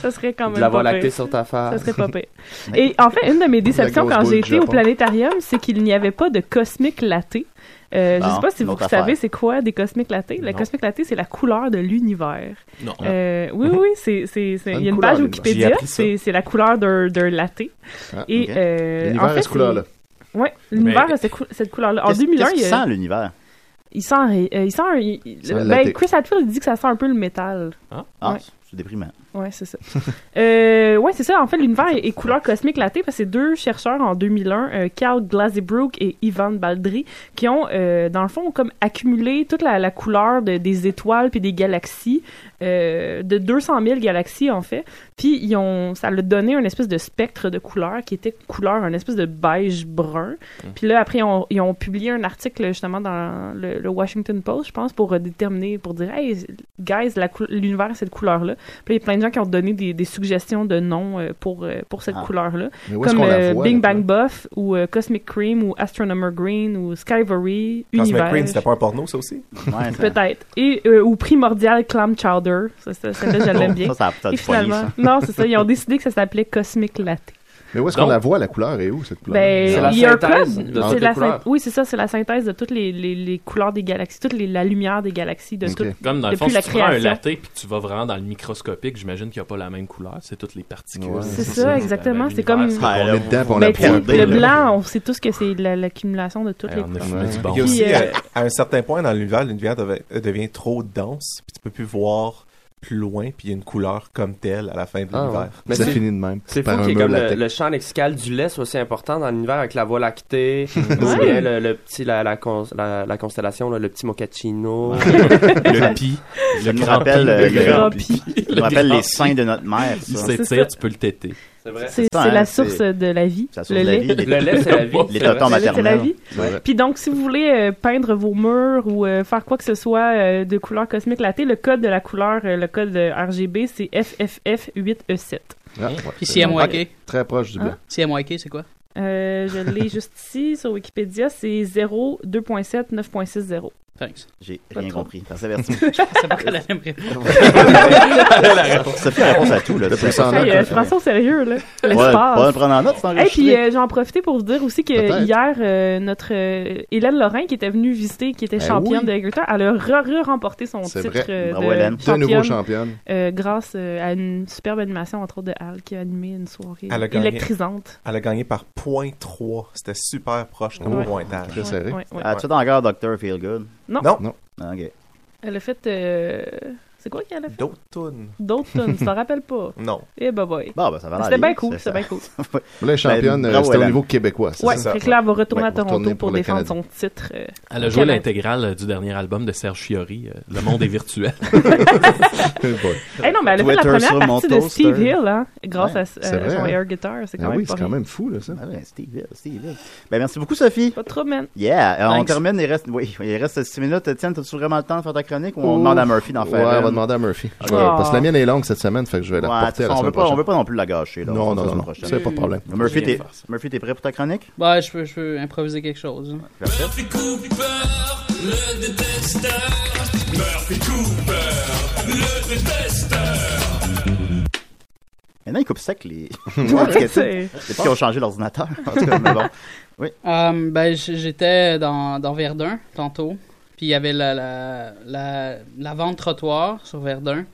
[SPEAKER 6] Ça serait quand
[SPEAKER 7] De
[SPEAKER 6] même
[SPEAKER 7] la
[SPEAKER 6] pas
[SPEAKER 7] Voie
[SPEAKER 6] pire.
[SPEAKER 7] lactée sur ta face.
[SPEAKER 6] Ça serait pas pire. Et en fait, une de mes déceptions
[SPEAKER 7] grosse
[SPEAKER 6] quand
[SPEAKER 7] boule
[SPEAKER 6] j'ai
[SPEAKER 7] du
[SPEAKER 6] été au
[SPEAKER 7] Japon.
[SPEAKER 6] planétarium, c'est qu'il n'y avait pas de cosmic laté. Euh, je
[SPEAKER 7] Bon,
[SPEAKER 6] sais pas si
[SPEAKER 7] une
[SPEAKER 6] vous
[SPEAKER 7] autre
[SPEAKER 6] savez
[SPEAKER 7] affaire.
[SPEAKER 6] c'est quoi des cosmic latés. Le
[SPEAKER 7] Non.
[SPEAKER 6] cosmic laté, c'est la couleur de l'univers.
[SPEAKER 7] Non.
[SPEAKER 6] Euh, oui, oui, c'est, c'est, c'est- il y a
[SPEAKER 7] Une
[SPEAKER 6] une
[SPEAKER 7] couleur
[SPEAKER 6] page
[SPEAKER 7] de l'univers. J'ai
[SPEAKER 6] Wikipédia,
[SPEAKER 7] appris ça.
[SPEAKER 6] c'est, c'est la couleur d'un, d'un laté.
[SPEAKER 4] Ah,
[SPEAKER 6] Et
[SPEAKER 4] ok.
[SPEAKER 6] euh,
[SPEAKER 4] L'univers
[SPEAKER 6] en fait,
[SPEAKER 4] a cette couleur-là.
[SPEAKER 6] c'est- Ouais, l'univers
[SPEAKER 4] Mais-
[SPEAKER 6] a cette, cou- cette couleur-là. En
[SPEAKER 4] Qu'est-ce-
[SPEAKER 6] 2001,
[SPEAKER 4] qu'est-ce
[SPEAKER 6] il
[SPEAKER 4] qu'il
[SPEAKER 6] y a-
[SPEAKER 4] sent, l'univers?
[SPEAKER 6] il sent, euh, il sent un- il-
[SPEAKER 4] Ça
[SPEAKER 6] ben,
[SPEAKER 4] va latter.
[SPEAKER 6] Chris Hadfield il dit que ça sent un peu le métal.
[SPEAKER 4] Ah,
[SPEAKER 6] Ouais.
[SPEAKER 4] c'est déprimant.
[SPEAKER 6] Ouais, c'est ça. Euh, ouais, c'est ça. En fait, l'univers est, est couleur cosmique lattée parce que c'est deux chercheurs en 2001, euh, Carl Glazebrook et Ivan Baldry, qui ont, euh, dans le fond, comme accumulé toute la, la couleur de- des étoiles puis des galaxies, euh, de 200 000 galaxies, en fait. Puis, ils ont, ça leur donné un espèce de spectre de couleurs qui était couleur, un espèce de beige brun. Puis là, après, on- ils ont publié un article, justement, dans le, le Washington Post, je pense, pour euh, déterminer, pour dire, hey, guys, la cou- l'univers, c'est cette couleur-là. Puis là, il y a plein de gens qui ont donné des, des suggestions de noms euh, pour, euh, pour cette
[SPEAKER 5] Ah.
[SPEAKER 6] couleur-là.
[SPEAKER 5] Mais où est-ce
[SPEAKER 6] Comme
[SPEAKER 5] qu'on la
[SPEAKER 6] euh,
[SPEAKER 5] voit,
[SPEAKER 6] Bing
[SPEAKER 5] la
[SPEAKER 6] Bang Buff, ou euh, Cosmic Cream, ou Astronomer Green, ou Skyvory,
[SPEAKER 8] Cosmic
[SPEAKER 6] Univers.
[SPEAKER 8] Queen, c'était pas un porno, ça aussi?
[SPEAKER 6] Peut-être. Et, euh, ou Primordial Clam Chowder. Ça, ça, celle-là, je l'aime bien.
[SPEAKER 5] Ça, ça a peut-être
[SPEAKER 6] Et finalement,
[SPEAKER 5] poigné, ça.
[SPEAKER 6] non, c'est ça. Ils ont décidé que ça s'appelait Cosmic Latte.
[SPEAKER 5] Mais où est-ce
[SPEAKER 6] Donc-
[SPEAKER 5] qu'on la voit, la couleur est où cette couleur?
[SPEAKER 6] Ben, il y a un code. C'est
[SPEAKER 5] toutes
[SPEAKER 6] la
[SPEAKER 5] les couleurs.
[SPEAKER 6] syn- Oui, c'est ça, c'est la synthèse de toutes les, les, les couleurs des galaxies, toute les- la lumière des galaxies, de tout,
[SPEAKER 9] Comme dans le
[SPEAKER 6] depuis
[SPEAKER 9] fond, si
[SPEAKER 6] la
[SPEAKER 9] tu prends un
[SPEAKER 6] création.
[SPEAKER 9] latte puis que tu vas vraiment dans le microscopique, j'imagine qu'il n'y a pas la même couleur. C'est toutes les particules. Ben,
[SPEAKER 5] Ouais,
[SPEAKER 6] C'est ça, exactement. C'est comme.
[SPEAKER 9] on est dedans
[SPEAKER 6] Ben,
[SPEAKER 9] on l'a
[SPEAKER 6] tu sais, Le blanc, on sait tous que c'est la- l'accumulation de toutes les
[SPEAKER 8] Il
[SPEAKER 6] couleurs.
[SPEAKER 8] y a aussi,
[SPEAKER 6] Puis, euh,
[SPEAKER 8] euh, à un certain point dans l'univers, l'univers deve- euh, devient trop dense, puis tu peux plus voir plus loin, puis il y a une couleur comme telle à la fin de
[SPEAKER 7] Ah,
[SPEAKER 8] l'univers.
[SPEAKER 7] ouais. Mais c'est- C'est fou
[SPEAKER 5] un
[SPEAKER 7] qu'il y ait
[SPEAKER 5] mur
[SPEAKER 7] comme le,
[SPEAKER 5] latex.
[SPEAKER 7] le champ lexical du lait soit aussi important dans l'univers avec la voie lactée, ou
[SPEAKER 5] Ouais.
[SPEAKER 7] bien le, le petit, la, la, cons- la- la constellation, là, le petit mochaccino.
[SPEAKER 4] Le pi. Ça nous rappelle, euh, le- ça nous rappelle les seins de notre mère.
[SPEAKER 9] Il
[SPEAKER 4] ça.
[SPEAKER 9] s'étire,
[SPEAKER 4] C'est ça.
[SPEAKER 9] tu peux le téter.
[SPEAKER 7] C'est vrai.
[SPEAKER 6] C'est
[SPEAKER 4] ça,
[SPEAKER 6] c'est
[SPEAKER 4] hein,
[SPEAKER 6] la source
[SPEAKER 4] c'est-
[SPEAKER 6] de la vie.
[SPEAKER 4] c'est la source
[SPEAKER 6] le
[SPEAKER 4] de la
[SPEAKER 6] lait.
[SPEAKER 4] vie, les- Le lait, c'est la vie. les tontons
[SPEAKER 6] Le lait, c'est la
[SPEAKER 4] maternels.
[SPEAKER 6] vie.
[SPEAKER 4] C'est vrai.
[SPEAKER 6] Puis donc, si vous voulez euh, peindre vos murs ou euh, faire quoi que ce soit euh, de couleur cosmique lattée, le code de la couleur, euh, le code de RGB, c'est FFF8E7.
[SPEAKER 4] Ah.
[SPEAKER 12] Puis CMYK.
[SPEAKER 5] Très proche
[SPEAKER 6] Hein?
[SPEAKER 12] CMYK, c'est quoi?
[SPEAKER 6] Euh, je l'ai juste ici sur Wikipédia, c'est 0, 2.7, 9.60.
[SPEAKER 12] Thanks.
[SPEAKER 4] J'ai rien compris. Perséverance.
[SPEAKER 12] Je pensais pas qu'elle allait me répondre.
[SPEAKER 4] Ça fait la réponse à tout, là.
[SPEAKER 6] Je
[SPEAKER 4] Ça fait en note,
[SPEAKER 6] prends ça au euh, sérieux, là.
[SPEAKER 4] Ouais,
[SPEAKER 6] L'espace.
[SPEAKER 4] pas le prendre en note, c'est
[SPEAKER 6] Et puis,
[SPEAKER 4] enregistré.
[SPEAKER 6] euh, j'en profiter pour vous dire aussi que
[SPEAKER 4] Peut-être.
[SPEAKER 6] hier, euh, notre euh, Hélène Lorrain, qui était venue visiter, qui était
[SPEAKER 4] Ben
[SPEAKER 6] championne
[SPEAKER 4] oui.
[SPEAKER 6] de Haggerton, elle a re-re-remporté son
[SPEAKER 5] C'est
[SPEAKER 6] titre
[SPEAKER 5] vrai.
[SPEAKER 6] euh,
[SPEAKER 5] Bravo,
[SPEAKER 6] de,
[SPEAKER 5] Hélène. De nouveau championne.
[SPEAKER 6] euh, grâce euh, à une superbe animation, entre autres, de Al, qui a animé une soirée
[SPEAKER 8] Elle a gagné-
[SPEAKER 6] électrisante.
[SPEAKER 8] Elle a gagné par 0.3. C'était super proche comme
[SPEAKER 6] Ouais.
[SPEAKER 8] pointage.
[SPEAKER 6] Très serré. Ouais, ouais, ouais.
[SPEAKER 4] Ah, tu as encore Dr. Feelgood?
[SPEAKER 6] Non. Euh,
[SPEAKER 8] Non.
[SPEAKER 4] Ah, OK.
[SPEAKER 6] Elle a fait... euh, C'est quoi qu'elle a fait?
[SPEAKER 8] D'autres tunes.
[SPEAKER 6] D'autres tunes, tu t'en rappelles pas?
[SPEAKER 8] Non.
[SPEAKER 6] Eh bah boy.
[SPEAKER 4] Bon, ben, ça va
[SPEAKER 6] C'était
[SPEAKER 4] aller,
[SPEAKER 6] bien cool,
[SPEAKER 4] c'est
[SPEAKER 6] c'était
[SPEAKER 4] ça.
[SPEAKER 6] bien cool.
[SPEAKER 5] Là, les championnes,
[SPEAKER 4] Ben, bravo,
[SPEAKER 5] c'était au
[SPEAKER 4] Hélène.
[SPEAKER 5] niveau québécois. c'est
[SPEAKER 6] Ouais,
[SPEAKER 5] ça?
[SPEAKER 6] fait que là, elle va retourner
[SPEAKER 5] Ouais,
[SPEAKER 6] à Toronto
[SPEAKER 5] retourner
[SPEAKER 6] pour,
[SPEAKER 5] le
[SPEAKER 6] défendre
[SPEAKER 5] Canada.
[SPEAKER 6] son titre. euh,
[SPEAKER 9] Elle a joué
[SPEAKER 6] Canada.
[SPEAKER 9] l'intégrale euh, du dernier album de Serge Fiori, euh, Le monde est virtuel.
[SPEAKER 6] Eh non, mais elle a fait la
[SPEAKER 9] Twitter
[SPEAKER 6] première
[SPEAKER 9] sur mon
[SPEAKER 6] partie de
[SPEAKER 9] toaster.
[SPEAKER 6] Steve Hill, hein, grâce
[SPEAKER 4] Ouais,
[SPEAKER 6] à,
[SPEAKER 4] c'est
[SPEAKER 6] à
[SPEAKER 4] vrai,
[SPEAKER 6] son
[SPEAKER 4] hein.
[SPEAKER 6] air guitar. C'est
[SPEAKER 4] Ben
[SPEAKER 6] quand,
[SPEAKER 4] oui,
[SPEAKER 6] même
[SPEAKER 4] c'est
[SPEAKER 6] pas
[SPEAKER 4] quand
[SPEAKER 6] rien.
[SPEAKER 4] même fou, là, ça.
[SPEAKER 5] Ah
[SPEAKER 4] Steve Hill, Steve Hill. Ben, merci beaucoup, Sophie.
[SPEAKER 6] Pas trop, man.
[SPEAKER 4] Yeah, euh, on
[SPEAKER 6] Thanks.
[SPEAKER 4] termine, il reste, oui, il reste 6 minutes. Étienne, t'as-tu vraiment le temps de faire ta chronique ou on
[SPEAKER 5] Ouf.
[SPEAKER 4] demande à Murphy d'en faire
[SPEAKER 5] Ouais, on
[SPEAKER 4] une?
[SPEAKER 5] va demander à Murphy. Je vais-
[SPEAKER 4] Ah.
[SPEAKER 5] Parce que la mienne est longue cette semaine, fait que je vais la
[SPEAKER 4] Ouais,
[SPEAKER 5] reporter à la
[SPEAKER 4] on,
[SPEAKER 5] semaine
[SPEAKER 4] veut pas, on
[SPEAKER 5] prochaine.
[SPEAKER 4] veut pas non plus la gâcher. Là,
[SPEAKER 5] Non, non,
[SPEAKER 4] On fait ça
[SPEAKER 5] non,
[SPEAKER 4] la
[SPEAKER 5] non.
[SPEAKER 4] prochaine.
[SPEAKER 5] C'est pas de problème.
[SPEAKER 4] Murphy,
[SPEAKER 12] Je
[SPEAKER 4] t'es,
[SPEAKER 12] vais faire ça.
[SPEAKER 4] Murphy, t'es prêt pour ta chronique?
[SPEAKER 12] Ouais, Bah, je peux, je peux improviser quelque chose. hein.
[SPEAKER 13] Murphy Cooper, le détesteur. Murphy Cooper, le détesteur.
[SPEAKER 4] Maintenant, ils coupent sec les.
[SPEAKER 12] Ouais,
[SPEAKER 4] les
[SPEAKER 12] c'est-
[SPEAKER 4] Depuis qu'ils ont changé l'ordinateur. En tout cas, mais bon. Oui.
[SPEAKER 12] Euh, ben, j- j'étais dans, dans Verdun tantôt, puis il y avait la, la, la, la vente trottoir sur Verdun,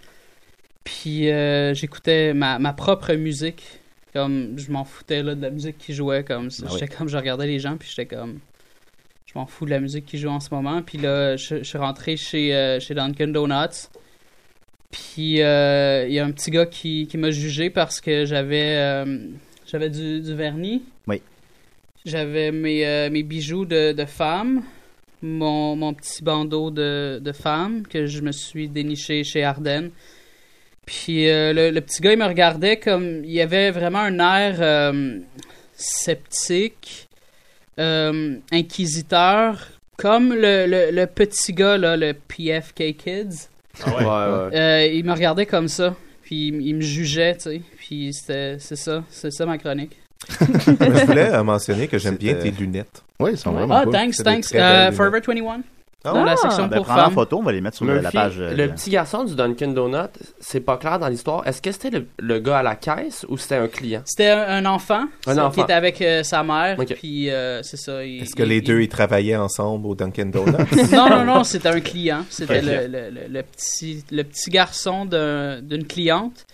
[SPEAKER 12] puis euh, j'écoutais ma, ma propre musique, comme je m'en foutais là, de la musique qui jouait, comme
[SPEAKER 13] Ah
[SPEAKER 12] j'étais
[SPEAKER 13] oui.
[SPEAKER 12] comme je regardais les gens, puis j'étais comme je m'en fous de la musique qui joue en ce moment, puis là je, je suis rentré chez euh, chez Dunkin Donuts. Puis euh, il y a un petit gars qui, qui m'a jugé parce que j'avais euh, j'avais du, du vernis.
[SPEAKER 4] Oui.
[SPEAKER 12] J'avais mes, euh, mes bijoux de, de femme, mon, mon petit bandeau de, de femme que je me suis déniché chez Ardennes. Puis euh, le, le petit gars, il me regardait comme. Il avait vraiment un air euh, sceptique, euh, inquisiteur, comme le, le, le petit gars, là, le PFK Kids.
[SPEAKER 7] Ah ouais? Ouais, ouais.
[SPEAKER 12] Euh, il me regardait comme ça. Puis il, il me jugeait, tu sais. Puis c'était, c'est ça, c'est ça ma chronique.
[SPEAKER 8] Mais je voulais euh, mentionner que j'aime bien
[SPEAKER 4] C'était-
[SPEAKER 8] tes lunettes.
[SPEAKER 5] Oui, ils sont
[SPEAKER 12] Ah, thanks, thanks. Euh, Forever 21. Dans la section
[SPEAKER 4] ben,
[SPEAKER 12] pour
[SPEAKER 4] prends-la en
[SPEAKER 12] femmes.
[SPEAKER 4] photo, on va les mettre sur le- la
[SPEAKER 7] Ah,
[SPEAKER 4] page.
[SPEAKER 7] Murphy,
[SPEAKER 4] euh,
[SPEAKER 7] le petit garçon du Dunkin' Donut, c'est pas clair dans l'histoire. Est-ce que c'était le, le gars à la caisse ou c'était un client?
[SPEAKER 12] C'était un un enfant, ça,
[SPEAKER 7] Un
[SPEAKER 12] qui
[SPEAKER 7] enfant.
[SPEAKER 12] était avec euh, sa mère,
[SPEAKER 7] Ok.
[SPEAKER 12] puis euh, c'est ça. il-
[SPEAKER 8] Est-ce que
[SPEAKER 12] il-
[SPEAKER 8] les
[SPEAKER 12] il-
[SPEAKER 8] deux, ils travaillaient ensemble au Dunkin' Donuts?
[SPEAKER 12] Non, non, non, c'était un client. C'était
[SPEAKER 8] Ok.
[SPEAKER 12] le, le- le- le petit, le petit garçon d'un- d'une cliente.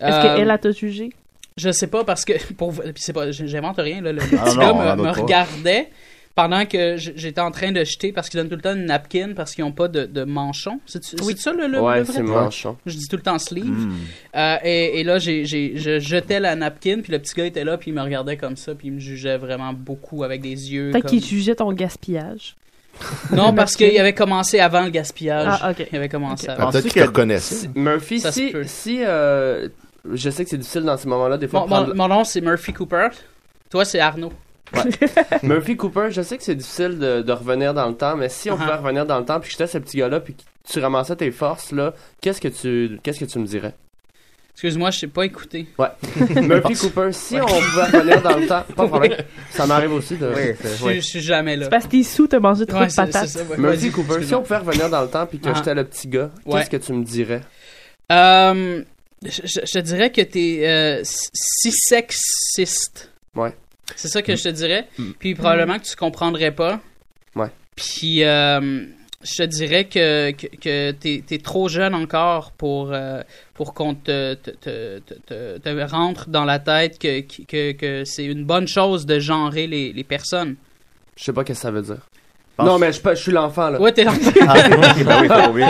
[SPEAKER 6] Est-ce
[SPEAKER 12] Euh,
[SPEAKER 6] qu'elle a t'a jugé?
[SPEAKER 12] Je sais pas parce que pour puis c'est pas j- j'invente rien là le, le
[SPEAKER 6] Ah
[SPEAKER 12] petit
[SPEAKER 6] non, on en
[SPEAKER 12] gars me,
[SPEAKER 6] doute
[SPEAKER 12] me
[SPEAKER 6] pas.
[SPEAKER 12] regardait pendant que j- j'étais en train de jeter parce qu'ils donnent tout le temps une napkin parce qu'ils ont pas de, de manchon. C'est
[SPEAKER 7] Oui.
[SPEAKER 12] ça le, le-
[SPEAKER 7] Ouais,
[SPEAKER 12] le vrai
[SPEAKER 7] c'est
[SPEAKER 12] terme?
[SPEAKER 7] manchon.
[SPEAKER 12] Je dis tout le temps sleeve.
[SPEAKER 6] Hmm.
[SPEAKER 7] Mm.
[SPEAKER 12] Euh, et, et là j'ai j'ai- je jetais la napkin puis le petit gars était là puis il me regardait comme ça puis il me jugeait vraiment beaucoup avec des yeux.
[SPEAKER 6] Peut-être
[SPEAKER 12] comme-
[SPEAKER 6] qu'il jugeait ton gaspillage.
[SPEAKER 12] Non parce qu'il avait commencé avant le gaspillage.
[SPEAKER 6] Ah, ok.
[SPEAKER 12] Il avait commencé.
[SPEAKER 6] Ok.
[SPEAKER 12] avant.
[SPEAKER 5] Peut-être qu'ils te reconnaissent.
[SPEAKER 7] Murphy,
[SPEAKER 12] Ça se
[SPEAKER 7] si, si euh, je sais que c'est difficile dans ces moments-là, des fois.
[SPEAKER 12] Mon,
[SPEAKER 7] de prendre-
[SPEAKER 12] mon- mon nom c'est Murphy Cooper. Toi c'est Arnaud.
[SPEAKER 7] Murphy Cooper, je sais que c'est difficile de, de revenir dans le temps, mais si on
[SPEAKER 12] Uh-huh.
[SPEAKER 7] pouvait revenir dans le temps, puis que j'étais ce petit gars-là, puis que tu ramassais tes forces, là, qu'est-ce que tu, qu'est-ce que tu me dirais?
[SPEAKER 12] Excuse-moi je sais pas écouter.
[SPEAKER 7] Ouais. Murphy Cooper, si on pouvait revenir dans le temps, pas de problème. Ça m'arrive aussi de.
[SPEAKER 12] Oui, c'est- Je- oui. je suis jamais là.
[SPEAKER 6] C'est parce que t'es sous, t'as mangé trop
[SPEAKER 12] Ouais,
[SPEAKER 6] de
[SPEAKER 12] c'est-
[SPEAKER 6] patates.
[SPEAKER 12] c'est ça, ouais.
[SPEAKER 7] Murphy
[SPEAKER 12] Vas-y,
[SPEAKER 7] Cooper, si
[SPEAKER 12] excuse-moi.
[SPEAKER 7] on pouvait revenir dans le temps, puis que
[SPEAKER 12] Ah.
[SPEAKER 7] j'étais le petit gars,
[SPEAKER 12] Ouais.
[SPEAKER 7] qu'est-ce que tu me dirais?
[SPEAKER 12] Euh, je, je- je te dirais que t'es euh, s- si sexiste.
[SPEAKER 7] Ouais.
[SPEAKER 12] C'est ça que je te dirais.
[SPEAKER 7] Mm.
[SPEAKER 12] Puis probablement que tu comprendrais pas.
[SPEAKER 7] Ouais.
[SPEAKER 12] Puis euh, je te dirais que, que, que t'es t'es trop jeune encore pour, euh, pour qu'on te, te, te, te- te- te rentre dans la tête que, que, que c'est une bonne chose de genrer les, les personnes.
[SPEAKER 7] Je sais pas qu'est-ce que ça veut dire.
[SPEAKER 4] Pense-
[SPEAKER 7] Non, mais je, peux- je suis l'enfant, là.
[SPEAKER 12] Ouais, t'es l'enfant.
[SPEAKER 4] Ah, ok, ben oui, t'as oublié.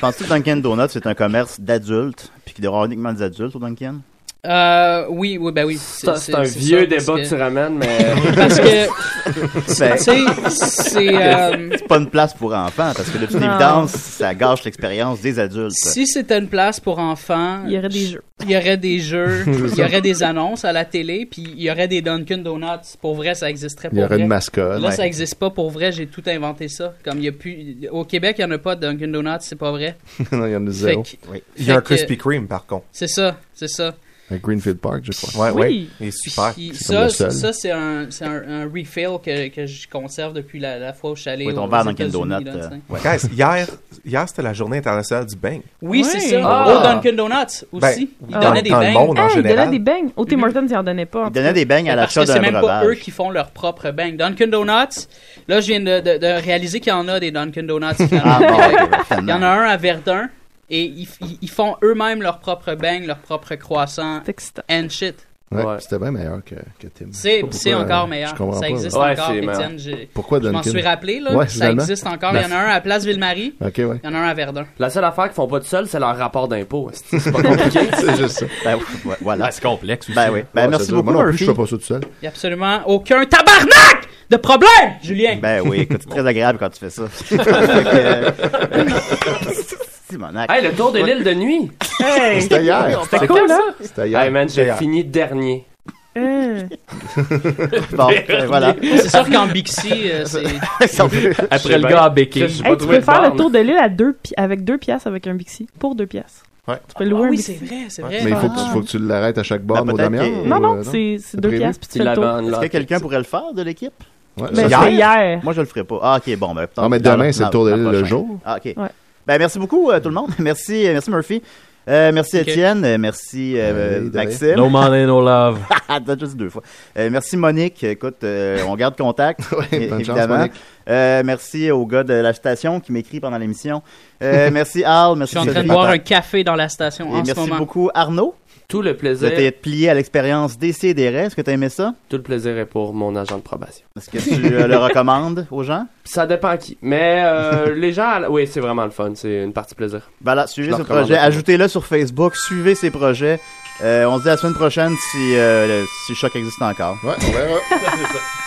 [SPEAKER 4] Penses-tu que Dunkin' Donuts, c'est un commerce d'adultes, puis qu'il doit y avoir uniquement des adultes au Dunkin'?
[SPEAKER 12] Euh, oui, oui, ben oui.
[SPEAKER 7] Ça, c'est un vieux
[SPEAKER 12] ça, parce
[SPEAKER 7] débat que tu ramènes, mais-
[SPEAKER 12] parce que.
[SPEAKER 4] Ben,
[SPEAKER 12] tu sais, c'est. euh,
[SPEAKER 4] c'est pas une place pour enfants, parce que de toute
[SPEAKER 12] Non.
[SPEAKER 4] évidence, ça gâche l'expérience des adultes.
[SPEAKER 12] Si c'était une place pour enfants,
[SPEAKER 6] Il y aurait des jeux.
[SPEAKER 12] Il y aurait des jeux,
[SPEAKER 4] C'est
[SPEAKER 12] il y
[SPEAKER 4] ça.
[SPEAKER 12] aurait des annonces à la télé, puis il y aurait des Dunkin' Donuts. Pour vrai, ça existerait.
[SPEAKER 5] Il y
[SPEAKER 12] pour
[SPEAKER 5] aurait
[SPEAKER 12] vrai.
[SPEAKER 5] une mascotte.
[SPEAKER 12] Là,
[SPEAKER 5] Ouais.
[SPEAKER 12] ça n'existe pas pour vrai. J'ai tout inventé ça. Comme il y a plus au Québec, il y en a pas de Dunkin' Donuts, c'est pas vrai.
[SPEAKER 5] Non, il y en a
[SPEAKER 12] Fait
[SPEAKER 5] zéro.
[SPEAKER 12] que-
[SPEAKER 8] Il y a un
[SPEAKER 12] fait que-
[SPEAKER 8] Krispy Kreme, par contre.
[SPEAKER 12] C'est ça, c'est ça.
[SPEAKER 5] À Greenfield Park, je
[SPEAKER 8] Ouais,
[SPEAKER 5] crois.
[SPEAKER 8] ouais. Oui. Il est super.
[SPEAKER 12] Puis
[SPEAKER 5] C'est comme
[SPEAKER 12] ça,
[SPEAKER 5] le seul.
[SPEAKER 12] ça c'est un, c'est un, un refill que, que je conserve depuis la, la fois où je suis allé.
[SPEAKER 4] Oui, ton
[SPEAKER 12] aux
[SPEAKER 4] verre dans quel
[SPEAKER 12] États-Unis,
[SPEAKER 4] donut,
[SPEAKER 12] là,
[SPEAKER 4] euh,
[SPEAKER 12] tu sais.
[SPEAKER 4] ouais.
[SPEAKER 8] Guys, hier, hier c'était la journée internationale du bain.
[SPEAKER 12] Oui, c'est ça.
[SPEAKER 8] Ah.
[SPEAKER 12] Au Dunkin' Donuts aussi.
[SPEAKER 8] Ben,
[SPEAKER 12] ils
[SPEAKER 8] dans-
[SPEAKER 12] donnaient des
[SPEAKER 8] dans le
[SPEAKER 12] bangs.
[SPEAKER 8] monde, en
[SPEAKER 6] Ah, il donnait
[SPEAKER 8] général.
[SPEAKER 6] des beignes. Au Tim Hortons, il en donnait pas. en
[SPEAKER 4] Il donnait des beignes à
[SPEAKER 12] Parce
[SPEAKER 4] l'achat
[SPEAKER 12] que c'est
[SPEAKER 4] d'un
[SPEAKER 12] même pas eux
[SPEAKER 4] breuvage.
[SPEAKER 12] qui font leur propre bang. Dunkin' Donuts, là, je viens de, de- de réaliser qu'il y en a des Dunkin' Donuts. Il y en a,
[SPEAKER 4] Ah, bon,
[SPEAKER 12] euh,
[SPEAKER 4] ok,
[SPEAKER 12] il y en a un à Verdun et ils, ils- ils font eux-mêmes leur propre bang, leur propre croissant and shit.
[SPEAKER 5] Ouais, puis C'était bien meilleur que, que Tim.
[SPEAKER 12] C'est-
[SPEAKER 5] Je sais pas
[SPEAKER 12] c'est
[SPEAKER 5] pourquoi,
[SPEAKER 12] encore
[SPEAKER 5] euh,
[SPEAKER 12] meilleur.
[SPEAKER 5] je comprends
[SPEAKER 12] Ça
[SPEAKER 5] pas.
[SPEAKER 12] existe Ouais, encore, c'est Étienne, meilleur. j'ai-
[SPEAKER 5] Pourquoi
[SPEAKER 12] Je
[SPEAKER 5] Duncan
[SPEAKER 12] m'en suis rappelé, là.
[SPEAKER 5] Ouais,
[SPEAKER 12] ça
[SPEAKER 5] finalement.
[SPEAKER 12] existe encore. Il y en a un à Place Ville-Marie.
[SPEAKER 5] Ok, ouais.
[SPEAKER 12] Il y en a un à Verdun.
[SPEAKER 7] La seule affaire qu'ils font pas tout seul, c'est leur rapport d'impôt. C'est c'est pas compliqué.
[SPEAKER 5] c'est juste ça.
[SPEAKER 4] Ben, ouais, voilà.
[SPEAKER 9] c'est complexe aussi.
[SPEAKER 4] Ben oui. Ben,
[SPEAKER 5] Ouais,
[SPEAKER 4] merci
[SPEAKER 5] c'est ça.
[SPEAKER 4] beaucoup,
[SPEAKER 5] Moi non plus,
[SPEAKER 4] Murphy.
[SPEAKER 5] je fais pas ça tout seul.
[SPEAKER 12] Il n'y a absolument aucun tabarnak de problème, Julien.
[SPEAKER 4] Ben oui, écoute, c'est très agréable quand tu fais ça. Fait que, euh, Simonac.
[SPEAKER 7] Hey, le tour de l'île de nuit!
[SPEAKER 4] Hey! C'était hier.
[SPEAKER 7] C'était
[SPEAKER 4] C'était
[SPEAKER 7] cool,
[SPEAKER 4] cool,
[SPEAKER 7] ça?
[SPEAKER 4] hein? C'était hier.
[SPEAKER 7] Hey, man,
[SPEAKER 4] C'était
[SPEAKER 7] j'ai
[SPEAKER 4] hier.
[SPEAKER 7] fini dernier.
[SPEAKER 4] Bon, ben, voilà.
[SPEAKER 12] C'est sûr qu'en Bixi, euh, c'est.
[SPEAKER 9] Après le gars à béquille.
[SPEAKER 6] Hey, tu peux faire le tour de l'île à deux pi- avec deux piastres avec un Bixi. Pour deux piastres.
[SPEAKER 5] Ouais.
[SPEAKER 6] Tu peux louer un
[SPEAKER 12] Ah oui,
[SPEAKER 6] Bixi.
[SPEAKER 12] c'est vrai, Ah. c'est
[SPEAKER 5] Mais il faut que, tu- faut que tu l'arrêtes à chaque bar,
[SPEAKER 4] Ben,
[SPEAKER 5] mon
[SPEAKER 4] peut-être
[SPEAKER 5] Damien. euh,
[SPEAKER 4] que-
[SPEAKER 6] Non, non, c'est- c'est deux piastres, puis tu fais le tour.
[SPEAKER 4] Est-ce que quelqu'un pourrait le faire de l'équipe?
[SPEAKER 5] Ouais,
[SPEAKER 6] Mais
[SPEAKER 5] ça-
[SPEAKER 6] c'est hier.
[SPEAKER 4] Moi, je le ferai pas. Ah, ok, bon, ben.
[SPEAKER 5] Ah, mais
[SPEAKER 4] dans-
[SPEAKER 5] demain, c'est le
[SPEAKER 4] dans-
[SPEAKER 5] tour de
[SPEAKER 4] dans
[SPEAKER 5] l'île le
[SPEAKER 4] prochain.
[SPEAKER 5] jour.
[SPEAKER 4] Ah, ok.
[SPEAKER 6] Ouais.
[SPEAKER 4] Ben, merci beaucoup, euh, tout le monde. merci, euh, merci Murphy. Euh, merci Étienne, Euh, merci euh,
[SPEAKER 5] de
[SPEAKER 4] Maxime.
[SPEAKER 9] No money, no love.
[SPEAKER 4] T'as juste deux fois. Euh, merci Monique. Écoute, euh, on garde contact, é-
[SPEAKER 5] bonne chance,
[SPEAKER 4] évidemment.
[SPEAKER 5] Monique.
[SPEAKER 4] Euh, merci au gars de la station qui m'écrit pendant l'émission. Euh, merci Al,
[SPEAKER 12] Je
[SPEAKER 4] merci
[SPEAKER 12] suis en train de
[SPEAKER 4] Sophie.
[SPEAKER 12] boire un café dans la station
[SPEAKER 4] Et
[SPEAKER 12] en ce
[SPEAKER 4] merci
[SPEAKER 12] moment.
[SPEAKER 4] beaucoup Arnaud.
[SPEAKER 7] Tout le
[SPEAKER 4] Vous
[SPEAKER 7] plaisir.
[SPEAKER 4] êtes plié à l'expérience DC et des E. Est-ce que t'as aimé ça?
[SPEAKER 7] Tout le plaisir est pour mon agent de probation.
[SPEAKER 4] Est-ce que tu euh, le recommandes aux gens?
[SPEAKER 7] Ça dépend à qui. Mais euh, les gens, à la- oui, c'est vraiment le fun. C'est une partie plaisir.
[SPEAKER 4] Voilà, suivez
[SPEAKER 7] Je
[SPEAKER 4] ce
[SPEAKER 7] le recommande
[SPEAKER 4] projet.
[SPEAKER 7] à tout le monde.
[SPEAKER 4] Ajoutez-le sur Facebook. Suivez ses projets. Euh, on se dit à la semaine prochaine si, euh, le- si Choc existe encore.
[SPEAKER 5] Ouais, on verra.